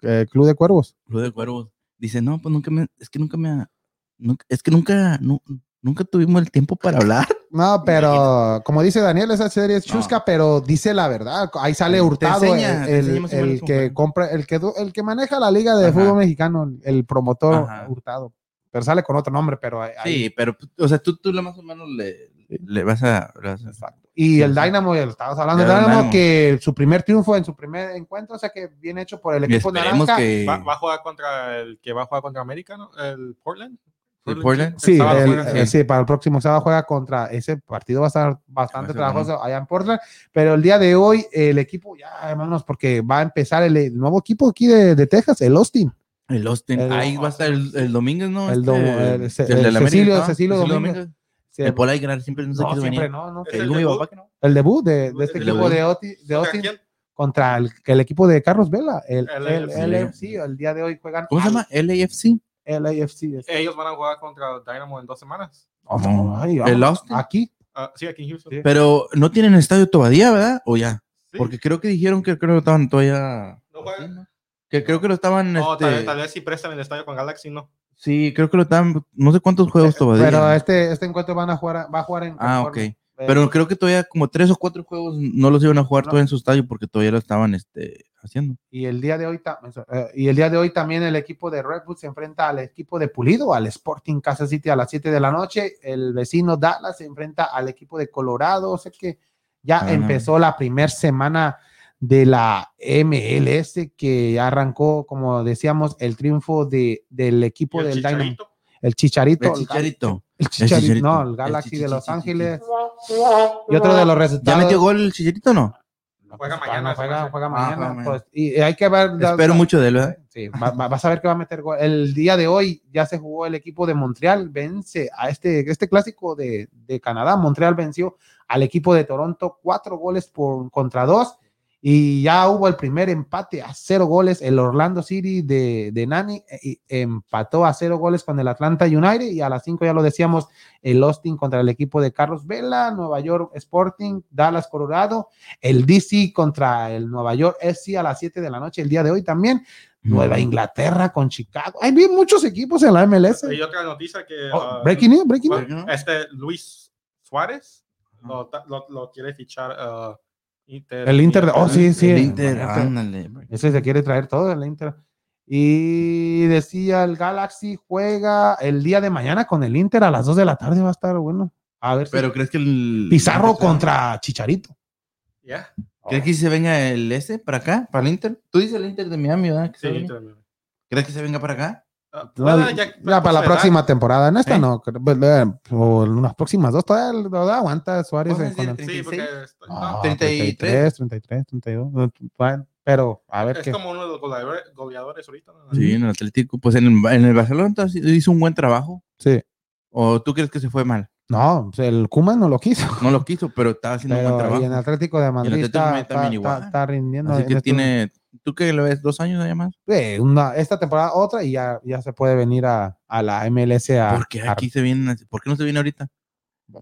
Eh, Club de Cuervos. Lo de cuervos. Dice, no, pues nunca me, es que nunca me, ha- nunca- es que nunca, nu- nunca tuvimos el tiempo para hablar. No, pero como dice Daniel, esa serie es No. chusca, pero dice la verdad. Ahí sale Te Hurtado, enseña, te el, enseña más o el menos cómo que juegan. compra, el que du- el que maneja la liga de Ajá. fútbol mexicano, el promotor Ajá. Hurtado. Pero sale con otro nombre, pero ahí- ahí- Sí, pero, pues, o sea, tú, tú lo más o menos le, le vas a, le vas a- Exacto. Y Sí, el sí. Dynamo, el, estabas hablando Ya del el Dynamo, Dynamo. que su primer triunfo en su primer encuentro, o sea que bien hecho por el y equipo esperemos naranja. que Va, va a jugar contra el que va a jugar contra América, ¿no? El Portland. ¿El Portland? Sí, sábado el- juegan, eh, sí. sí, para el próximo sábado juega contra ese partido va a estar bastante ser trabajoso allá en Portland, pero el día de hoy el equipo ya vámonos porque va a empezar el, el nuevo equipo aquí de, de Texas, el Austin, el Austin, el- ahí va a estar el, el domingo, ¿no? Este, El dom- el- del el América, Cecilio- ¿no? Cecilio Domínguez. Sí, El Polay Gran siempre no se no, quiso siempre venir. no, no. ¿Es El el Gumi debut? papá que no. El debut de, de este El equipo debut. de, Oti- de ¿Contra Austin quién? contra el, el equipo de Carlos Vela, el, El el- el LFC. LFC, el día de hoy juegan ¿Cómo se llama? Eh, LAFC. LAFC. es- Ellos van a jugar contra Dynamo en dos semanas. Oh, no, ay, vamos. El Austin. Aquí. Ah, sí, aquí en Houston. Sí. Pero no tienen estadio todavía, ¿verdad? O ya. Sí. Porque creo que dijeron que creo que estaban todavía. No juegan. así, ¿no? Que creo que lo estaban. No, este, tal, vez- tal vez si prestan el estadio con Galaxy, no. Sí, creo que lo estaban. No sé cuántos juegos todavía. Pero este, este encuentro van a jugar, a- va a jugar en. ah, ok. California. Eh, Pero creo que todavía como tres o cuatro juegos no los iban a jugar No. todavía en su estadio porque todavía lo estaban este, haciendo. Y el día de hoy ta- eh, y el día de hoy también el equipo de Red Bull se enfrenta al equipo de Pulido, al Sporting Casa City a las 7 de la noche. El vecino Dallas se enfrenta al equipo de Colorado. O sea que ya Ah. empezó la primera semana de la MLS que ya arrancó, como decíamos, el triunfo de, del equipo Y el Pues del Dynamo. Chicharito, El Chicharito. El Gal- Chicharito. el Chicharito, Chicharito. no, el El Galaxy de Los Chichichichichi. Ángeles. Y otro de los ¿Ya resultados. metió gol el Chicharito o no? No, Juega pues, mañana, no, juega- se me hace. juega Ah, mañana, juega mañana. pues, y hay que ver. Espero mucho de él, ¿verdad? Sí, va- va- vas a ver que va a meter gol. El día de hoy ya se jugó el equipo de Montreal, vence a este, este clásico de, de Canadá. Montreal venció al equipo de Toronto cuatro goles por, contra dos y ya hubo el primer empate a cero goles. El Orlando City de, de Nani eh, y empató a cero goles con el Atlanta United y a las cinco ya lo decíamos, el Austin contra el equipo de Carlos Vela, Nueva York Sporting, Dallas Colorado, el DC contra el Nueva York FC a las 7 de la noche el día de hoy también. Nueva Inglaterra con Chicago. Hay bien muchos equipos en la MLS. Y otra noticia que. Oh, ah, breaking news, breaking news. bueno, Este Luis Suárez lo, lo- lo quiere fichar. ah, Inter- El Inter de- oh, sí, sí. El Inter, Bueno, este- ándale. Ese se quiere traer todo el Inter. Y decía el Galaxy juega el día de mañana con el Inter a las 2 de la tarde. Va a estar bueno. A ver si Pero crees que el. Pizarro contra Chicharito. Yeah, ¿Crees que se venga el S para acá? ¿Para el Inter? Tú dices el Inter de Miami, ¿verdad? Que se sí, venga. Inter. ¿Crees que se venga para acá? Ah, Todavía- bueno, ya- Ya para la pues, próxima temporada. En esta ¿Eh? no. creo- pues, eh, Por unas próximas dos todavía lo da, aguanta Suárez. Vamos a eh, con decir el- que Sí, porque. estoy- no, Ah, 33. 33, 33, 32. no, bueno, Pero a ver es qué. como uno de los goleadores, goleadores ahorita. ¿no? Sí, en el Atlético. Pues en el, en el Barcelona entonces, hizo un buen trabajo. Sí. ¿O tú crees que se fue mal? No, pues, el Kuma no lo quiso. No lo quiso, pero estaba haciendo un Pero, buen y en trabajo. Atlético de Madrid Atlético de está, Madrid también está- igual. está- está rindiendo. Así en que estos- tiene. ¿Tú qué lo ves? ¿Dos años nada más? Eh, una- esta temporada otra y ya, ya se puede venir a, a la MLS a, ¿Por qué a- aquí se vienen? así? ¿Por qué no se viene ahorita?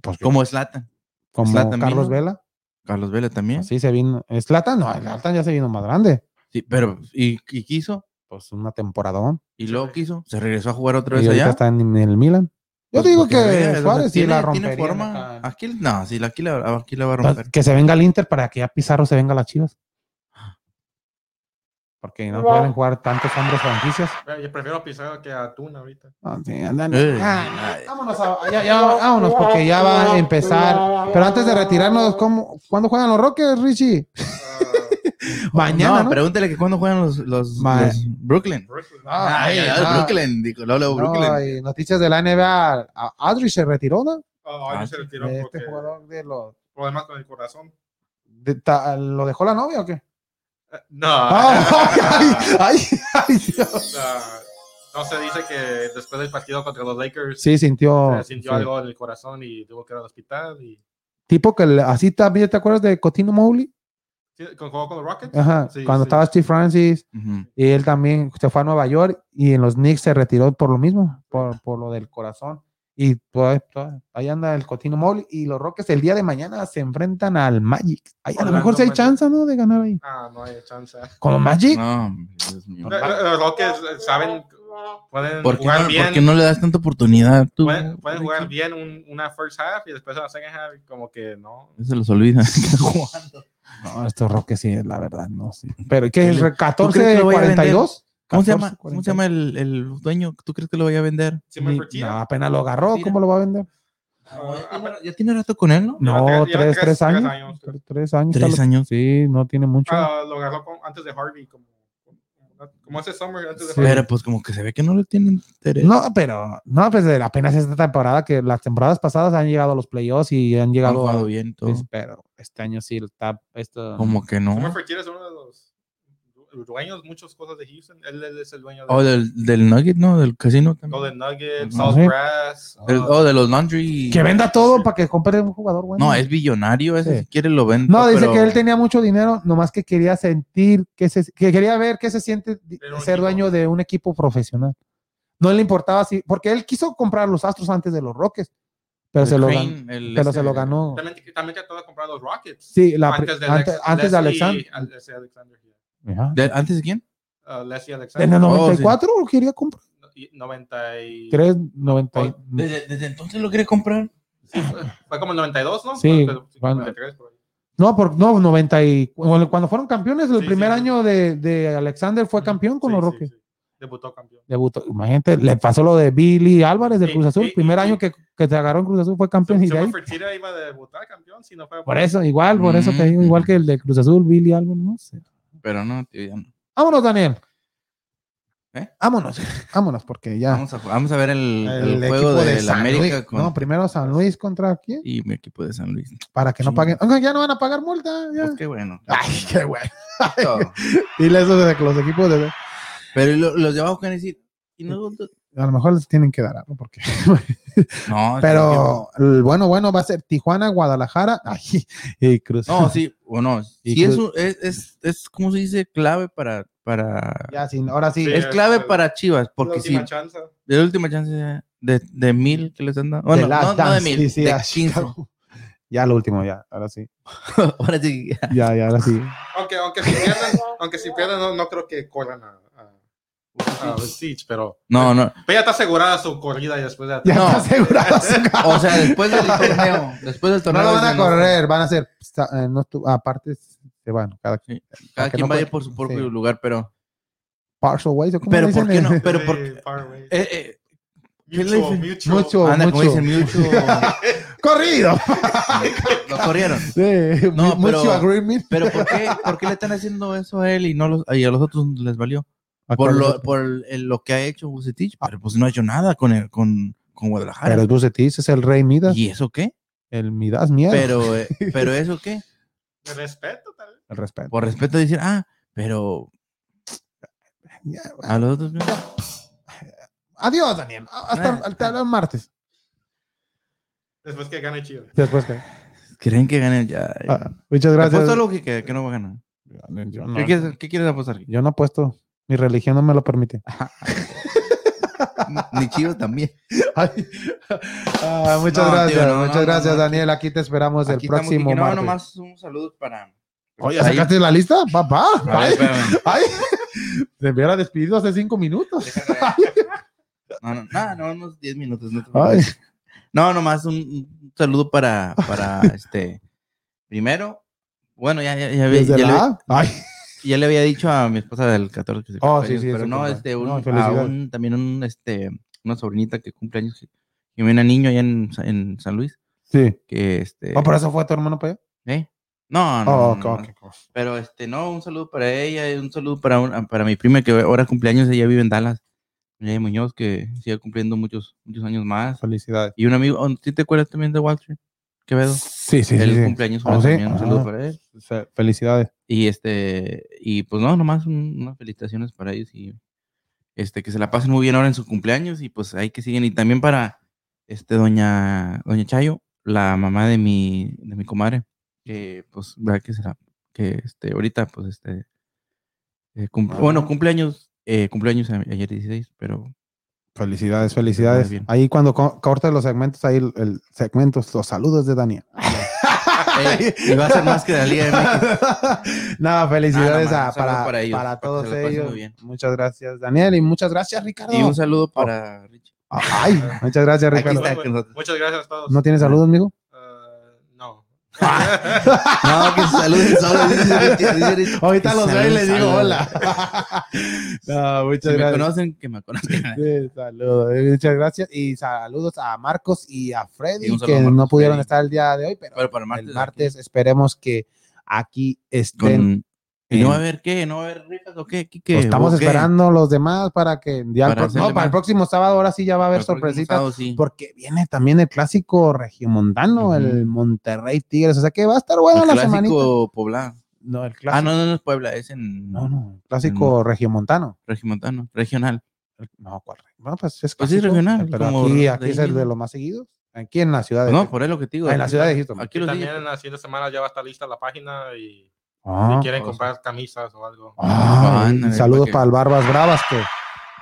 pues, Como Slatan. como Zlatan Carlos vino? ¿eh? Vela. Carlos Vela también. Sí, se vino. Slatan, no, Slatan ya se vino más grande. Sí, pero. ¿Y, y quiso? Pues una temporadón. ¿Y luego quiso? ¿Se regresó a jugar otra Y vez ahorita allá? está en, en el Milan. Yo Pues, te digo para que veas, o sea, Suárez sí tiene- la tiene rompería. forma. acá. Aquí, no, sí, la- aquí, la, aquí la va a Pues, romper. que se venga al Inter para que ya Pizarro se venga a las Chivas. Ah. Porque no pueden jugar tantos hombres franquicias. Yo prefiero Pizarro que a Tuna ahorita. Ah, sí, andan- Eh. Ah, Vámonos, a- ya- ya- vámonos, porque ya va a empezar. Pero antes de retirarnos, ¿cómo, ¿cuándo juegan los Rockets, Richie? Ah, Mañana, no, ¿no? pregúntale que cuándo juegan los, los, Ma- los Brooklyn. Brooklyn. Ah, Ay, ay, los ah. Brooklyn, dijo Lolo No, Brooklyn. y noticias de la NBA. a- Ah, Adri se retiró, ¿no? Ah, ahí Ah, se retiró De porque este jugador de los. problemas con el corazón. de ta- ¿Lo dejó la novia o qué? Eh, No. Ah, ay, ay, ay, Dios. Ah, no se dice que después del partido contra los Lakers Sí, sintió. se sintió Oh, sí. algo en el corazón y tuvo que ir al hospital. Y, Tipo que le- así también, ¿te acuerdas de Cotino Mowgli? ¿Sí? ¿Con, jugó con los Rockets? Ajá, Sí, cuando sí. estaba Steve Francis. Ujú. Y él también se fue a Nueva York y en los Knicks se retiró por lo mismo, por, por lo del corazón. Y pues, pues, ahí anda el Cotino Mall y los Rockets el día de mañana se enfrentan al Magic. Ay, a lo Orlando mejor si hay Magic. chance, ¿no? De ganar ahí. Ah, no hay chance. Eh, Con los Magic. No, hombre, Dios mío. eh, Los Rockets eh, saben, pueden ¿Por qué, jugar no, bien. por qué no le das tanta oportunidad? Tú, Pueden, pueden jugar bien un- una first half y después en la second half, como que no. Se los olvida. No, estos Rockets sí, la verdad, no sé. Pero ¿qué es? ¿Tú crees que lo vaya a vender? ¿14-42? ¿Cómo se llama, 14, ¿cómo se llama el, el dueño? ¿Tú crees que lo vaya a vender? Simon Ni- Fertitta, no, apenas lo agarró, ¿cómo lo va a vender? Ah, ya, tiene, ya tiene rato con él, ¿no? Lleva No, tres- lleva tres, tres- tres tres años. años. Tres- Tres años. Tres está lo- años. Sí, no tiene mucho. ah, lo agarró con- antes de Harvey, como, como, como ese summer antes de Harvey. Pero pues como que se ve que no le tiene interés. No, pero no, pues de- apenas esta temporada que las temporadas pasadas han llegado a los playoffs y han Han llegado jugado a, bien y todo. pues, pero este año sí está esto Como que no. Summer Fertitta es uno de los du- dueños, muchas cosas de Houston. Él, él es el dueño de O Oh, del, del Nugget, ¿no? Oh, Del casino también. Golden Nuggets, No South sé. Brass. Del- ah, o de los Laundry. que venda todo para que compre un jugador bueno. No, es billonario, Sí. ese si quiere lo vende. No, dice pero- que él tenía mucho dinero, nomás que quería sentir que se que quería ver qué se siente di- Pero un ser equipo. dueño de un equipo profesional. No le importaba si, porque él quiso comprar los Astros antes de los Rockets, pero, se lo, gan- Crane, el pero este- se lo ganó. También, también trató de comprar los Rockets. Sí, la pri- antes de, ante- Lex- antes de Leslie- Alexander. Alex- Alexander. Ajá. ¿De- ¿Antes de quién? Uh, Leslie En Alexander. el no- 94 lo quería comprar. Y 93. 3, 90. y- Desde, desde entonces lo quería comprar. Sí, fue, fue como el 92, ¿no? Sí, Fue- fue cuando- 93 por ahí. No, por, no, 90 y, cuando cuando fueron campeones, el Sí, primer sí. año de, de Alexander fue campeón con Sí, los sí, Rockets. sí. Debutó campeón. Debutó, imagínate, le pasó lo de Billy Álvarez del Sí, Cruz Azul, sí, primer sí. año que, que te agarró en Cruz Azul fue Si, campeón si y de ahí, fue Fertitta, iba a debutar campeón, si no fue por eso, igual, por eso te digo, Mm. igual que el de Cruz Azul, Billy Álvarez, no sé. Pero no, tío, ya no. Vámonos, Daniel. ¿Eh? Vámonos, vámonos, porque ya. Vamos a, vamos a ver el, el juego equipo de, la San América Luis. con, No, primero San Luis contra quién, y mi equipo de San Luis. para que no Sí. paguen. Oigan, ya no van a pagar multa. ya. Pues qué bueno. Ay, qué güey. Todo. Dile eso de que los equipos de. Pero lo- los de abajo que van a decir. ¿y nosotros? A lo mejor les tienen que dar algo, porque. No, Pero el bueno, bueno va a ser Tijuana, Guadalajara ay, y Cruz. No, sí, bueno, Y sí es, Cruz- un- es, es, es, ¿cómo se dice? Clave para, para, Ya, sí, ahora sí. Sí. es clave para Chivas, la porque si, última chance. de la última chance de, de, de mil que les han dado, bueno, The Last no, no de Dance, mil, sí, sí, de a 15. Chicago. Ya lo último, ya, ahora sí. Ahora sí, Ya, ya, ahora sí. Aunque, aunque si pierden, aunque si pierden no, no creo que corran a, a, a Siege, pero, no, no, pero ya está asegurada su corrida y después de Ya No. está asegurado. su ca- o sea, después del torneo, después del no torneo. lo van a dicen, no, correr, van a ser. sa- eh, no estu- aparte, se van. Cada cada para que quien no vaya cor- por su propio sí. lugar, pero, partial ways, ¿o cómo pero le ¿por qué dicen? no? Pero por, Sí, far away. eh, eh, ¿qué le Mutual, dicen? mutual. Mucho. anda, como mucho. dicen, mucho, Corrido. lo corrieron. Sí, No, mu- mucho pero- agreement. Pero ¿por qué, por qué le están haciendo eso a él y no los, y a los otros les valió? Por lo, por el- el- lo que ha hecho Bucetich, pero pues no ha hecho nada con, el- con, Pero con Guadalajara. es Bucetich, es el rey Midas. ¿Y eso qué? El Midas miedo. Pero, eh, pero eso qué? Respeto, tal vez. el respeto. Por respeto decir, ah, pero Ya, a los otros no. Adiós, Daniel. Hasta Ah. hasta el martes. Después que gane Chivas. Después que. creen que ganen ya. Ah, muchas gracias. Apuesta algo que, que, que no va a ganar. Yo ¿Qué, no, quieres, qué quieres apostar? yo no apuesto. Mi religión no me lo permite. Ni Chivas también. Ah, muchas No, gracias, tío, no, muchas no, no, gracias, no, aquí- Daniel. Aquí te esperamos Aquí el estamos, próximo Kiki. no, martes. nomás un saludo para... Oye, Ahí. ¿sacaste la lista? Papá. A ver, Ay, espérame. ay. Te hubiera despedido hace cinco minutos. No, no, nada, no, unos 10 minutos. No, te Ay, preocupes. No, nomás un, un saludo para, para este. Primero, bueno, ya, ya, ya, había- desde ya la le, A. Ay, ya le había dicho a mi esposa del 14 que se Oh, cumple sí, años, sí, pero se no, cumple. este, No, un, a felicidades. un- también un, este, una sobrinita que cumple años, que- Jimena Niño, allá en, Sa- en San Luis, sí. que este. Oh, por eso fue tu hermano para allá. ¿eh? No, no, Oh, no, ok, no, ok. pero este, no, un saludo para ella, y un saludo para, una- para mi prima que ahora cumpleaños, ella vive en Dallas, María Muñoz, que sigue cumpliendo muchos, muchos años más. Felicidades. Y un amigo, oh, ¿sí te acuerdas también de Walter Quevedo? Sí, sí, el sí, sí. cumpleaños Oh, ¿sí? también, un saludo Ah. para él. Fe- Felicidades. Y este, y pues no, nomás un- unas felicitaciones para ellos y este, que se la pasen muy bien ahora en su cumpleaños y pues ahí que siguen. Y también para este, doña, doña Chayo, la mamá de mi, de mi comadre, que pues, ¿verdad que será? Que este, ahorita, pues este, eh, cum- bueno, cumpleaños, eh, cumpleaños a- ayer 16, pero Felicidades, felicidades. Muy bien. Ahí cuando co- cortes los segmentos, ahí el, el segmento, los saludos de Daniel. eh, iba a ser más que de la Liga de México. no, felicidades Ah, no, a- un saludo para, para ellos, para para que todos se la pasen ellos. muy bien. Muchas gracias, Daniel, y muchas gracias, Ricardo. Y un saludo para Richie. Ay, muchas gracias, Aquí Ricardo. está con nosotros. Muchas gracias a todos. ¿No tienes saludos, amigo? Eh, no. No, que se saluden solo. dice Richie, dice Richie. Ahorita Que los veo y saluden les digo solo. hola. no, Si muchas me gracias. conocen, que me conozcan. Sí, saludos, eh, muchas gracias y saludos a Marcos y a Freddy Y un saludo que a Marcos, no pudieron Freddy. estar el día de hoy, pero, Pero para el martes. el martes esperemos que aquí aquí, estén con- ¿Y en- no va a haber qué? ¿No va a haber ricas o qué? ¿Qué, qué? Pues Eh. estamos ¿O qué? esperando los demás para que ya el Para pro- hacerle no, para el más. próximo sábado ahora sí ya va a Para haber el próximo sorpresitas sábado, pues, sí. porque viene también el clásico regiomontano, Ujú. el Monterrey Tigres, o sea que va a estar buena El la clásico semanita. poblano. No, el clásico. Ah, no, no, no Mm. es Puebla, es en no, no, el clásico regiomontano. Regimontano, regional. El- No, ¿cuál? re- No, pues es Pues sí, clásico, regional, Pero como aquí, de aquí es ahí el de mismo. los más seguidos. Aquí en la ciudad de No, pues, México. por eso lo que te digo. Ah, en la aquí- ciudad de Egipto. Aquí Y los también en digo. la siguiente semana ya va a estar lista la página y Ah, si quieren Ah. comprar camisas o algo. ah, Ah, y ándale, saludos para que- para el Barbas Bravas que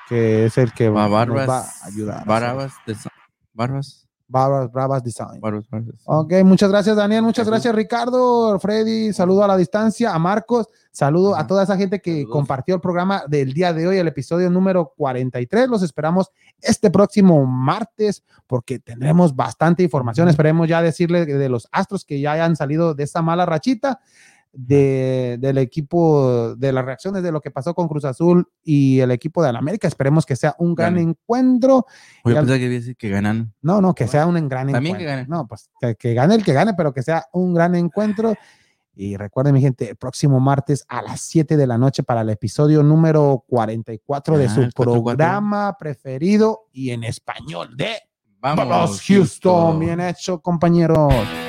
que es el que Va nos Barbas, va a ayudar. Barbas, desa- Barbas, Barbas Bravas Design. Barbas, Barbas. Ok, muchas gracias Daniel, muchas gracias Ricardo, Freddy, saludo a la distancia, a Marcos, saludo a Ajá. toda esa gente que Saludos. compartió el programa del día de hoy, el episodio número 43. Los esperamos este próximo martes porque tendremos bastante información. Esperemos ya decirle de los astros que ya hayan salido de esta mala rachita. De, del equipo de las reacciones de lo que pasó con Cruz Azul y el equipo de la América. Esperemos que sea un gran Ganen. encuentro. Oye, Ya- pensaba que iba a decir que ganan. No, no, que sea un gran También que encuentro. gane. No, pues que, que gane el que gane, pero que sea un gran encuentro. Y recuerden, mi gente, el próximo martes a las 7 de la noche para el episodio número 44 de Ah, su el 44. programa preferido y en español de Vamos, Vamos, Houston. Bien hecho, compañeros.